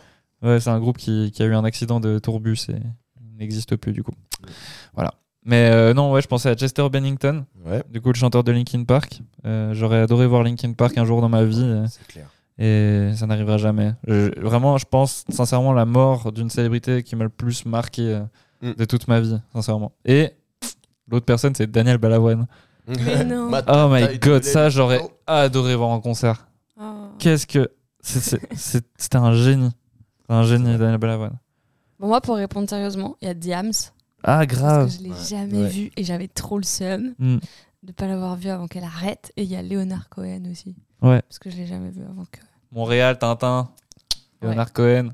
[SPEAKER 2] Ouais, c'est un groupe qui, qui a eu un accident de tourbus et il n'existe plus du coup. Voilà. Mais euh, non, ouais, je pensais à Chester Bennington,
[SPEAKER 3] Ouais,
[SPEAKER 2] du coup, le chanteur de Linkin Park. Euh, J'aurais adoré voir Linkin Park un jour dans ma vie. euh,
[SPEAKER 3] c'est clair.
[SPEAKER 2] et ça n'arrivera jamais. Je- vraiment, je pense sincèrement la mort d'une célébrité qui m'a le plus marqué euh,
[SPEAKER 3] Mm.
[SPEAKER 2] de toute ma vie, sincèrement. Et l'autre personne, c'est Daniel Balavoine.
[SPEAKER 3] [laughs]
[SPEAKER 4] Mais non.
[SPEAKER 3] Matt-
[SPEAKER 2] Oh
[SPEAKER 3] Taille
[SPEAKER 2] my
[SPEAKER 3] de
[SPEAKER 2] god,
[SPEAKER 3] lait.
[SPEAKER 2] ça j'aurais
[SPEAKER 3] Oh.
[SPEAKER 2] adoré voir en concert.
[SPEAKER 4] Oh.
[SPEAKER 2] Qu'est-ce que c'est- c'est- c'est- c'était un génie, un génie Daniel Balavoine.
[SPEAKER 4] Bon, moi, pour répondre sérieusement, il y a Diams.
[SPEAKER 2] Ah,
[SPEAKER 4] Parce
[SPEAKER 2] grave.
[SPEAKER 4] que je l'ai
[SPEAKER 1] Ouais.
[SPEAKER 4] jamais
[SPEAKER 3] Ouais.
[SPEAKER 4] vu et j'avais trop le seum
[SPEAKER 2] Hmm.
[SPEAKER 4] de pas l'avoir vu avant qu'elle arrête. Et il y a Léonard Cohen aussi.
[SPEAKER 2] Ouais.
[SPEAKER 4] Parce que je l'ai jamais vu avant que.
[SPEAKER 2] Montréal, Tintin.
[SPEAKER 4] Ouais.
[SPEAKER 2] Leonard Cohen.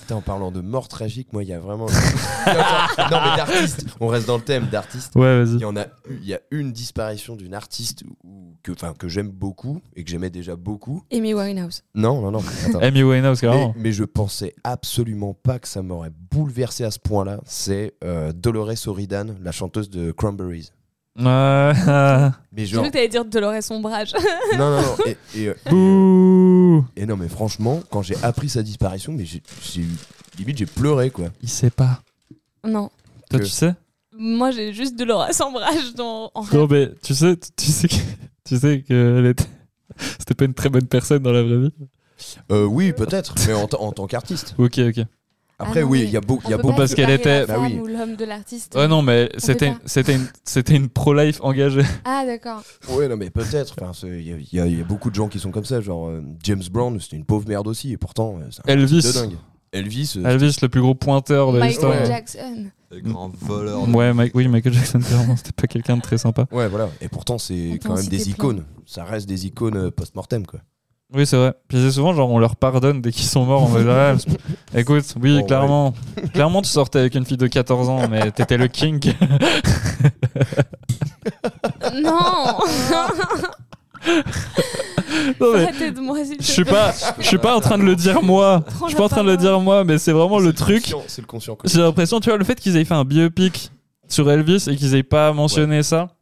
[SPEAKER 3] Putain, en parlant de mort tragique, moi, il y a vraiment. non, mais d'artiste, on reste dans le thème d'artiste.
[SPEAKER 2] Ouais,
[SPEAKER 3] Il
[SPEAKER 2] vas-y.
[SPEAKER 3] y en a, eu- il y a une disparition d'une artiste ou que, enfin, que j'aime beaucoup et que j'aimais déjà beaucoup.
[SPEAKER 4] Amy Winehouse.
[SPEAKER 3] Non, non, non. attends.
[SPEAKER 2] Amy Winehouse,
[SPEAKER 3] mais,
[SPEAKER 2] carrément.
[SPEAKER 3] mais je pensais absolument pas que ça m'aurait bouleversé à ce point-là. C'est euh, Dolores O'Riordan, la chanteuse de Cranberries.
[SPEAKER 2] [laughs] Euh,
[SPEAKER 3] Mais
[SPEAKER 4] Je
[SPEAKER 3] genre,
[SPEAKER 4] [laughs] crois que t'allais dire Dolores Ombrage.
[SPEAKER 3] non, non, non. Et, et, euh,
[SPEAKER 2] Bouh
[SPEAKER 3] et non, mais franchement, quand j'ai appris sa disparition, mais j'ai, j'ai eu- limite j'ai pleuré quoi.
[SPEAKER 2] Il sait pas.
[SPEAKER 4] [laughs] non.
[SPEAKER 2] Toi,
[SPEAKER 3] Que-
[SPEAKER 2] tu sais
[SPEAKER 4] Moi, j'ai juste Dolores Ombrage dans. En rêve.
[SPEAKER 2] Non, mais tu sais, tu- tu sais que, [laughs] tu sais que elle était... [laughs] c'était pas une très bonne personne dans la vraie vie.
[SPEAKER 3] Euh, oui, peut-être, mais en, ta- en tant qu'artiste.
[SPEAKER 2] Ok, ok.
[SPEAKER 3] Après,
[SPEAKER 4] Ah non,
[SPEAKER 3] oui,
[SPEAKER 4] mais
[SPEAKER 3] il y a beaucoup,
[SPEAKER 4] On
[SPEAKER 3] il y a
[SPEAKER 4] peut
[SPEAKER 3] beaucoup.
[SPEAKER 4] pas
[SPEAKER 2] parce qu'elle
[SPEAKER 4] séparer la
[SPEAKER 3] était- Bah
[SPEAKER 4] femme
[SPEAKER 3] oui.
[SPEAKER 4] ou l'homme de l'artiste.
[SPEAKER 2] Ouais, non, mais
[SPEAKER 4] c'était-
[SPEAKER 2] c'était
[SPEAKER 4] pas.
[SPEAKER 2] c'était une, pro-life engagée.
[SPEAKER 4] Ah, d'accord.
[SPEAKER 3] Ouais, non, mais peut-être. Enfin, c'est- Il y, a- il y a- il y a beaucoup de gens qui sont comme ça. Genre, euh, James Brown, c'était une pauvre merde aussi. Et pourtant, euh, [laughs] c'est un
[SPEAKER 2] Elvis.
[SPEAKER 3] de dingue. Elvis, euh,
[SPEAKER 2] Elvis, le plus gros pointeur de l'histoire.
[SPEAKER 4] Michael
[SPEAKER 3] Ouais.
[SPEAKER 4] Jackson.
[SPEAKER 1] Le grand voleur.
[SPEAKER 2] Ouais, Mike, oui, Michael Jackson, clairement, c'était pas quelqu'un de très sympa.
[SPEAKER 3] ouais, voilà. Et pourtant,
[SPEAKER 4] On
[SPEAKER 3] c'est
[SPEAKER 4] peut en
[SPEAKER 3] quand même
[SPEAKER 4] citer
[SPEAKER 3] des
[SPEAKER 4] plein.
[SPEAKER 3] icônes. Ça reste des icônes euh, post-mortem, quoi.
[SPEAKER 2] Oui, c'est vrai. Puis c'est souvent, genre, on leur pardonne dès qu'ils sont morts. En
[SPEAKER 4] [laughs]
[SPEAKER 2] mode, ouais, écoute, oui,
[SPEAKER 3] Oh, ouais.
[SPEAKER 2] clairement. Clairement, tu sortais avec une fille de 14 ans, mais t'étais le
[SPEAKER 4] [laughs]
[SPEAKER 2] king. [laughs]
[SPEAKER 4] non
[SPEAKER 2] Non, mais
[SPEAKER 4] Arrêtez de moi, s'il te
[SPEAKER 2] je suis
[SPEAKER 4] plaît.
[SPEAKER 2] pas, je suis pas en train de le dire moi. Je suis pas en train de le dire moi, mais c'est vraiment le truc.
[SPEAKER 3] C'est le conscient,
[SPEAKER 2] J'ai l'impression, tu vois, le fait qu'ils aient fait un biopic sur Elvis et qu'ils aient pas mentionné ça,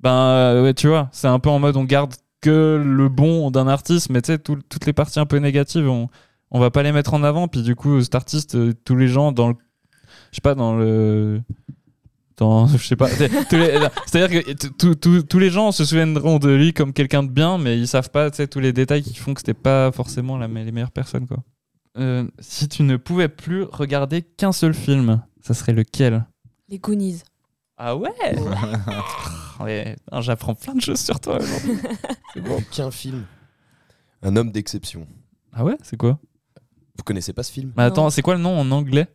[SPEAKER 2] ben euh, ouais, tu vois, c'est un peu en mode on garde que le bon d'un artiste, mais tu sais, tout- toutes les parties un peu négatives, on, on va pas les mettre en avant. Puis du coup, cet artiste, euh, tous les gens dans le. Je sais pas, dans le. Dans, [laughs] je sais pas. t'sais, tous les- C'est-à-dire que t- tous- tous- tous les gens se souviendront de lui comme quelqu'un de bien, mais ils savent pas tu sais, tous les détails qui font que c'était pas forcément la, me- les meilleures personnes. Quoi. Euh, si tu ne pouvais plus regarder qu'un seul film, ça serait lequel
[SPEAKER 4] Les Goonies.
[SPEAKER 2] Ah ouais, [laughs] Ouais, putain, J'apprends plein de choses sur toi. aujourd'hui.
[SPEAKER 3] Qu'un film. Un homme d'exception.
[SPEAKER 2] ah ouais C'est quoi
[SPEAKER 3] Vous connaissez pas ce film
[SPEAKER 2] Mais Attends, c'est quoi le nom en anglais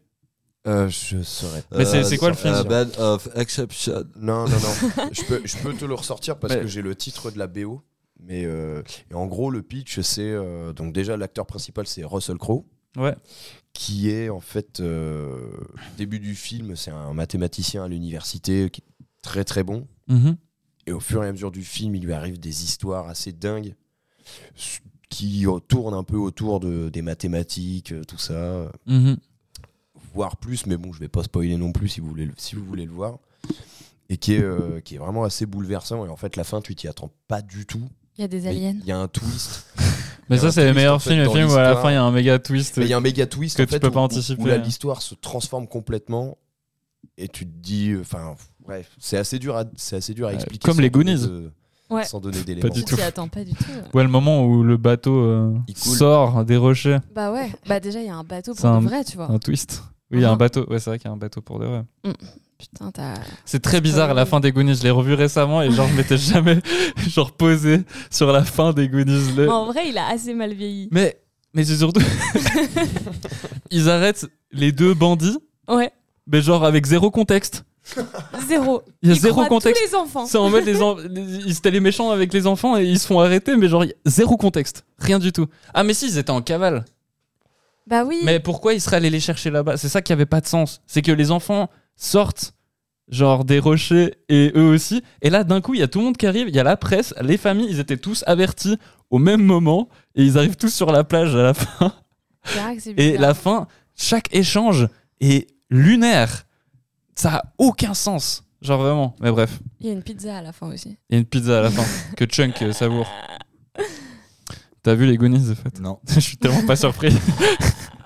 [SPEAKER 3] euh, Je saurais.
[SPEAKER 2] Mais c'est- c'est quoi le film,
[SPEAKER 1] A
[SPEAKER 2] ça
[SPEAKER 1] Euh, Band of Exception.
[SPEAKER 3] Non, non, [laughs] non. je, peux, je peux te le ressortir parce
[SPEAKER 2] Mais-
[SPEAKER 3] que j'ai le titre de la BO. Mais euh, et en gros, le pitch, c'est. euh, donc, déjà, l'acteur principal, c'est Russell Crowe.
[SPEAKER 2] Ouais.
[SPEAKER 3] Qui est, en fait, euh, début du film, c'est un mathématicien à l'université qui est très, très bon.
[SPEAKER 2] Mhm.
[SPEAKER 3] Et au fur et à mesure du film, il lui arrive des histoires assez dingues s- qui euh, tournent un peu autour de, des mathématiques, euh, tout ça, euh,
[SPEAKER 2] Mhm.
[SPEAKER 3] voire plus, mais bon, je vais pas spoiler non plus si vous voulez le, si vous voulez le voir. Et qui est, euh, qui est vraiment assez bouleversant. Et en fait, la fin, tu t'y attends pas du tout.
[SPEAKER 4] Il y a des
[SPEAKER 3] Mais
[SPEAKER 4] aliens.
[SPEAKER 3] Il y a un twist.
[SPEAKER 2] [laughs]
[SPEAKER 3] Il y
[SPEAKER 2] Mais
[SPEAKER 3] a
[SPEAKER 2] ça,
[SPEAKER 3] un
[SPEAKER 2] c'est les
[SPEAKER 3] twist,
[SPEAKER 2] meilleurs
[SPEAKER 3] en fait,
[SPEAKER 2] films, les
[SPEAKER 3] dans
[SPEAKER 2] films où à la
[SPEAKER 3] l'histoire.
[SPEAKER 2] fin il y a un méga twist.
[SPEAKER 3] Mais il y a un méga twist
[SPEAKER 2] que
[SPEAKER 3] en
[SPEAKER 2] tu
[SPEAKER 3] fait,
[SPEAKER 2] peux
[SPEAKER 3] où-
[SPEAKER 2] pas
[SPEAKER 3] où-
[SPEAKER 2] anticiper. hein.
[SPEAKER 3] Où, la- l'histoire se transforme complètement et tu te dis, euh, enfin, bref, c'est assez dur à, c'est assez dur à
[SPEAKER 2] Euh,
[SPEAKER 3] expliquer.
[SPEAKER 2] comme
[SPEAKER 3] sans
[SPEAKER 2] les
[SPEAKER 3] donner
[SPEAKER 2] Goonies.
[SPEAKER 3] de-
[SPEAKER 4] Ouais.
[SPEAKER 3] Sans donner
[SPEAKER 2] Pas
[SPEAKER 3] d'éléments.
[SPEAKER 2] du
[SPEAKER 4] Je
[SPEAKER 2] tout.
[SPEAKER 4] t'y attends pas du tout. ouais.
[SPEAKER 2] Ouais, le moment où le bateau euh,
[SPEAKER 3] Il coule.
[SPEAKER 2] sort des rochers.
[SPEAKER 4] Bah ouais. Bah déjà, il y a un bateau
[SPEAKER 2] C'est
[SPEAKER 4] pour
[SPEAKER 2] un-
[SPEAKER 4] de vrai, tu vois.
[SPEAKER 2] Un twist. Oui, il y a
[SPEAKER 4] Ah.
[SPEAKER 2] un bateau. Ouais, c'est vrai qu'il y a un bateau pour de vrai.
[SPEAKER 4] Putain, t'as.
[SPEAKER 2] C'est très bizarre la fin des Goonies. Je l'ai revu récemment et genre je m'étais [laughs] jamais genre posé sur la fin des Goonies. Le-
[SPEAKER 4] En vrai, il a assez mal vieilli.
[SPEAKER 2] Mais mais c'est surtout [laughs] ils arrêtent les deux bandits,
[SPEAKER 4] Ouais.
[SPEAKER 2] mais genre avec zéro contexte.
[SPEAKER 4] Zéro.
[SPEAKER 2] Il y a
[SPEAKER 4] Ils
[SPEAKER 2] zéro
[SPEAKER 4] croient
[SPEAKER 2] contexte.
[SPEAKER 4] Tous les enfants.
[SPEAKER 2] C'est en mode les en- les- ils étaient les méchants avec les enfants et ils se font arrêter, mais genre il y a zéro contexte, rien du tout. Ah mais si ils étaient en cavale.
[SPEAKER 4] Bah oui.
[SPEAKER 2] Mais pourquoi ils seraient allés les chercher là-bas C'est ça qui avait pas de sens. C'est que les enfants sortent genre des rochers et eux aussi. Et là, d'un coup, il y a tout le monde qui arrive. Il y a la presse, les familles. Ils étaient tous avertis au même moment et ils arrivent tous sur la plage à la fin.
[SPEAKER 4] C'est vrai que c'est
[SPEAKER 2] Et
[SPEAKER 4] bizarre.
[SPEAKER 2] la fin, chaque échange est lunaire. Ça a aucun sens. Genre vraiment. Mais bref,
[SPEAKER 4] Il y a une pizza à la fin aussi.
[SPEAKER 2] il y a une pizza à la fin que Chunk euh, savoure. T'as vu les Goonies en fait [laughs]
[SPEAKER 1] Non.
[SPEAKER 2] Je suis tellement pas surpris.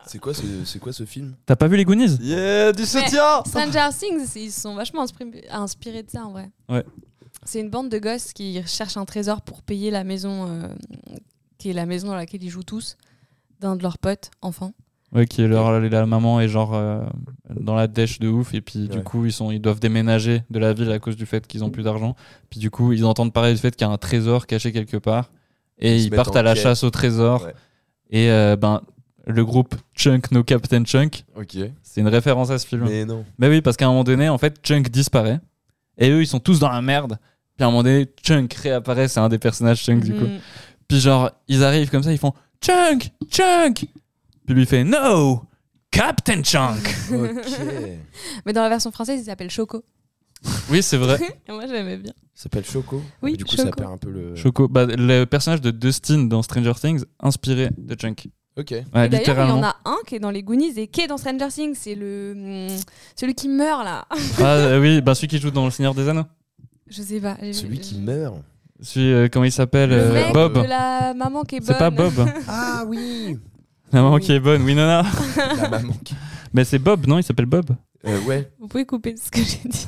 [SPEAKER 3] C'est quoi, ce- c'est quoi ce film
[SPEAKER 2] T'as pas vu les Goonies
[SPEAKER 1] Yeah, du soutien
[SPEAKER 4] Stranger Things, ils se sont vachement inspri- inspirés de ça en vrai.
[SPEAKER 2] Ouais.
[SPEAKER 4] C'est une bande de gosses qui cherchent un trésor pour payer la maison, euh, qui est la maison dans laquelle ils jouent tous, d'un de leurs potes, enfant.
[SPEAKER 2] Ouais, qui est leur, la maman est genre euh, dans la dèche de ouf et puis du
[SPEAKER 3] Ouais.
[SPEAKER 2] coup ils sont ils doivent déménager de la ville à cause du fait qu'ils ont plus d'argent. Puis du coup ils entendent parler du fait qu'il y a un trésor caché quelque part et
[SPEAKER 3] Ils se
[SPEAKER 2] ils,
[SPEAKER 3] mettent
[SPEAKER 2] partent
[SPEAKER 3] en
[SPEAKER 2] à la
[SPEAKER 3] quête.
[SPEAKER 2] chasse au trésor
[SPEAKER 3] Ouais.
[SPEAKER 2] et euh, ben le groupe Chunk No Captain Chunk.
[SPEAKER 3] Ok.
[SPEAKER 2] C'est une référence à ce film.
[SPEAKER 3] Mais non.
[SPEAKER 2] Mais oui, parce qu'à un moment donné, en fait, Chunk disparaît. Et eux, ils sont tous dans la merde. Puis à un moment donné, Chunk réapparaît, c'est un des personnages Chunk du coup.
[SPEAKER 4] Mhm.
[SPEAKER 2] Puis genre, ils arrivent comme ça, ils font Chunk Chunk Puis lui il fait No Captain Chunk
[SPEAKER 3] Ok.
[SPEAKER 4] Mais dans la version française, il s'appelle Choco.
[SPEAKER 2] Oui, c'est vrai.
[SPEAKER 4] [laughs] Et moi, j'aimais bien.
[SPEAKER 3] Ça s'appelle Choco.
[SPEAKER 4] Oui,
[SPEAKER 3] Mais du coup, ça
[SPEAKER 4] Choco.
[SPEAKER 3] perd un peu le.
[SPEAKER 2] Choco, bah, le personnage de Dustin dans Stranger Things, inspiré de Chunk.
[SPEAKER 3] Ok.
[SPEAKER 2] Ouais,
[SPEAKER 4] Et D'ailleurs, il y en
[SPEAKER 2] littéralement.
[SPEAKER 4] a Ah, un qui est dans les Goonies et qui est dans Stranger Things. C'est le hum, celui qui meurt là.
[SPEAKER 2] Ah euh, oui, bah, celui qui joue dans Le Seigneur des Anneaux.
[SPEAKER 4] Je sais pas. j'ai-
[SPEAKER 3] Celui qui meurt.
[SPEAKER 2] Celui, euh, comment il s'appelle
[SPEAKER 4] Le
[SPEAKER 2] euh,
[SPEAKER 4] mec
[SPEAKER 2] Bob.
[SPEAKER 4] de la maman qui est bonne.
[SPEAKER 2] C'est pas Bob.
[SPEAKER 4] [laughs]
[SPEAKER 3] Ah oui
[SPEAKER 2] La maman qui est bonne, Winona.
[SPEAKER 4] [laughs]
[SPEAKER 3] La maman qui.
[SPEAKER 2] Mais c'est Bob, non Il
[SPEAKER 3] [laughs]
[SPEAKER 2] s'appelle Bob.
[SPEAKER 3] Euh, ouais.
[SPEAKER 4] Vous pouvez couper ce que j'ai dit.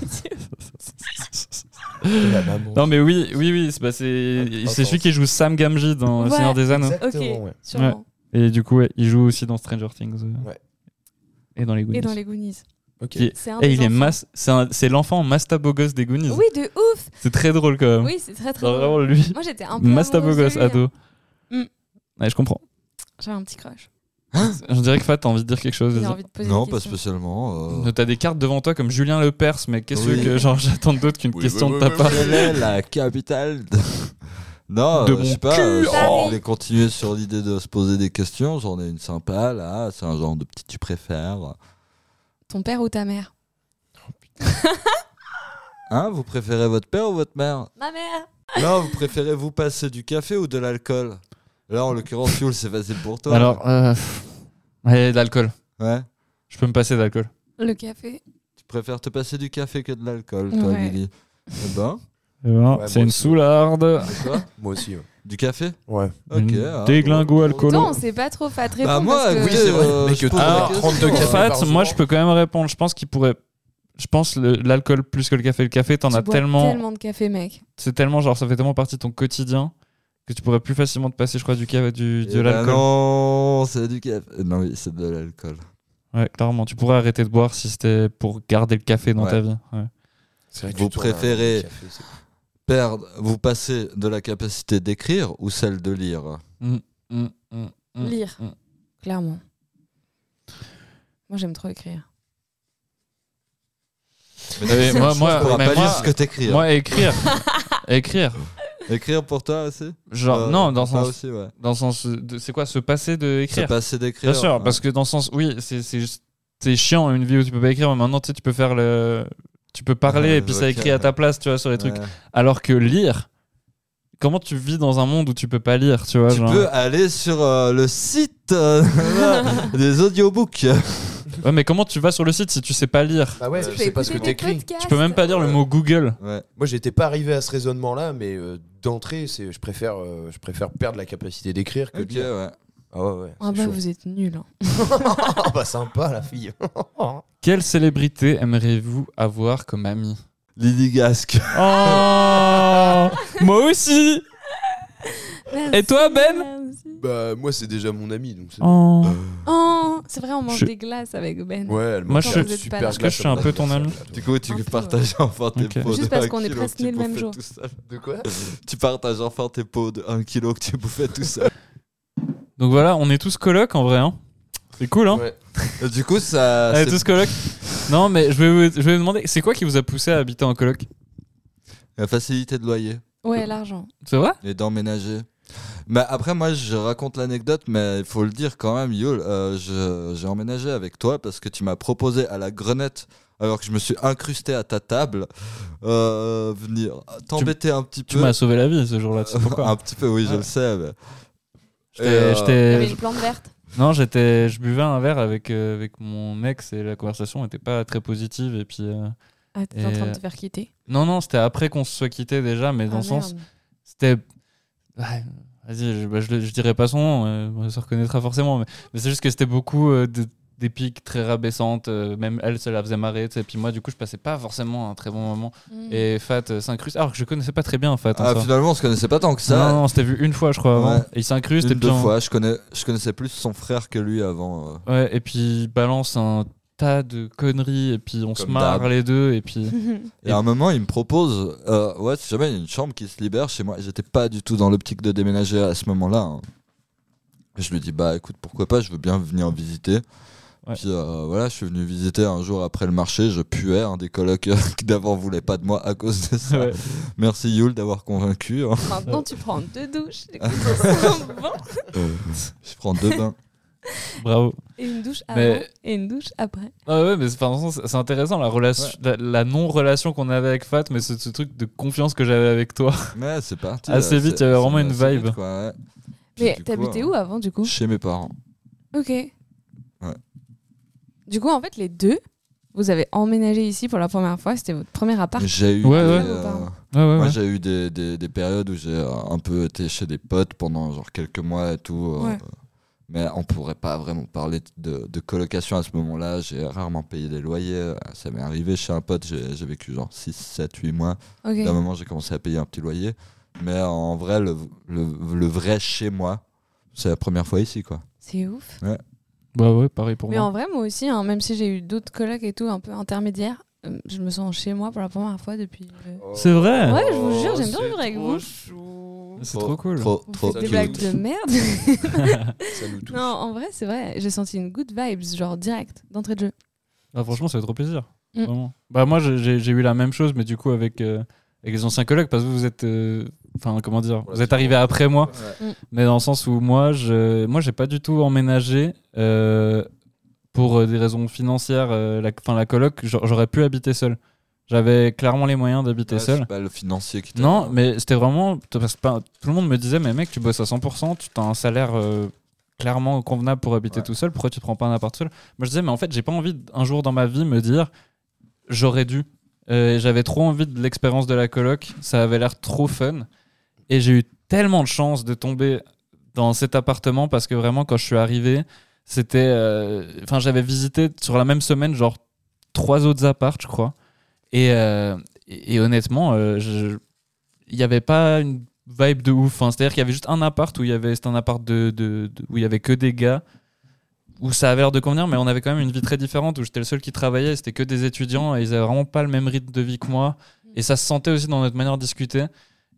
[SPEAKER 3] La maman.
[SPEAKER 2] Non mais oui, oui, oui, c'est bah, c'est-
[SPEAKER 3] Ah,
[SPEAKER 2] c'est
[SPEAKER 3] attends.
[SPEAKER 2] celui qui joue Sam Gamgee dans Le
[SPEAKER 4] Ouais.
[SPEAKER 2] Seigneur des Anneaux.
[SPEAKER 4] ok,
[SPEAKER 3] Exactement, ouais.
[SPEAKER 4] sûrement.
[SPEAKER 2] Et du coup, ouais, il joue aussi dans Stranger Things. euh,
[SPEAKER 3] Ouais.
[SPEAKER 2] Et dans les Goonies.
[SPEAKER 4] Et dans les Goonies.
[SPEAKER 3] Ok.
[SPEAKER 2] Qui-
[SPEAKER 4] C'est un
[SPEAKER 2] Et
[SPEAKER 4] des
[SPEAKER 2] il est
[SPEAKER 4] enfants.
[SPEAKER 2] mas- c'est un- c'est l'enfant mastabogos des Goonies.
[SPEAKER 4] Oui, de ouf.
[SPEAKER 2] C'est très drôle quand même.
[SPEAKER 4] Oui, c'est très très.
[SPEAKER 2] Genre,
[SPEAKER 4] drôle.
[SPEAKER 2] vraiment lui,
[SPEAKER 4] Moi, j'étais un peu. amoureuse
[SPEAKER 2] mastabogos
[SPEAKER 4] de lui, hein.
[SPEAKER 2] ado.
[SPEAKER 4] Mm.
[SPEAKER 2] Ouais, je comprends.
[SPEAKER 4] J'avais un petit crush.
[SPEAKER 2] Je dirais que Fat, t'as envie de dire quelque chose.
[SPEAKER 4] J'ai
[SPEAKER 2] vas-y.
[SPEAKER 4] envie de poser
[SPEAKER 1] Non,
[SPEAKER 4] des
[SPEAKER 1] pas
[SPEAKER 4] questions.
[SPEAKER 1] spécialement. euh.
[SPEAKER 2] Euh, T'as des cartes devant toi comme Julien Lepers, mais qu'est-ce
[SPEAKER 1] Oui.
[SPEAKER 2] que genre j'attends d'autre qu'une
[SPEAKER 1] Oui,
[SPEAKER 2] question
[SPEAKER 1] oui,
[SPEAKER 2] de ta
[SPEAKER 1] oui,
[SPEAKER 2] part
[SPEAKER 1] oui, Quelle est la capitale de... [laughs] Non,
[SPEAKER 2] De
[SPEAKER 1] euh,
[SPEAKER 2] mon
[SPEAKER 1] je sais pas, euh, si
[SPEAKER 4] Paris.
[SPEAKER 1] on voulait continuer sur l'idée de se poser des questions, j'en ai une sympa là, c'est un genre de petit tu préfères.
[SPEAKER 4] Ton père ou ta mère
[SPEAKER 1] Hein, vous préférez votre père ou votre mère
[SPEAKER 4] Ma mère.
[SPEAKER 1] Non, vous préférez vous passer du café ou de l'alcool Là, en l'occurrence, Jules, c'est facile pour toi.
[SPEAKER 2] Alors, euh... ouais, l'alcool.
[SPEAKER 1] Ouais.
[SPEAKER 2] Je peux me passer d'alcool.
[SPEAKER 4] Le café.
[SPEAKER 1] Tu préfères te passer du café que de l'alcool, toi,
[SPEAKER 4] Ouais.
[SPEAKER 1] Lily Eh ben,
[SPEAKER 2] Eh ben,
[SPEAKER 3] Ouais,
[SPEAKER 2] c'est
[SPEAKER 3] moi
[SPEAKER 2] une
[SPEAKER 3] aussi.
[SPEAKER 2] soularde.
[SPEAKER 1] et toi
[SPEAKER 3] Moi aussi. Ouais.
[SPEAKER 1] Du café
[SPEAKER 3] Ouais.
[SPEAKER 1] Ok.
[SPEAKER 2] Une
[SPEAKER 1] ah,
[SPEAKER 2] déglingo
[SPEAKER 1] bon.
[SPEAKER 2] alcoolo.
[SPEAKER 4] Toi,
[SPEAKER 2] Polo.
[SPEAKER 4] on sait pas trop Fat répondre.
[SPEAKER 1] Bah, moi,
[SPEAKER 4] parce que...
[SPEAKER 1] écoutez,
[SPEAKER 3] Oui, c'est vrai,
[SPEAKER 1] euh,
[SPEAKER 3] mais
[SPEAKER 1] je
[SPEAKER 3] que
[SPEAKER 1] pose
[SPEAKER 2] alors,
[SPEAKER 1] la question.
[SPEAKER 3] 32 cafés.
[SPEAKER 1] Ouais.
[SPEAKER 2] Fat,
[SPEAKER 3] par jour.
[SPEAKER 2] moi je peux quand même répondre. Je pense qu'il pourrait. Je pense le- l'alcool plus que le café. Le café, t'en
[SPEAKER 4] tu
[SPEAKER 2] as
[SPEAKER 4] bois
[SPEAKER 2] tellement.
[SPEAKER 4] de café, mec.
[SPEAKER 2] C'est tellement genre, ça fait tellement partie de ton quotidien que tu pourrais plus facilement te passer, je crois, du café, du, de
[SPEAKER 1] Eh ben
[SPEAKER 2] l'alcool.
[SPEAKER 1] non, c'est du café. Non, oui, c'est de l'alcool.
[SPEAKER 2] Ouais, clairement. Tu pourrais arrêter de boire si c'était pour garder le café dans
[SPEAKER 1] Ouais.
[SPEAKER 2] ta vie. Ouais.
[SPEAKER 3] C'est vrai que
[SPEAKER 1] Vous
[SPEAKER 3] tu tournes un
[SPEAKER 1] préférez-
[SPEAKER 3] café, c'est-
[SPEAKER 1] Perdre, vous passez de la capacité d'écrire ou celle de lire
[SPEAKER 2] Mm, mm. Mm.
[SPEAKER 4] Lire,
[SPEAKER 2] Mm.
[SPEAKER 4] clairement. Moi, j'aime trop écrire.
[SPEAKER 2] Mais moi,
[SPEAKER 1] Tu
[SPEAKER 2] moi,
[SPEAKER 1] pourras
[SPEAKER 2] mais
[SPEAKER 1] pas
[SPEAKER 2] moi,
[SPEAKER 1] lire ce que t'écris.
[SPEAKER 4] [laughs]
[SPEAKER 2] moi, écrire. écrire.
[SPEAKER 1] Écrire pour toi aussi
[SPEAKER 2] Genre,
[SPEAKER 1] Euh,
[SPEAKER 2] non, dans le
[SPEAKER 1] toi
[SPEAKER 2] sens.
[SPEAKER 1] aussi, ouais.
[SPEAKER 2] Dans le sens de- c'est quoi, se passer de
[SPEAKER 1] C'est
[SPEAKER 2] écrire
[SPEAKER 1] passé d'écrire.
[SPEAKER 2] Bien sûr, parce que dans le sens, oui, c'est c'est juste- c'est chiant une vie où tu peux pas écrire, mais maintenant tu, sais, tu peux faire le, tu peux parler
[SPEAKER 1] Ouais,
[SPEAKER 2] et puis
[SPEAKER 1] le
[SPEAKER 2] ça
[SPEAKER 1] vocal,
[SPEAKER 2] écrit à ta place, tu vois, sur les trucs. Alors que lire, comment tu vis dans un monde où tu peux pas lire, tu vois
[SPEAKER 1] Tu
[SPEAKER 2] genre...
[SPEAKER 1] peux aller sur euh, le site
[SPEAKER 2] [laughs]
[SPEAKER 1] euh, [laughs] des audiobooks.
[SPEAKER 2] Ouais, mais comment tu vas sur le site si tu sais pas lire
[SPEAKER 3] Bah ouais, je
[SPEAKER 4] Tu peux
[SPEAKER 3] sais pas ce que
[SPEAKER 4] écouter des
[SPEAKER 3] t'écris.
[SPEAKER 4] podcasts.
[SPEAKER 2] Tu peux même pas dire le mot Google.
[SPEAKER 1] Ouais.
[SPEAKER 3] Moi, j'étais pas arrivé à ce raisonnement-là, mais euh, d'entrée, c'est je préfère, euh, je préfère perdre la capacité d'écrire que
[SPEAKER 1] Ok,
[SPEAKER 3] de lire.
[SPEAKER 1] ouais.
[SPEAKER 3] Ah ouais, ouais.
[SPEAKER 4] Ah
[SPEAKER 3] c'est
[SPEAKER 4] bah,
[SPEAKER 3] chaud.
[SPEAKER 4] vous êtes nuls. hein.
[SPEAKER 3] Ah bah, sympa la fille.
[SPEAKER 2] Quelle célébrité aimeriez-vous avoir comme amie
[SPEAKER 1] Lily Gasque.
[SPEAKER 2] [laughs] Oh Moi aussi
[SPEAKER 4] Merci,
[SPEAKER 2] Et toi, Ben
[SPEAKER 4] merci.
[SPEAKER 3] bah moi, c'est déjà mon ami, donc. c'est-
[SPEAKER 2] Oh.
[SPEAKER 4] Oh, c'est vrai, on mange
[SPEAKER 2] Je-
[SPEAKER 4] des glaces avec Ben.
[SPEAKER 3] Ouais, elle
[SPEAKER 2] Moi,
[SPEAKER 3] m'a
[SPEAKER 2] je-
[SPEAKER 3] fait une
[SPEAKER 4] Vous êtes pas
[SPEAKER 3] super
[SPEAKER 4] là.
[SPEAKER 2] Est-ce que je suis un peu ton ami
[SPEAKER 1] Du coup, tu
[SPEAKER 4] Un peu,
[SPEAKER 1] partages enfin tes
[SPEAKER 2] Ok.
[SPEAKER 1] pots
[SPEAKER 4] Juste
[SPEAKER 1] de
[SPEAKER 4] parce
[SPEAKER 1] 1
[SPEAKER 4] qu'on est
[SPEAKER 1] kilo
[SPEAKER 4] presque
[SPEAKER 1] que
[SPEAKER 4] nés
[SPEAKER 1] tu
[SPEAKER 4] le même
[SPEAKER 1] bouffais
[SPEAKER 4] jour.
[SPEAKER 1] tout seul.
[SPEAKER 3] De quoi
[SPEAKER 1] Tu partages enfin tes pots de 1 kilo que tu bouffais tout
[SPEAKER 2] [laughs]
[SPEAKER 1] seul.
[SPEAKER 2] Donc voilà, on est tous colocs en vrai. hein. C'est cool, hein
[SPEAKER 3] Ouais.
[SPEAKER 1] Et du coup, ça.
[SPEAKER 2] Allez,
[SPEAKER 1] c'est-
[SPEAKER 2] tous colocs. non, mais je vais, vous, je vais vous demander, c'est quoi qui vous a poussé à habiter en coloc
[SPEAKER 1] La facilité de loyer
[SPEAKER 4] Ouais, l'argent.
[SPEAKER 2] C'est vrai
[SPEAKER 1] et d'emménager. Mais après, moi, je raconte l'anecdote, mais il faut le dire quand même, Yul, euh, je- j'ai emménagé avec toi parce que tu m'as proposé à la grenette, alors que je me suis incrusté à ta table, euh, venir t'embêter un petit
[SPEAKER 2] Tu
[SPEAKER 1] peu.
[SPEAKER 2] m'as sauvé la vie ce jour-là, tu
[SPEAKER 1] [laughs]
[SPEAKER 2] sais pourquoi
[SPEAKER 1] un petit peu, oui, je
[SPEAKER 2] Ouais.
[SPEAKER 1] le sais. mais-
[SPEAKER 2] J'étais-
[SPEAKER 1] Et, euh,
[SPEAKER 4] T'avais
[SPEAKER 2] j'étais-
[SPEAKER 4] une plante verte.
[SPEAKER 2] Non, j'étais, je buvais un verre avec, euh, avec mon ex et la conversation n'était pas très positive. Et puis, euh,
[SPEAKER 4] Ah, t'es en
[SPEAKER 2] Et-
[SPEAKER 4] train de te faire quitter.
[SPEAKER 2] non, non, c'était après qu'on se soit quitté déjà, mais dans
[SPEAKER 4] Ah,
[SPEAKER 2] le sens,
[SPEAKER 4] merde.
[SPEAKER 2] c'était. Ouais, Vas-y, je, bah, je le- je dirais pas son nom, euh, on se reconnaîtra forcément, mais, mais c'est juste que c'était beaucoup euh, de- des piques très rabaissantes, euh, même elle, ça la faisait marrer, tu sais, puis moi, du coup, je passais pas forcément un très bon moment.
[SPEAKER 4] Mm.
[SPEAKER 2] Et Fat euh, s'incruste, alors que je connaissais pas très bien Fat. en
[SPEAKER 1] Ah,
[SPEAKER 2] soi.
[SPEAKER 1] finalement, on se connaissait pas tant que ça.
[SPEAKER 2] Non, non, on s'était vu une fois, je crois, avant.
[SPEAKER 1] Ouais.
[SPEAKER 2] Et il s'incruste, et
[SPEAKER 1] Une,
[SPEAKER 2] puis.
[SPEAKER 1] deux
[SPEAKER 2] on-
[SPEAKER 1] fois, je, connais, je connaissais plus son frère que lui avant. euh.
[SPEAKER 2] Ouais, et puis il balance un tas de conneries, et puis on se
[SPEAKER 1] Comme
[SPEAKER 2] marre
[SPEAKER 1] d'hab.
[SPEAKER 2] les deux,
[SPEAKER 4] [laughs]
[SPEAKER 2] et puis.
[SPEAKER 1] Et à un moment, il me propose, euh, ouais, si jamais il y a une chambre qui se libère chez moi, j'étais pas du tout dans l'optique de déménager à ce moment-là. hein. Et je lui dis bah écoute pourquoi pas je veux bien venir visiter.
[SPEAKER 2] Ouais.
[SPEAKER 1] Puis euh, voilà je suis venu visiter un jour après le marché je puais un des colocs euh, [laughs] qui d'avant voulait pas de moi à cause de ça.
[SPEAKER 2] Ouais.
[SPEAKER 1] Merci Yul d'avoir convaincu. hein.
[SPEAKER 4] [laughs] Maintenant, tu prends deux
[SPEAKER 2] [laughs]
[SPEAKER 4] douches, des coups de shampoing
[SPEAKER 1] [laughs] Je prends deux bains.
[SPEAKER 2] Bravo.
[SPEAKER 4] et une douche avant
[SPEAKER 2] Mais-
[SPEAKER 4] et une douche après.
[SPEAKER 2] Ah ouais, mais c'est enfin, dans le sens, c'est intéressant la, relation, la, la non-relation qu'on avait avec Fat, mais ce, ce truc de confiance que j'avais avec toi.
[SPEAKER 1] Ouais c'est parti.
[SPEAKER 2] Assez
[SPEAKER 1] là,
[SPEAKER 2] vite,
[SPEAKER 1] c'est-
[SPEAKER 2] il y avait
[SPEAKER 1] c'est
[SPEAKER 2] vraiment une
[SPEAKER 1] assez
[SPEAKER 2] vibe.
[SPEAKER 1] vite, quoi, ouais. Puis,
[SPEAKER 4] Mais
[SPEAKER 1] du coup,
[SPEAKER 4] t'habitais
[SPEAKER 1] euh,
[SPEAKER 4] où avant, du coup
[SPEAKER 1] Chez mes parents.
[SPEAKER 4] Ok. Du coup, en fait, les deux, vous avez emménagé ici pour la première fois. C'était votre premier appart.
[SPEAKER 1] J'ai eu
[SPEAKER 2] Ouais,
[SPEAKER 1] des,
[SPEAKER 2] ouais.
[SPEAKER 1] euh,
[SPEAKER 2] Ouais, ouais,
[SPEAKER 1] Moi,
[SPEAKER 2] ouais.
[SPEAKER 1] j'ai eu des, des, des périodes où j'ai euh, un peu été chez des potes pendant genre quelques mois et tout. euh,
[SPEAKER 4] Ouais.
[SPEAKER 1] Mais on pourrait pas vraiment parler de, de colocation à ce moment-là. J'ai rarement payé des loyers. Euh, Ça m'est arrivé chez un pote, j'ai j'ai vécu genre 6, 7, 8 mois.
[SPEAKER 4] Ok.
[SPEAKER 1] D'un moment, j'ai commencé à payer un petit loyer. Mais en vrai, le, le, le vrai chez moi, c'est la première fois ici, quoi.
[SPEAKER 4] C'est ouf.
[SPEAKER 2] Bah ouais, pareil pour
[SPEAKER 4] Mais
[SPEAKER 2] moi.
[SPEAKER 4] en vrai, moi aussi, hein, même si j'ai eu d'autres colocs et tout, un peu intermédiaires, euh, je me sens chez moi pour la première fois depuis. euh,
[SPEAKER 3] oh.
[SPEAKER 2] C'est vrai
[SPEAKER 4] Ouais, je vous jure, j'aime bien vivre avec vous.
[SPEAKER 2] C'est trop cool.
[SPEAKER 1] Trop,
[SPEAKER 4] Vous
[SPEAKER 1] trop
[SPEAKER 4] faites des
[SPEAKER 1] cute.
[SPEAKER 4] blagues de merde.
[SPEAKER 3] Ça nous touche.
[SPEAKER 4] non, en vrai, c'est vrai. J'ai senti une good vibes, genre direct, d'entrée de jeu.
[SPEAKER 2] Ah, franchement, ça fait trop plaisir.
[SPEAKER 4] Mm.
[SPEAKER 2] Vraiment. Bah, moi, j'ai- j'ai j'ai eu la même chose, mais du coup, avec, euh, avec les anciens collègues, parce que vous êtes. euh, Enfin, comment dire Vous êtes arrivés après moi,
[SPEAKER 4] Ouais. Mm.
[SPEAKER 2] mais dans le sens où moi, je moi, j'ai pas du tout emménagé euh, pour euh, des raisons financières. euh, la, enfin, la coloc, j'a- j'aurais pu habiter seul. J'avais clairement les moyens d'habiter
[SPEAKER 1] Ouais,
[SPEAKER 2] seul.
[SPEAKER 1] c'est pas le financier qui t'a-
[SPEAKER 2] Non, mais c'était vraiment. Parce que pas- tout le monde me disait, mais mec, tu bosses à 100%, tu as un salaire euh, clairement convenable pour habiter tout seul, pourquoi tu prends pas un appart seul Moi, je disais, mais en fait, j'ai pas envie d- un jour dans ma vie me dire, j'aurais dû. Euh, et J'avais trop envie de l'expérience de la coloc, ça avait l'air trop fun. Et j'ai eu tellement de chance de tomber dans cet appartement parce que vraiment, quand je suis arrivé, c'était. euh, Enfin, j'avais visité sur la même semaine, genre, trois autres apparts, je crois. Et, euh, et, et honnêtement, euh, je- il n'y avait pas une vibe de ouf. Enfin, C'est-à-dire qu'il y avait juste un appart où il y avait, c'était un appart de, de- de- où il y avait que des gars, où ça avait l'air de convenir, mais on avait quand même une vie très différente où j'étais le seul qui travaillait, c'était que des étudiants et ils avaient vraiment pas le même rythme de vie que moi. Et ça se sentait aussi dans notre manière de discuter.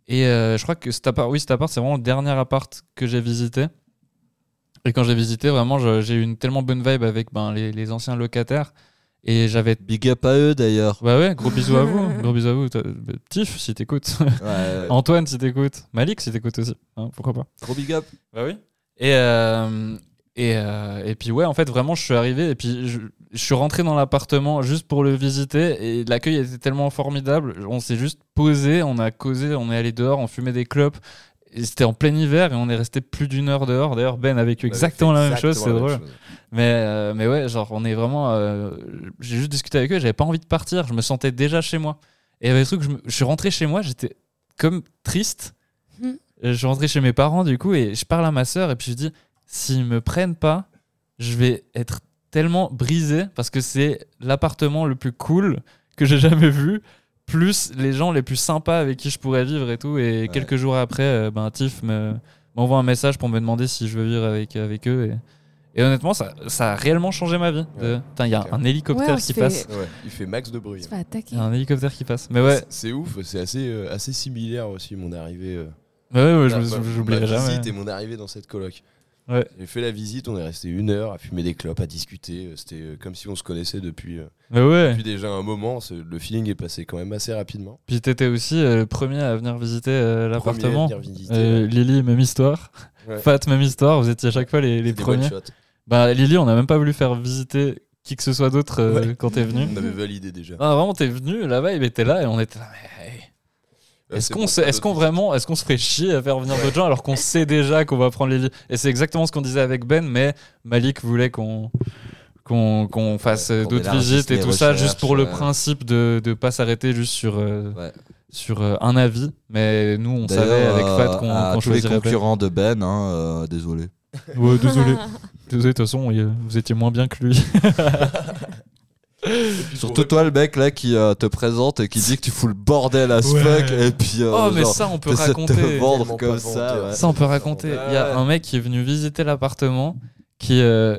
[SPEAKER 2] Et euh, je crois que cet appart, oui, cet appart, c'est vraiment le dernier appart que j'ai visité. Et quand j'ai visité, vraiment, je- j'ai eu une tellement bonne vibe avec ben, les- les anciens locataires. Et j'avais
[SPEAKER 1] Big up à eux d'ailleurs.
[SPEAKER 2] bah ouais, gros bisous à vous. Gros bisous à vous. T'as- bah, Tiff, si t'écoutes. [laughs]
[SPEAKER 1] Ouais,
[SPEAKER 2] Antoine, si t'écoutes. Malik, si t'écoutes aussi. Hein, pourquoi pas.
[SPEAKER 1] trop big up.
[SPEAKER 2] Bah oui. Et, euh, et, euh, et puis ouais, en fait, vraiment, je suis arrivé et puis je, je suis rentré dans l'appartement juste pour le visiter et l'accueil était tellement formidable. On s'est juste posé, on a causé, on est allé dehors, on fumait des clopes. Et C'était en plein hiver et on est resté plus d'une heure dehors. D'ailleurs, Ben a vécu exactement la même chose, c'est drôle. Mais, euh, mais ouais, genre, on est vraiment. euh, j'ai juste discuté avec eux, j'avais pas envie de partir, je me sentais déjà chez moi. Et il y avait des trucs, je, me- je suis rentré chez moi, j'étais comme triste.
[SPEAKER 4] Mm.
[SPEAKER 2] Euh, Je suis rentré chez mes parents, du coup, et je parle à ma sœur, et puis je dis s'ils me prennent pas, je vais être tellement brisé, parce que c'est l'appartement le plus cool que j'ai jamais vu, plus les gens les plus sympas avec qui je pourrais vivre et tout. Et quelques jours après, euh, ben, Tiff me- m'envoie un message pour me demander si je veux vivre avec, avec eux. Et, et honnêtement, ça, ça a réellement changé ma vie. de-
[SPEAKER 3] Ouais.
[SPEAKER 2] Putain, il y a
[SPEAKER 3] Ok.
[SPEAKER 2] un
[SPEAKER 4] Ouais,
[SPEAKER 2] hélicoptère
[SPEAKER 4] on se
[SPEAKER 2] qui
[SPEAKER 4] fait-
[SPEAKER 2] passe.
[SPEAKER 3] Ouais, il fait max de bruit. hein.
[SPEAKER 4] C'est pas attaqué.
[SPEAKER 2] Il y a un hélicoptère qui passe. Mais ouais,
[SPEAKER 3] C'est- C'est ouf, c'est assez, euh, assez similaire aussi mon arrivée. euh,
[SPEAKER 2] mais ouais, ouais, je
[SPEAKER 3] ma-
[SPEAKER 2] me-
[SPEAKER 3] ma-
[SPEAKER 2] j'oublierai
[SPEAKER 3] ma
[SPEAKER 2] jamais.
[SPEAKER 3] visite et mon arrivée dans cette coloc.
[SPEAKER 2] Ouais.
[SPEAKER 3] J'ai fait la visite, on est resté une heure à fumer des clopes, à discuter. euh, C'était euh, comme si on se connaissait depuis, euh,
[SPEAKER 2] Mais ouais.
[SPEAKER 3] depuis déjà un moment. c'est- Le feeling est passé quand même assez rapidement.
[SPEAKER 2] Puis t'étais aussi euh, le premier à venir visiter euh, l'appartement.
[SPEAKER 3] Premier à venir visiter,
[SPEAKER 2] Euh, Lily, même histoire.
[SPEAKER 3] Ouais.
[SPEAKER 2] Fat, même histoire. Vous étiez à chaque fois les, les
[SPEAKER 3] c'était one
[SPEAKER 2] premiers.
[SPEAKER 3] shot.
[SPEAKER 2] Bah, Lily, on n'a même pas voulu faire visiter qui que ce soit d'autre euh, quand
[SPEAKER 3] [laughs]
[SPEAKER 2] t'es venu.
[SPEAKER 3] On avait validé déjà.
[SPEAKER 2] Non, vraiment, t'es venu, là-bas, il était là et on était là. Mais, hey,
[SPEAKER 3] Euh,
[SPEAKER 2] Est-ce
[SPEAKER 3] c'est
[SPEAKER 2] qu'on
[SPEAKER 3] pour
[SPEAKER 2] se-
[SPEAKER 3] faire
[SPEAKER 2] est-ce qu'on
[SPEAKER 3] d'autres
[SPEAKER 2] vraiment est-ce qu'on se ferait chier à faire venir d'autres gens alors
[SPEAKER 1] [laughs]
[SPEAKER 2] qu'on sait déjà qu'on va prendre les lits Et c'est exactement ce qu'on disait avec Ben, mais Malik voulait qu'on qu'on qu'on fasse
[SPEAKER 1] Ouais,
[SPEAKER 2] euh,
[SPEAKER 1] qu'on
[SPEAKER 2] d'autres
[SPEAKER 1] élargisse
[SPEAKER 2] visites et
[SPEAKER 1] les
[SPEAKER 2] tout ça juste pour le
[SPEAKER 1] recherches, ouais.
[SPEAKER 2] principe de ne pas s'arrêter juste sur euh,
[SPEAKER 1] Ouais.
[SPEAKER 2] sur euh, un avis, mais nous on savait
[SPEAKER 1] D'ailleurs,
[SPEAKER 2] avec Fat
[SPEAKER 1] euh,
[SPEAKER 2] qu'on
[SPEAKER 1] à
[SPEAKER 2] qu'on
[SPEAKER 1] tous les
[SPEAKER 2] choisirait Ben.
[SPEAKER 1] concurrents de Ben, hein, euh, désolé.
[SPEAKER 2] Ouais, désolé. Désolé, de toute façon, il- vous étiez moins bien que lui.
[SPEAKER 1] Surtout toi, le mec là qui euh, te présente et qui dit que tu fous le bordel à ce
[SPEAKER 2] Ouais.
[SPEAKER 1] fuck, et puis.
[SPEAKER 2] [laughs]
[SPEAKER 1] euh,
[SPEAKER 2] oh, mais
[SPEAKER 1] genre,
[SPEAKER 2] ça, on peut
[SPEAKER 1] t'essaies de
[SPEAKER 2] raconter.
[SPEAKER 1] te vendre
[SPEAKER 3] Tellement
[SPEAKER 1] comme
[SPEAKER 3] pas
[SPEAKER 1] ça.
[SPEAKER 3] vendeur.
[SPEAKER 1] ouais.
[SPEAKER 2] Euh, Ça, on peut raconter. Il y a
[SPEAKER 1] Ouais.
[SPEAKER 2] un mec qui est venu visiter l'appartement qui, euh,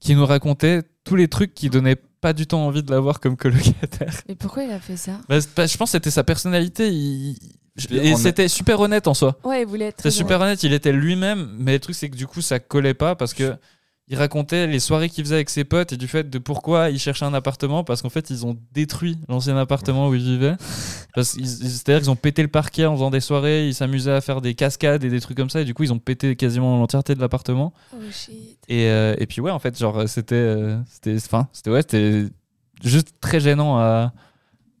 [SPEAKER 2] qui nous racontait tous les trucs qui donnaient pas du tout envie de l'avoir comme colocataire.
[SPEAKER 4] Mais pourquoi il a fait ça
[SPEAKER 2] Bah, c'est pas- je pense que c'était sa personnalité. Il,
[SPEAKER 1] Je-
[SPEAKER 2] Et
[SPEAKER 1] on-
[SPEAKER 2] c'était super honnête en soi.
[SPEAKER 4] Ouais, il voulait être.
[SPEAKER 2] C'était
[SPEAKER 4] très
[SPEAKER 2] super honnête, il était lui-même, mais le truc c'est que du coup ça collait pas parce que il racontait les soirées qu'il faisait avec ses potes et du fait de pourquoi il cherchait un appartement parce qu'en fait ils ont détruit l'ancien appartement où il vivait. Parce qu'ils- ils- C'est-à-dire qu'ils ont pété le parquet en faisant des soirées, ils s'amusaient à faire des cascades et des trucs comme ça et du coup ils ont pété quasiment l'entièreté de l'appartement.
[SPEAKER 4] drôle. Oh shit.
[SPEAKER 2] Et, euh, et puis ouais en fait genre c'était euh, c'était enfin c'était ouais c'était juste très gênant à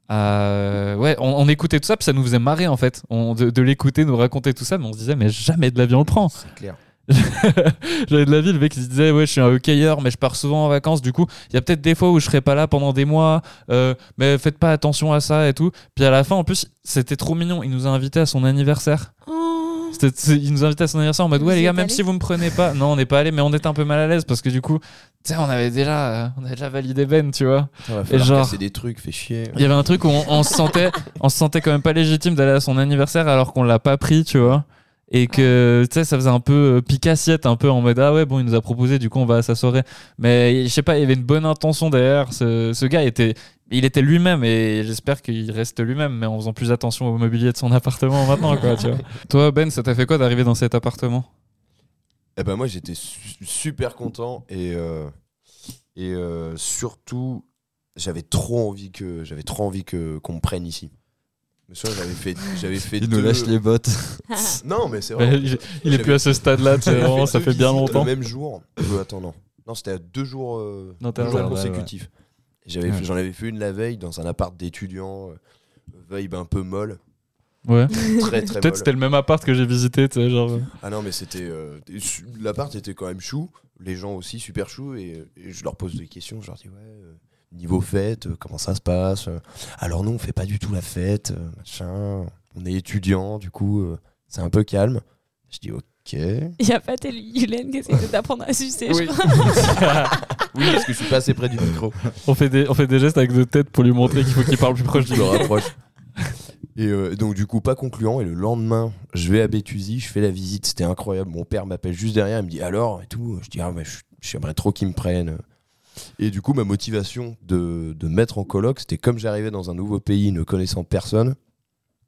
[SPEAKER 2] à- ouais on, on écoutait tout ça puis ça nous faisait marrer en fait on, de, de l'écouter nous raconter tout ça mais on se disait mais jamais de la vie on le prend
[SPEAKER 3] C'est
[SPEAKER 2] [laughs]
[SPEAKER 3] clair.
[SPEAKER 2] j'avais de la vie le mec qui se disait ouais je suis un hockeyeur mais je pars souvent en vacances du coup il y a peut-être des fois où je serai pas là pendant des mois euh, mais faites pas attention à ça et tout puis à la fin en plus c'était trop mignon il nous a invités à son anniversaire
[SPEAKER 4] Oh.
[SPEAKER 2] c'était- c'est- il nous invitait à son anniversaire en mode
[SPEAKER 4] Vous
[SPEAKER 2] ouais les
[SPEAKER 4] y
[SPEAKER 2] gars
[SPEAKER 4] êtes
[SPEAKER 2] même
[SPEAKER 4] allés
[SPEAKER 2] si vous me prenez pas non on n'est pas allé mais on était un peu mal à l'aise parce que du coup tu sais on avait déjà euh, on avait déjà validé Ben tu vois
[SPEAKER 3] Putain, va falloir
[SPEAKER 2] genre-
[SPEAKER 3] casser des trucs, fait chier.
[SPEAKER 2] il y avait un truc où on, on se sentait on se sentait quand même pas légitime d'aller à son anniversaire alors qu'on l'a pas pris tu vois et que tu sais ça faisait un peu euh, pique-assiette un peu en mode ah ouais bon il nous a proposé du coup on va à sa soirée mais je sais pas il y avait une bonne intention derrière ce, ce gars était il était lui-même et j'espère qu'il reste lui-même mais en faisant plus attention au mobilier de son appartement maintenant quoi tu vois
[SPEAKER 4] [laughs]
[SPEAKER 2] toi Ben ça t'a fait quoi d'arriver dans cet appartement
[SPEAKER 3] Eh ben moi j'étais su- super content et euh, et euh, surtout j'avais trop envie que j'avais trop envie que qu'on me prenne ici. Mais ça j'avais fait j'avais fait
[SPEAKER 1] Il nous
[SPEAKER 3] deux-
[SPEAKER 1] lâche les
[SPEAKER 2] [laughs]
[SPEAKER 1] bottes.
[SPEAKER 3] [laughs] Non mais c'est
[SPEAKER 2] Bah,
[SPEAKER 3] vrai.
[SPEAKER 2] il- il est plus à ce stade là
[SPEAKER 3] J'avais
[SPEAKER 2] vraiment ça
[SPEAKER 3] deux
[SPEAKER 2] fait
[SPEAKER 3] [laughs]
[SPEAKER 2] bien
[SPEAKER 3] visites
[SPEAKER 2] longtemps
[SPEAKER 3] Le même jour. Euh, attends non. Non, c'était à deux jours euh,
[SPEAKER 2] Non, t'as
[SPEAKER 3] deux jours
[SPEAKER 2] raison, ouais,
[SPEAKER 3] consécutifs. J'avais
[SPEAKER 2] Ouais.
[SPEAKER 3] fait- j'en avais fait une la veille dans un appart d'étudiant euh, vibe un peu
[SPEAKER 2] [laughs]
[SPEAKER 3] molle,
[SPEAKER 2] ouais
[SPEAKER 3] très très
[SPEAKER 2] peut-être
[SPEAKER 3] molle.
[SPEAKER 2] c'était le même appart que j'ai visité tu sais genre
[SPEAKER 3] Ah non, mais c'était. euh, su- L'appart était quand même chou, les gens aussi super chou, et, et je leur pose des questions. Je leur dis, ouais, euh, niveau fête, euh, comment ça se passe euh, Alors, nous, on fait pas du tout la fête, euh, machin. On est étudiant, du coup, euh, c'est un peu calme. Je dis, ok.
[SPEAKER 8] Il n'y a pas telle Yulène qui essaie de t'apprendre à sucer. je
[SPEAKER 3] Oui.
[SPEAKER 8] crois.
[SPEAKER 3] Oui, parce que je suis pas assez près du micro.
[SPEAKER 2] On fait, des, on fait des gestes avec nos têtes pour lui montrer qu'il faut qu'il parle plus proche
[SPEAKER 3] Je
[SPEAKER 2] du
[SPEAKER 3] me [laughs]
[SPEAKER 2] micro.
[SPEAKER 3] rapproche. Et euh, donc, du coup, pas concluant. Et le lendemain, je vais à Béthusy, je fais la visite, c'était incroyable. Mon père m'appelle juste derrière, il me dit alors et tout. Je dis ah, mais je- j'aimerais trop qu'ils me prennent. Et du coup, ma motivation de, de mettre en colloque, c'était comme j'arrivais dans un nouveau pays ne connaissant personne,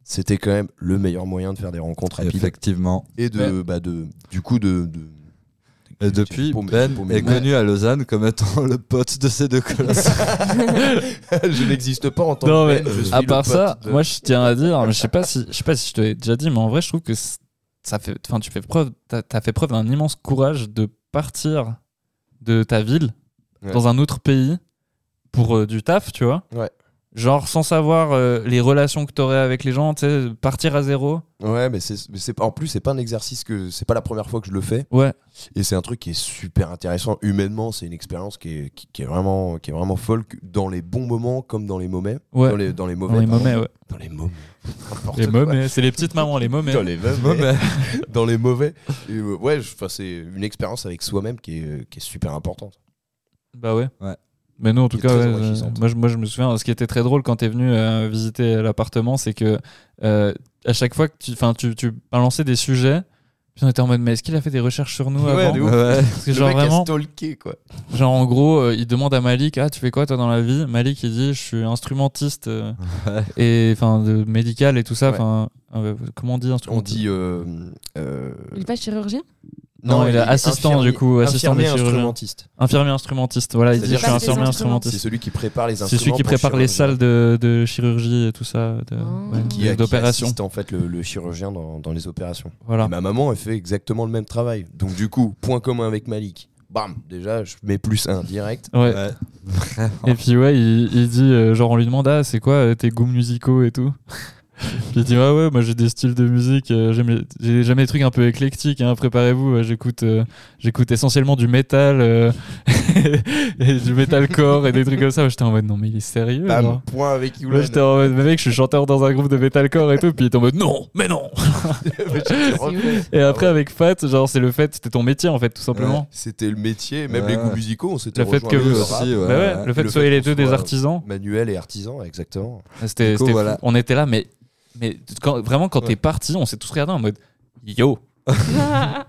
[SPEAKER 3] c'était quand même le meilleur moyen de faire des rencontres rapides.
[SPEAKER 1] Effectivement.
[SPEAKER 3] Et de, bah, de, du coup, de. de-
[SPEAKER 1] Et depuis,
[SPEAKER 3] Pour mes-
[SPEAKER 1] Ben
[SPEAKER 3] pour mes
[SPEAKER 1] est
[SPEAKER 3] goûts.
[SPEAKER 1] connu à Lausanne comme étant le pote de ces deux colosses.
[SPEAKER 3] [laughs] je n'existe pas en tant
[SPEAKER 2] Non,
[SPEAKER 3] que
[SPEAKER 2] mais
[SPEAKER 3] tel, je suis
[SPEAKER 2] à
[SPEAKER 3] le
[SPEAKER 2] part
[SPEAKER 3] pote
[SPEAKER 2] ça,
[SPEAKER 3] de-
[SPEAKER 2] moi je tiens à dire, je sais pas si je, sais pas si je te l'ai déjà dit, mais en vrai, je trouve que c- ça fait, enfin, tu fais preuve, t'as as fait preuve d'un immense courage de partir de ta ville
[SPEAKER 3] Ouais.
[SPEAKER 2] dans un autre pays pour euh, du taf, tu vois.
[SPEAKER 3] Ouais.
[SPEAKER 2] Genre sans savoir euh, les relations que t'aurais avec les gens, tu sais, partir à zéro.
[SPEAKER 3] Ouais, mais c'est, mais c'est- en plus, c'est pas un exercice que c'est pas la première fois que je le fais.
[SPEAKER 2] Ouais.
[SPEAKER 3] Et c'est un truc qui est super intéressant humainement. C'est une expérience qui est, qui, qui est vraiment, qui est vraiment folle que- dans les bons moments comme dans les mauvais.
[SPEAKER 2] Ouais.
[SPEAKER 3] Dans les, dans les mauvais.
[SPEAKER 2] Dans les
[SPEAKER 3] pardon.
[SPEAKER 2] momets, ouais.
[SPEAKER 3] Dans les mauvais. N'importe
[SPEAKER 2] Les
[SPEAKER 3] quoi.
[SPEAKER 2] momets, c'est les petites mamans, les momets.
[SPEAKER 3] Dans les mauvais. dans les mauvais. Et, euh, ouais, je- 'fin, c'est une expérience avec soi-même qui est, euh, qui est super importante.
[SPEAKER 2] Bah ouais.
[SPEAKER 1] Ouais.
[SPEAKER 2] Mais nous, en tout
[SPEAKER 3] Qui est
[SPEAKER 2] cas,
[SPEAKER 3] très
[SPEAKER 2] ouais,
[SPEAKER 3] enrichissante.
[SPEAKER 2] euh, moi, je, moi, je me souviens, ce qui était très drôle quand t'es venu euh, visiter l'appartement, c'est que euh, à chaque fois que tu, 'fin, tu, tu balançais des sujets, puis on était en mode, mais est-ce qu'il a fait des recherches sur nous avant
[SPEAKER 3] de ouf.
[SPEAKER 1] ouais.
[SPEAKER 2] Parce que
[SPEAKER 3] Le
[SPEAKER 2] genre
[SPEAKER 3] mec
[SPEAKER 2] vraiment,
[SPEAKER 3] a stalké, quoi.
[SPEAKER 2] genre en gros, euh, il demande à Malik, ah, tu fais quoi toi dans la vie Malik, il dit, je suis instrumentiste euh, et enfin de- médical et tout ça.
[SPEAKER 3] Ouais.
[SPEAKER 2] Enfin, euh, comment on dit
[SPEAKER 3] On
[SPEAKER 2] instrumentiste
[SPEAKER 3] dit. euh, euh,
[SPEAKER 8] Il est pas chirurgien
[SPEAKER 2] Non, il est assistant,
[SPEAKER 3] infirmier-
[SPEAKER 2] du coup, assistant
[SPEAKER 3] infirmier
[SPEAKER 2] des chirurgiens.
[SPEAKER 3] instrumentiste.
[SPEAKER 2] Infirmier instrumentiste. Voilà, il dit, je
[SPEAKER 3] C'est-à-dire
[SPEAKER 2] suis
[SPEAKER 3] que c'est des
[SPEAKER 2] infirmier
[SPEAKER 3] C'est
[SPEAKER 2] instrumentiste.
[SPEAKER 3] celui qui prépare les instruments.
[SPEAKER 2] C'est celui qui
[SPEAKER 3] pour le
[SPEAKER 2] prépare les
[SPEAKER 3] chirurgien.
[SPEAKER 2] salles de, de chirurgie et tout ça, de-
[SPEAKER 8] Oh.
[SPEAKER 2] ouais,
[SPEAKER 3] qui,
[SPEAKER 2] d'opération. Ah.
[SPEAKER 3] d'opération. en fait le, le chirurgien dans, dans les opérations.
[SPEAKER 2] Voilà.
[SPEAKER 3] Et ma maman, elle fait exactement le même travail. Donc du coup, point commun avec Malik. Bam, déjà, je mets plus un direct.
[SPEAKER 2] Ouais.
[SPEAKER 1] Ouais.
[SPEAKER 2] Et puis ouais, il, il dit euh, genre on lui demande ah c'est quoi euh, tes goûts musicaux
[SPEAKER 3] [laughs]
[SPEAKER 2] et tout. Puis il dit ouais ouais moi j'ai des styles de musique, euh, j'aime les- j'ai- j'aime les trucs un peu éclectiques, hein, préparez-vous, euh, j'écoute euh, j'écoute essentiellement du métal euh, [laughs] et du metalcore et des trucs comme ça. J'étais en mode non mais il est sérieux. genre.
[SPEAKER 3] Bam, point avec
[SPEAKER 2] Là
[SPEAKER 3] Yulan.
[SPEAKER 2] j'étais en mode mais mec je suis chanteur dans un groupe de metalcore et tout puis il était en mode non mais non et après avec Fat genre c'est le fait c'était ton métier en fait tout simplement
[SPEAKER 3] C'était le métier, même
[SPEAKER 1] Ouais.
[SPEAKER 3] les goûts musicaux, on s'était
[SPEAKER 2] Le fait
[SPEAKER 3] rejoints
[SPEAKER 2] que
[SPEAKER 3] avec
[SPEAKER 2] vous
[SPEAKER 3] le
[SPEAKER 1] aussi,
[SPEAKER 3] rap.
[SPEAKER 1] ouais.
[SPEAKER 2] Bah ouais, le fait
[SPEAKER 3] Le
[SPEAKER 2] que soyez
[SPEAKER 3] fait
[SPEAKER 2] les
[SPEAKER 3] qu'on
[SPEAKER 2] deux des
[SPEAKER 3] soit-
[SPEAKER 2] artisans
[SPEAKER 3] Manuel et artisan, exactement.
[SPEAKER 2] C'était,
[SPEAKER 1] Du coup,
[SPEAKER 2] c'était fou.
[SPEAKER 1] voilà.
[SPEAKER 2] On était là, mais, mais quand- vraiment, quand
[SPEAKER 1] Ouais.
[SPEAKER 2] t'es parti, on s'est tous regardés en mode yo.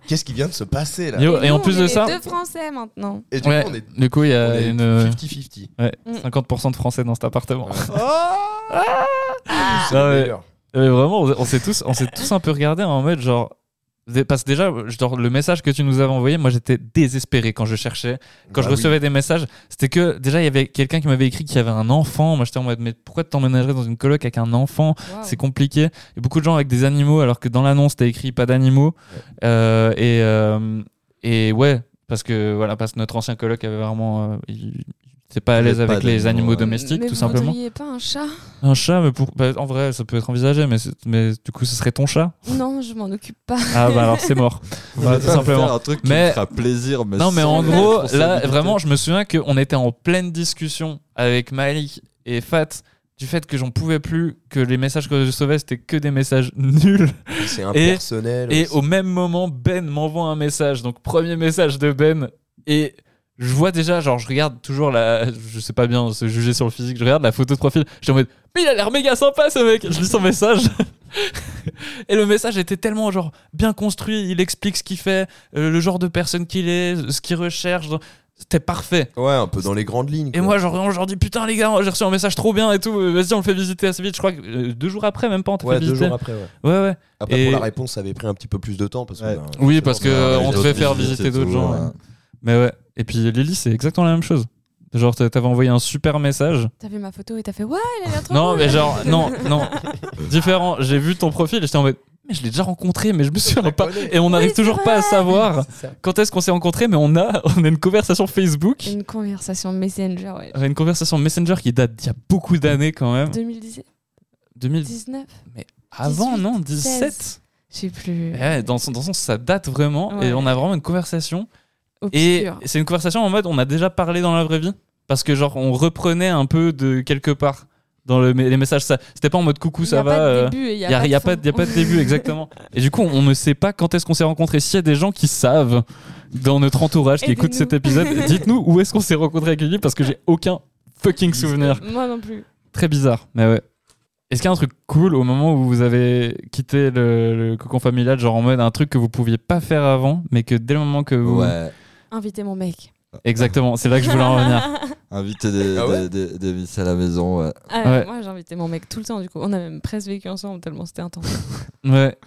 [SPEAKER 3] Qu'est-ce qui vient de se passer là
[SPEAKER 2] yo. Et, en
[SPEAKER 4] nous,
[SPEAKER 2] plus
[SPEAKER 4] on
[SPEAKER 2] de
[SPEAKER 4] est
[SPEAKER 2] ça,
[SPEAKER 4] Deux Français maintenant.
[SPEAKER 3] Bah Et du
[SPEAKER 2] ouais,
[SPEAKER 3] coup, on est,
[SPEAKER 2] du coup, il y
[SPEAKER 3] on
[SPEAKER 2] a
[SPEAKER 3] est
[SPEAKER 2] Euh, une,
[SPEAKER 3] 50-50.
[SPEAKER 2] ouais,
[SPEAKER 4] Mm.
[SPEAKER 2] 50% de Français dans cet appartement. [laughs]
[SPEAKER 3] Ouais.
[SPEAKER 2] Ah, Non, mais-
[SPEAKER 3] D'ailleurs,
[SPEAKER 2] Mais vraiment, on on s'est tous, on s'est tous un peu regardés en mode genre. Parce que déjà, genre, le message que tu nous avais envoyé, moi j'étais désespéré quand je cherchais. Quand
[SPEAKER 3] Bah
[SPEAKER 2] je
[SPEAKER 3] oui.
[SPEAKER 2] recevais des messages, c'était que déjà il y avait quelqu'un qui m'avait écrit qu'il y avait un enfant. Moi j'étais en mode, mais pourquoi t'emménagerais dans une coloc avec un enfant Ah C'est compliqué. Il y a beaucoup de gens avec des animaux, alors que dans l'annonce t'as écrit pas d'animaux. Euh, et, euh, et ouais, parce que voilà, parce que notre ancien coloc avait vraiment. euh, il n'était pas à
[SPEAKER 1] Il
[SPEAKER 2] l'aise
[SPEAKER 1] avait pas
[SPEAKER 2] avec les
[SPEAKER 1] d'animaux,
[SPEAKER 2] animaux
[SPEAKER 1] ouais.
[SPEAKER 2] domestiques,
[SPEAKER 4] Mais
[SPEAKER 2] tout
[SPEAKER 4] vous
[SPEAKER 2] simplement.
[SPEAKER 4] voudriez pas un chat
[SPEAKER 2] Un chat, mais pour... bah, en vrai, ça peut être envisagé, mais, c'est- mais du coup, ce serait ton chat.
[SPEAKER 4] Non, je m'en occupe pas.
[SPEAKER 2] Ah bah alors,
[SPEAKER 1] [laughs]
[SPEAKER 2] c'est mort. Voilà, tout simplement.
[SPEAKER 1] un truc
[SPEAKER 2] Mais-
[SPEAKER 1] qui me fera plaisir. Mais
[SPEAKER 2] Non, mais en
[SPEAKER 1] c'est-
[SPEAKER 2] gros, là,
[SPEAKER 1] responsabilité.
[SPEAKER 2] vraiment, je me souviens qu'on était en pleine discussion avec Malik et Fat du fait que j'en pouvais plus, que les messages que je sauvais, c'était que des messages nuls.
[SPEAKER 3] C'est impersonnel.
[SPEAKER 2] Et
[SPEAKER 3] aussi.
[SPEAKER 2] au même moment, Ben m'envoie un message. Donc, premier message de Ben. Et je vois déjà, genre, je regarde toujours la. Je sais pas bien se juger sur le physique. Je regarde la photo de profil. J'étais en mode, mais il a l'air méga sympa ce mec. Je lis son message. [laughs] Et le message était tellement genre bien construit, il explique ce qu'il fait, euh, le genre de personne qu'il est, ce qu'il recherche, c'était parfait.
[SPEAKER 3] Ouais, un peu dans les grandes lignes.
[SPEAKER 2] Et
[SPEAKER 3] quoi.
[SPEAKER 2] moi, genre, vraiment, je leur dis putain, les gars, j'ai reçu un message trop bien et tout, euh, vas-y, on le fait visiter assez vite. Je crois que euh, deux jours après, même pas, on t'a
[SPEAKER 3] Ouais,
[SPEAKER 2] fait
[SPEAKER 3] deux
[SPEAKER 2] visiter.
[SPEAKER 3] jours après, ouais.
[SPEAKER 2] Ouais, ouais.
[SPEAKER 3] Après,
[SPEAKER 2] Et-
[SPEAKER 3] pour la réponse, ça avait pris un petit peu plus de temps. Parce que,
[SPEAKER 1] Ouais.
[SPEAKER 3] ben,
[SPEAKER 2] Oui,
[SPEAKER 3] c'est
[SPEAKER 2] parce
[SPEAKER 3] normal,
[SPEAKER 2] que euh,
[SPEAKER 3] les
[SPEAKER 2] on te
[SPEAKER 3] autres
[SPEAKER 2] fait faire
[SPEAKER 3] visites
[SPEAKER 2] visiter
[SPEAKER 3] et
[SPEAKER 2] d'autres
[SPEAKER 3] tout,
[SPEAKER 2] gens,
[SPEAKER 3] ouais.
[SPEAKER 1] hein.
[SPEAKER 2] ouais. Mais ouais. Et puis Lily, c'est exactement la même chose. Genre, t'a- t'avais envoyé un super message.
[SPEAKER 4] T'as vu ma photo et t'as fait ouais, elle a l'air trop
[SPEAKER 2] non,
[SPEAKER 4] cool.
[SPEAKER 2] mais genre, non,
[SPEAKER 3] [laughs]
[SPEAKER 2] non. Différent. J'ai vu ton profil et j'étais en mode, mais je l'ai déjà rencontré, mais je me souviens pas. Et on n'arrive
[SPEAKER 4] c'est
[SPEAKER 2] toujours pas à savoir
[SPEAKER 3] C'est ça.
[SPEAKER 2] quand est-ce qu'on s'est rencontrés, mais on a, [laughs] on a une conversation Facebook.
[SPEAKER 4] Une conversation Messenger, ouais.
[SPEAKER 2] Une conversation Messenger qui date d'il y a beaucoup d'années quand même.
[SPEAKER 4] 2019
[SPEAKER 2] 2010. Avant, non 17
[SPEAKER 4] Je sais plus.
[SPEAKER 2] Ouais, Eh, dans, son, dans son, ça date vraiment.
[SPEAKER 4] Ouais.
[SPEAKER 2] Et on a vraiment une conversation. Et
[SPEAKER 4] Obscure.
[SPEAKER 2] c'est une conversation en mode on a déjà parlé dans la vraie vie parce que genre on reprenait un peu de quelque part dans le, les messages ça c'était pas en mode coucou ça va euh,
[SPEAKER 4] Il y
[SPEAKER 2] y a, y a pas de- y a pas de
[SPEAKER 4] [laughs]
[SPEAKER 2] début exactement et du coup on ne sait pas quand est-ce qu'on s'est rencontrés s'il y a des gens qui savent dans notre entourage qui écoutent
[SPEAKER 4] Aidez-nous. [laughs]
[SPEAKER 2] cet épisode dites-nous où est-ce qu'on s'est rencontrés avec Lily parce que j'ai aucun fucking souvenir
[SPEAKER 4] Moi non plus.
[SPEAKER 2] Très bizarre, mais ouais. Est-ce qu'il y a un truc cool au moment où vous avez quitté le, le cocon familial, genre en mode un truc que vous pouviez pas faire avant, mais que dès le moment que vous...
[SPEAKER 1] Ouais.
[SPEAKER 4] Inviter mon mec.
[SPEAKER 2] Exactement, c'est là que je voulais en revenir.
[SPEAKER 1] [laughs] Inviter des,
[SPEAKER 3] Ah ouais
[SPEAKER 1] des, des, des miss à la maison. Ouais.
[SPEAKER 4] Ah,
[SPEAKER 2] Ouais.
[SPEAKER 4] Moi j'ai invité mon mec tout le temps du coup. On a même presque vécu ensemble tellement c'était intense.
[SPEAKER 2] Ouais,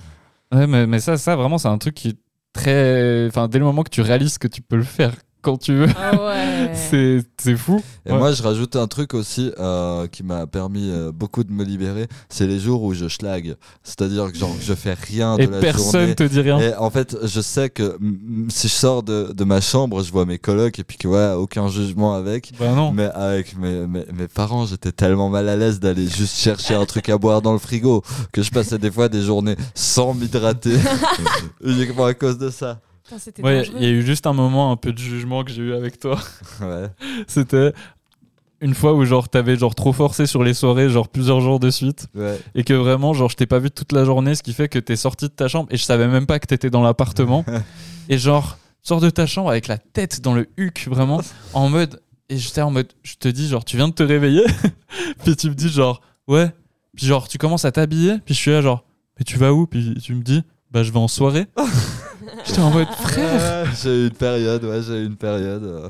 [SPEAKER 2] ouais mais, mais ça, ça vraiment, c'est un truc qui est très... Enfin, dès le moment que tu réalises que tu peux le faire quand tu veux,
[SPEAKER 4] Ah ouais.
[SPEAKER 2] [laughs] c'est c'est fou.
[SPEAKER 1] Et
[SPEAKER 2] Ouais.
[SPEAKER 1] moi, je rajoute un truc aussi euh, qui m'a permis euh, beaucoup de me libérer. C'est les jours où je schlag. C'est-à-dire que genre, je fais rien
[SPEAKER 2] Et
[SPEAKER 1] de la
[SPEAKER 2] personne
[SPEAKER 1] journée.
[SPEAKER 2] te dit rien.
[SPEAKER 1] Et en fait, je sais que mm, mm, si je sors de, de ma chambre, je vois mes colocs et puis que ouais, aucun jugement avec.
[SPEAKER 2] Bah non.
[SPEAKER 1] Mais avec mes, mes, mes parents, j'étais tellement mal à l'aise d'aller juste chercher un truc à boire dans le frigo que je passais des fois des journées sans
[SPEAKER 2] [laughs]
[SPEAKER 1] m'hydrater uniquement à cause de ça.
[SPEAKER 4] Putain, C'était
[SPEAKER 2] Ouais,
[SPEAKER 4] dangereux.
[SPEAKER 2] il y a eu juste un moment un peu de jugement que j'ai eu avec toi. [laughs]
[SPEAKER 1] Ouais.
[SPEAKER 2] C'était une fois où genre t'avais genre trop forcé sur les soirées, genre plusieurs jours de suite.
[SPEAKER 1] ouais.
[SPEAKER 2] et que vraiment genre je t'ai pas vu toute la journée ce qui fait que t'es sorti de ta chambre et je savais même pas que t'étais dans
[SPEAKER 1] [laughs]
[SPEAKER 2] l'appartement et genre sors de ta chambre avec la tête dans le huc vraiment en mode et j'étais en mode je te dis genre tu viens de te réveiller [laughs] puis tu me dis genre ouais puis genre tu commences à t'habiller puis je suis là genre mais tu vas où puis tu me dis bah je vais en soirée j'étais en mode frère
[SPEAKER 1] Ouais, Ah, j'ai eu une période, ouais, j'ai eu une période. euh,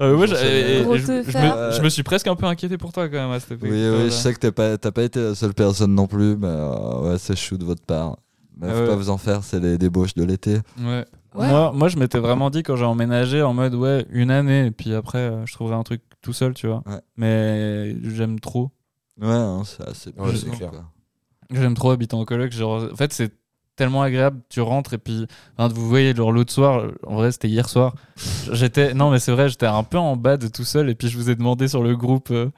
[SPEAKER 2] Euh, ouais, j'avais-
[SPEAKER 4] Gros
[SPEAKER 2] je, je me,
[SPEAKER 4] teufard.
[SPEAKER 2] je me suis presque un peu inquiété pour toi quand même à cette époque hein.
[SPEAKER 1] Oui, oui, je sais que t'es pas- t'as pas, été la seule personne non plus, mais euh, ouais, c'est chou de votre part. Mais
[SPEAKER 2] Ah
[SPEAKER 1] faut
[SPEAKER 2] ouais.
[SPEAKER 1] pas vous en faire, c'est les débauches de l'été.
[SPEAKER 2] Ouais.
[SPEAKER 4] Ouais.
[SPEAKER 2] Moi, moi, je m'étais vraiment dit quand j'ai emménagé en mode ouais, une année, et puis après, euh, je trouverai un truc tout seul, tu vois.
[SPEAKER 1] Ouais.
[SPEAKER 2] Mais j'aime trop.
[SPEAKER 1] Ouais, hein, c'est assez
[SPEAKER 3] Ouais,
[SPEAKER 2] c'est
[SPEAKER 1] plaisant,
[SPEAKER 3] clair.
[SPEAKER 1] quoi.
[SPEAKER 2] J'aime trop habiter en coloc. Genre, en fait, c'est tellement agréable. Tu rentres et puis, enfin, vous voyez, genre l'autre soir, en vrai, c'était hier soir. J'étais, non, mais c'est vrai, j'étais un peu en bas de tout seul, et puis je vous ai demandé sur le groupe euh,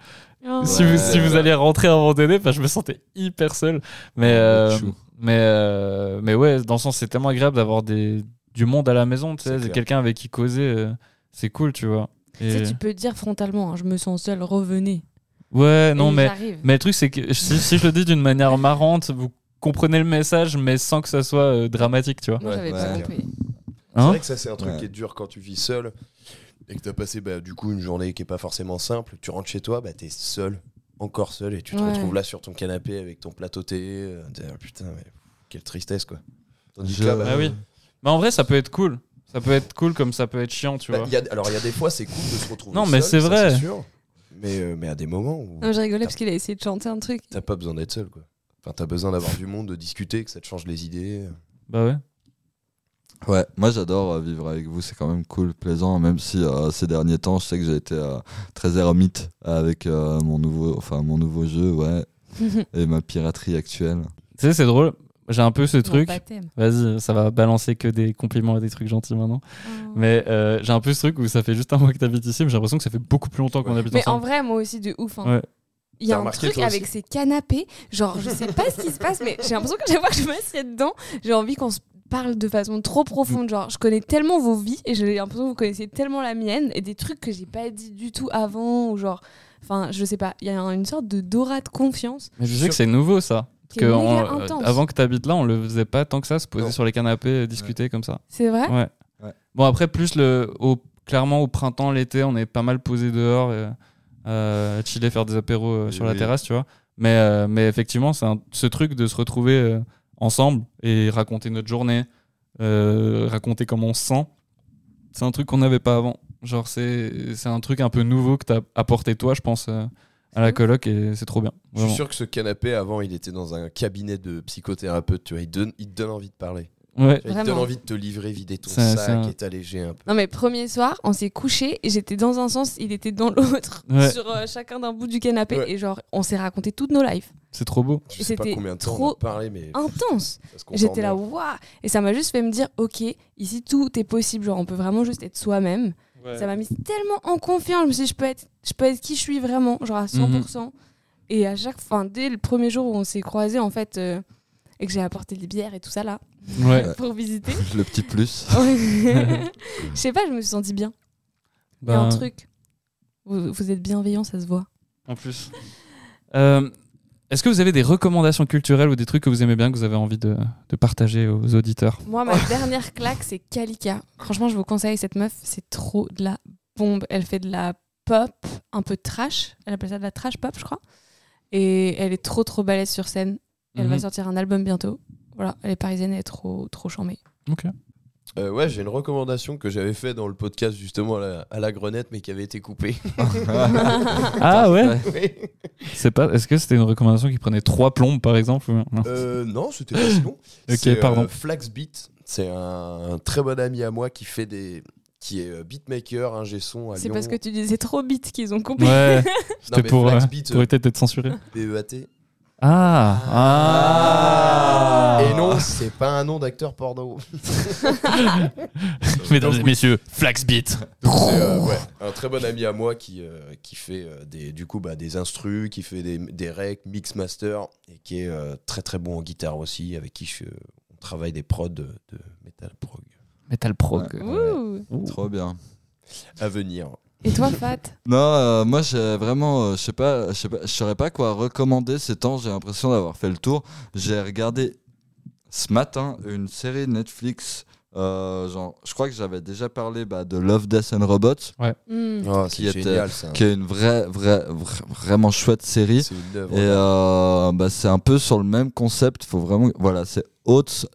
[SPEAKER 4] Oh.
[SPEAKER 2] si,
[SPEAKER 1] Ouais.
[SPEAKER 2] vous, si vous allez rentrer à un moment donné. Enfin, je me sentais hyper seul. Mais, euh,
[SPEAKER 1] Chou.
[SPEAKER 2] mais, euh, mais ouais, dans le sens, c'est tellement agréable d'avoir des, du monde à la maison, tu sais,
[SPEAKER 3] C'est
[SPEAKER 2] de
[SPEAKER 3] clair.
[SPEAKER 2] quelqu'un avec qui causer, euh, c'est cool, tu vois.
[SPEAKER 4] Tu
[SPEAKER 2] Et-
[SPEAKER 4] sais, tu peux dire frontalement, hein, je me sens seule, revenez.
[SPEAKER 2] Ouais, non,
[SPEAKER 4] Et
[SPEAKER 2] mais,
[SPEAKER 4] j'arrive.
[SPEAKER 2] mais le truc, c'est que si, si je le dis d'une manière marrante, vous comprenez le message, mais sans que ça soit euh, dramatique, tu vois.
[SPEAKER 4] Moi, j'avais
[SPEAKER 1] Ouais,
[SPEAKER 4] pas
[SPEAKER 1] ouais.
[SPEAKER 4] compris.
[SPEAKER 3] C'est
[SPEAKER 2] Hein
[SPEAKER 3] vrai que ça, c'est un truc
[SPEAKER 1] Ouais.
[SPEAKER 3] qui est dur quand tu vis seul et que t'as passé bah, du coup une journée qui est pas forcément simple. Tu rentres chez toi, bah, t'es seul, encore seul, et tu te
[SPEAKER 4] Ouais.
[SPEAKER 3] retrouves là sur ton canapé avec ton plateau thé. euh, t'es là, putain, mais quelle tristesse quoi. Tandis que
[SPEAKER 1] Je-
[SPEAKER 3] là, bah,
[SPEAKER 2] Ah oui. Mais en vrai, ça peut être cool. Ça peut être cool comme ça peut être chiant, tu
[SPEAKER 3] bah,
[SPEAKER 2] vois.
[SPEAKER 3] y a- alors il y a des fois, c'est cool de se retrouver
[SPEAKER 2] Non, mais
[SPEAKER 3] seul, ça,
[SPEAKER 2] c'est vrai.
[SPEAKER 3] sûr. Mais, euh, mais à des moments où
[SPEAKER 4] Non, je rigolais parce qu'il a essayé de chanter un truc.
[SPEAKER 3] t'as pas besoin d'être seul quoi. Enfin, t'as besoin d'avoir du monde, de discuter, que ça te change les idées.
[SPEAKER 2] Bah ouais.
[SPEAKER 1] Ouais, moi j'adore euh, vivre avec vous, c'est quand même cool, plaisant, même si euh, ces derniers temps, je sais que j'ai été euh, très ermite avec euh, mon, nouveau, enfin, mon nouveau jeu, ouais, et ma piraterie actuelle.
[SPEAKER 2] Tu sais, c'est drôle. J'ai un peu ce
[SPEAKER 4] Mon
[SPEAKER 2] truc.
[SPEAKER 4] baptême.
[SPEAKER 2] Vas-y, ça va balancer que des compliments et des trucs gentils maintenant. Mais euh, j'ai un peu ce truc où ça fait juste un mois que t'habites ici, mais j'ai l'impression que ça fait beaucoup plus longtemps qu'on habite
[SPEAKER 4] Mais en
[SPEAKER 2] ensemble.
[SPEAKER 4] vrai, moi aussi, de ouf. hein.
[SPEAKER 2] Ouais.
[SPEAKER 4] Il y a
[SPEAKER 3] T'as
[SPEAKER 4] un
[SPEAKER 3] remarqué,
[SPEAKER 4] truc
[SPEAKER 3] toi aussi
[SPEAKER 4] avec ces canapés, genre je sais pas ce qui se passe, mais j'ai l'impression que chaque fois que je m'assieds dedans, j'ai envie qu'on se parle de façon trop profonde. Genre, je connais tellement vos vies et j'ai l'impression que vous connaissez tellement la mienne et des trucs que j'ai pas dit du tout avant ou genre, enfin, je sais pas. Il y a un- une sorte de Dora de confiance
[SPEAKER 2] Mais je sais que c'est nouveau ça.
[SPEAKER 4] qui est
[SPEAKER 2] Que
[SPEAKER 4] méga
[SPEAKER 2] on- euh,
[SPEAKER 4] intense.
[SPEAKER 2] avant que t'habites là, on le faisait pas tant que ça, se poser
[SPEAKER 1] Non.
[SPEAKER 2] sur les canapés, et discuter comme ça.
[SPEAKER 4] C'est vrai.
[SPEAKER 2] Ouais.
[SPEAKER 1] Ouais.
[SPEAKER 2] Bon, après, plus le, au, clairement au printemps, l'été, on est pas mal posé dehors, et, euh, chiller, faire des apéros euh,
[SPEAKER 3] Oui,
[SPEAKER 2] sur la
[SPEAKER 3] oui.
[SPEAKER 2] terrasse, tu vois. Mais, euh, mais effectivement, c'est un- ce truc de se retrouver euh, ensemble et raconter notre journée, euh, raconter comment on se sent, c'est un truc qu'on n'avait pas avant. Genre, c'est c'est un truc un peu nouveau que t'as apporté toi, je pense, euh, à la coloc et c'est trop bien.
[SPEAKER 3] Je suis
[SPEAKER 2] vraiment.
[SPEAKER 3] sûr que ce canapé, avant, il était dans un cabinet de psychothérapeute, tu vois. Il, donne, il te donne envie de parler.
[SPEAKER 2] Ouais.
[SPEAKER 3] Il te donne
[SPEAKER 4] Vraiment.
[SPEAKER 3] envie de te livrer, vider ton
[SPEAKER 2] C'est- c'est
[SPEAKER 3] sac
[SPEAKER 2] un-
[SPEAKER 3] et t'alléger un peu.
[SPEAKER 4] Non mais premier soir, on s'est couché et j'étais dans un sens, il était dans l'autre,
[SPEAKER 2] Ouais.
[SPEAKER 4] sur euh, chacun d'un bout du canapé
[SPEAKER 3] Ouais.
[SPEAKER 4] et genre on s'est raconté toutes nos lives.
[SPEAKER 2] C'est trop beau.
[SPEAKER 3] Je sais pas
[SPEAKER 4] C'était
[SPEAKER 3] combien de temps on
[SPEAKER 4] trop
[SPEAKER 3] a parlé, mais
[SPEAKER 4] Intense.
[SPEAKER 3] ça se comprend
[SPEAKER 4] J'étais
[SPEAKER 3] bien.
[SPEAKER 4] là, waouh! Et ça m'a juste fait me dire, ok, ici tout est possible, genre on peut vraiment juste être soi-même. Ça m'a mis tellement en confiance, je me suis dit, je peux être, je peux être qui je suis vraiment, genre à 100%. Et à chaque fois, dès le premier jour où on s'est croisés, en fait, euh, et que j'ai apporté des bières et tout ça là,
[SPEAKER 2] Ouais.
[SPEAKER 4] pour visiter,
[SPEAKER 1] [laughs] Le petit plus.
[SPEAKER 4] je sais pas, je me suis sentie bien. Il y a
[SPEAKER 2] Bah,
[SPEAKER 4] un truc. Vous, vous êtes bienveillant, ça se voit.
[SPEAKER 2] En plus. Euh, Est-ce que vous avez des recommandations culturelles ou des trucs que vous aimez bien que vous avez envie de, de partager aux auditeurs
[SPEAKER 4] Moi, ma dernière claque, c'est Kalika. Franchement, je vous conseille cette meuf, c'est trop de la bombe. Elle fait de la pop, un peu trash. Elle appelle ça de la trash pop, je crois. Et elle est trop, trop balèze sur scène. Elle va
[SPEAKER 2] Mhm.
[SPEAKER 4] sortir un album bientôt. Voilà, elle est parisienne, elle est trop, trop charmée.
[SPEAKER 3] Euh, ouais, j'ai une recommandation que j'avais fait dans le podcast justement à la, à la grenette, mais qui avait été
[SPEAKER 4] [laughs]
[SPEAKER 3] coupée.
[SPEAKER 2] Ah ouais
[SPEAKER 3] Oui.
[SPEAKER 2] [laughs] C'est pas. Est-ce que c'était une recommandation qui prenait trois plombes par exemple ou- non.
[SPEAKER 3] Euh, non, c'était pas si long.
[SPEAKER 2] Ok,
[SPEAKER 3] C'est, euh,
[SPEAKER 2] [laughs] pardon.
[SPEAKER 3] Flaxbeat, c'est un, un très bon ami à moi qui fait des, qui est euh, beatmaker, ingé son à
[SPEAKER 4] C'est
[SPEAKER 3] Bah, Lyon.
[SPEAKER 4] parce que tu disais trop vite qu'ils ont coupé.
[SPEAKER 3] Non,
[SPEAKER 2] Ouais. C'était
[SPEAKER 3] mais
[SPEAKER 2] pour. euh,
[SPEAKER 3] Flaxbeat,
[SPEAKER 2] pour éviter d'être censuré.
[SPEAKER 3] BEAT.
[SPEAKER 2] Ah. Ah.
[SPEAKER 3] Et non, c'est pas un nom d'acteur porno.
[SPEAKER 2] [laughs] Mesdames et messieurs, Flaxbeat.
[SPEAKER 3] Donc, c'est, euh, ouais, un très bon ami à moi qui, euh, qui fait euh, des, du coup bah, des instrus, qui fait des, des recs, mix master, et qui est euh, très très bon en guitare aussi, avec qui je- on travaille des prods de, de metal prog.
[SPEAKER 2] Metal prog.
[SPEAKER 4] Ouh.
[SPEAKER 1] Trop bien.
[SPEAKER 3] À venir.
[SPEAKER 4] Et toi, Fat
[SPEAKER 1] Non, euh, moi j'ai vraiment, euh, je sais pas, je sais pas, je saurais pas quoi recommander ces temps. J'ai l'impression d'avoir fait le tour. J'ai regardé ce matin une série Netflix. euh, genre, je crois que j'avais déjà parlé bah, de Love, Death and Robots,
[SPEAKER 4] Hmm.
[SPEAKER 3] c'est
[SPEAKER 1] c'est génial,
[SPEAKER 3] génial ça.
[SPEAKER 1] Ah,
[SPEAKER 3] hein.
[SPEAKER 1] qui est une vraie, vraie, vra- vraiment chouette série.
[SPEAKER 3] C'est une œuvre.
[SPEAKER 1] Et euh, bah, c'est un peu sur le même concept. Faut vraiment, voilà, c'est Haute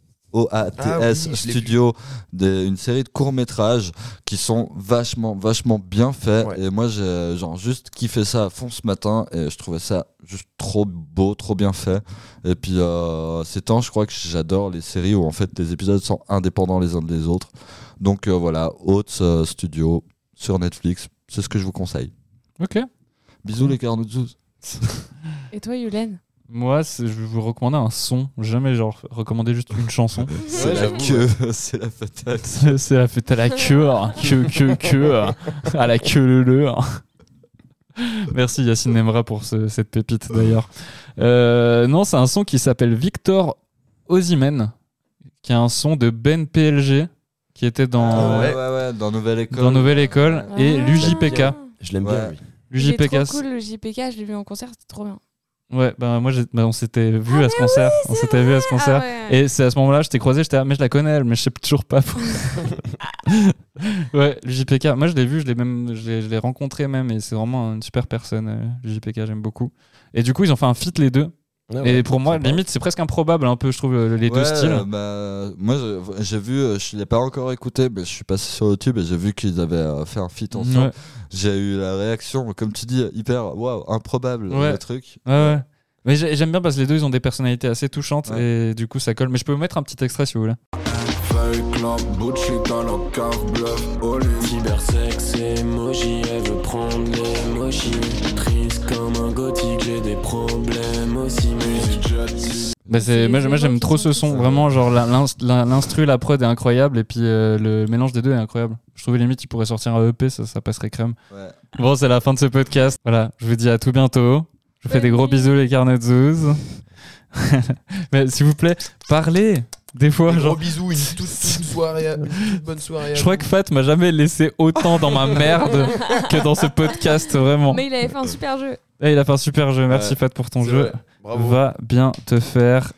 [SPEAKER 3] Ah oui,
[SPEAKER 1] OATS
[SPEAKER 3] je l'ai
[SPEAKER 1] Studio, des- une série de courts métrages qui sont vachement, vachement bien faits.
[SPEAKER 3] Ouais.
[SPEAKER 1] Et moi, j'ai genre juste kiffé ça à fond ce matin et je trouvais ça juste trop beau, trop bien fait. Et puis euh, ces temps, je crois que j'adore les séries où en fait les épisodes sont indépendants les uns des autres. Donc euh, voilà, Haute euh, Studio sur Netflix, c'est ce que je vous conseille.
[SPEAKER 2] Ok.
[SPEAKER 1] Bisous les carnotzous.
[SPEAKER 4] Et toi, Yulen
[SPEAKER 2] Moi, c'est- je vais vous recommander un son. Jamais genre recommander juste une chanson.
[SPEAKER 1] C'est la
[SPEAKER 3] j'avoue,
[SPEAKER 1] queue, [laughs] c'est la fatale.
[SPEAKER 2] C'est c'est la fête à la queue, hein. queue, queue, queue, hein. à la queue le le. hein. Merci Yacine Nemra pour ce- cette pépite d'ailleurs. Euh, non, c'est un son qui s'appelle Victor Ozimen, qui est un son de Ben PLG, qui était dans,
[SPEAKER 1] Ah ouais,
[SPEAKER 3] ouais.
[SPEAKER 1] ouais, ouais, dans Nouvelle École.
[SPEAKER 2] dans Nouvelle École,
[SPEAKER 4] Ah
[SPEAKER 2] et l'UJPK.
[SPEAKER 3] Je l'aime
[SPEAKER 1] Ouais.
[SPEAKER 3] bien, lui.
[SPEAKER 4] C'était
[SPEAKER 2] L'UJPK,
[SPEAKER 4] trop cool, le JPK, je l'ai vu en concert, c'était trop bien.
[SPEAKER 2] ouais, ben moi j'ai- ben, on s'était vu à ce concert, on
[SPEAKER 4] Ah c'est
[SPEAKER 2] s'était vu à ce
[SPEAKER 4] Ah
[SPEAKER 2] concert,
[SPEAKER 4] ouais.
[SPEAKER 2] Et c'est à ce moment-là, je t'ai croisé, j'étais ah, mais je la connais elle, mais je sais toujours pas. pour- [laughs] ouais, le JPK. Moi, je l'ai vu, je l'ai même, je l'ai- je l'ai rencontré même, et c'est vraiment une super personne. euh, le JPK, j'aime beaucoup. Et du coup, ils ont fait un feat les deux. et pour moi, limite, Ah c'est presque improbable un peu, je trouve euh, les deux
[SPEAKER 1] Ouais,
[SPEAKER 2] styles.
[SPEAKER 1] euh, bah, moi, je- j'ai vu, euh, je l'ai pas encore écouté, mais je suis passé sur YouTube et j'ai vu qu'ils avaient euh, fait un feat ensemble.
[SPEAKER 2] Ouais,
[SPEAKER 1] J'ai eu la réaction, comme tu dis, hyper waouh, improbable
[SPEAKER 2] Ouais.
[SPEAKER 1] le truc.
[SPEAKER 2] ouais, ouais. Mais j'ai- j'aime bien parce que les deux, ils ont des personnalités assez touchantes
[SPEAKER 1] Ouais.
[SPEAKER 2] et du coup, ça colle. Mais je peux vous mettre un petit extrait si vous voulez.
[SPEAKER 7] Feuille club, bullshit à la cave, bluff, all in Cybersex, emoji, elle veut prendre l'emoji Triste comme un gothique, j'ai des problèmes aussi Music jet,
[SPEAKER 2] Bah, c'est,
[SPEAKER 8] C'est
[SPEAKER 2] moi, j'aime- moi,
[SPEAKER 8] les
[SPEAKER 2] j'aime
[SPEAKER 8] gens
[SPEAKER 2] trop
[SPEAKER 8] qui sont
[SPEAKER 2] ce son,
[SPEAKER 8] tous-
[SPEAKER 2] vraiment genre la- l'ins- la- l'instru, la prod est incroyable et puis euh, le mélange des deux est incroyable. Je trouvais limite il pourrait sortir un EP, ça, ça passerait crème.
[SPEAKER 1] Ouais.
[SPEAKER 2] Bon, c'est la fin de ce podcast. Voilà, je vous dis à tout bientôt. Je vous fais des gros
[SPEAKER 8] Salut.
[SPEAKER 2] bisous les carnets de zouz. [laughs] Mais s'il vous plaît, parlez des fois.
[SPEAKER 3] Des
[SPEAKER 2] genre,
[SPEAKER 3] gros bisous, une toute, toute soirée, à- une toute bonne soirée. à
[SPEAKER 2] je crois
[SPEAKER 3] vous.
[SPEAKER 2] que Fat m'a jamais laissé autant dans ma merde que dans ce podcast vraiment.
[SPEAKER 8] Mais il avait fait un super jeu.
[SPEAKER 2] Eh, il a fait un super jeu. Merci
[SPEAKER 3] Ouais,
[SPEAKER 2] Fat pour ton
[SPEAKER 3] C'est
[SPEAKER 2] jeu.
[SPEAKER 3] vrai. Bravo.
[SPEAKER 2] Va bien te faire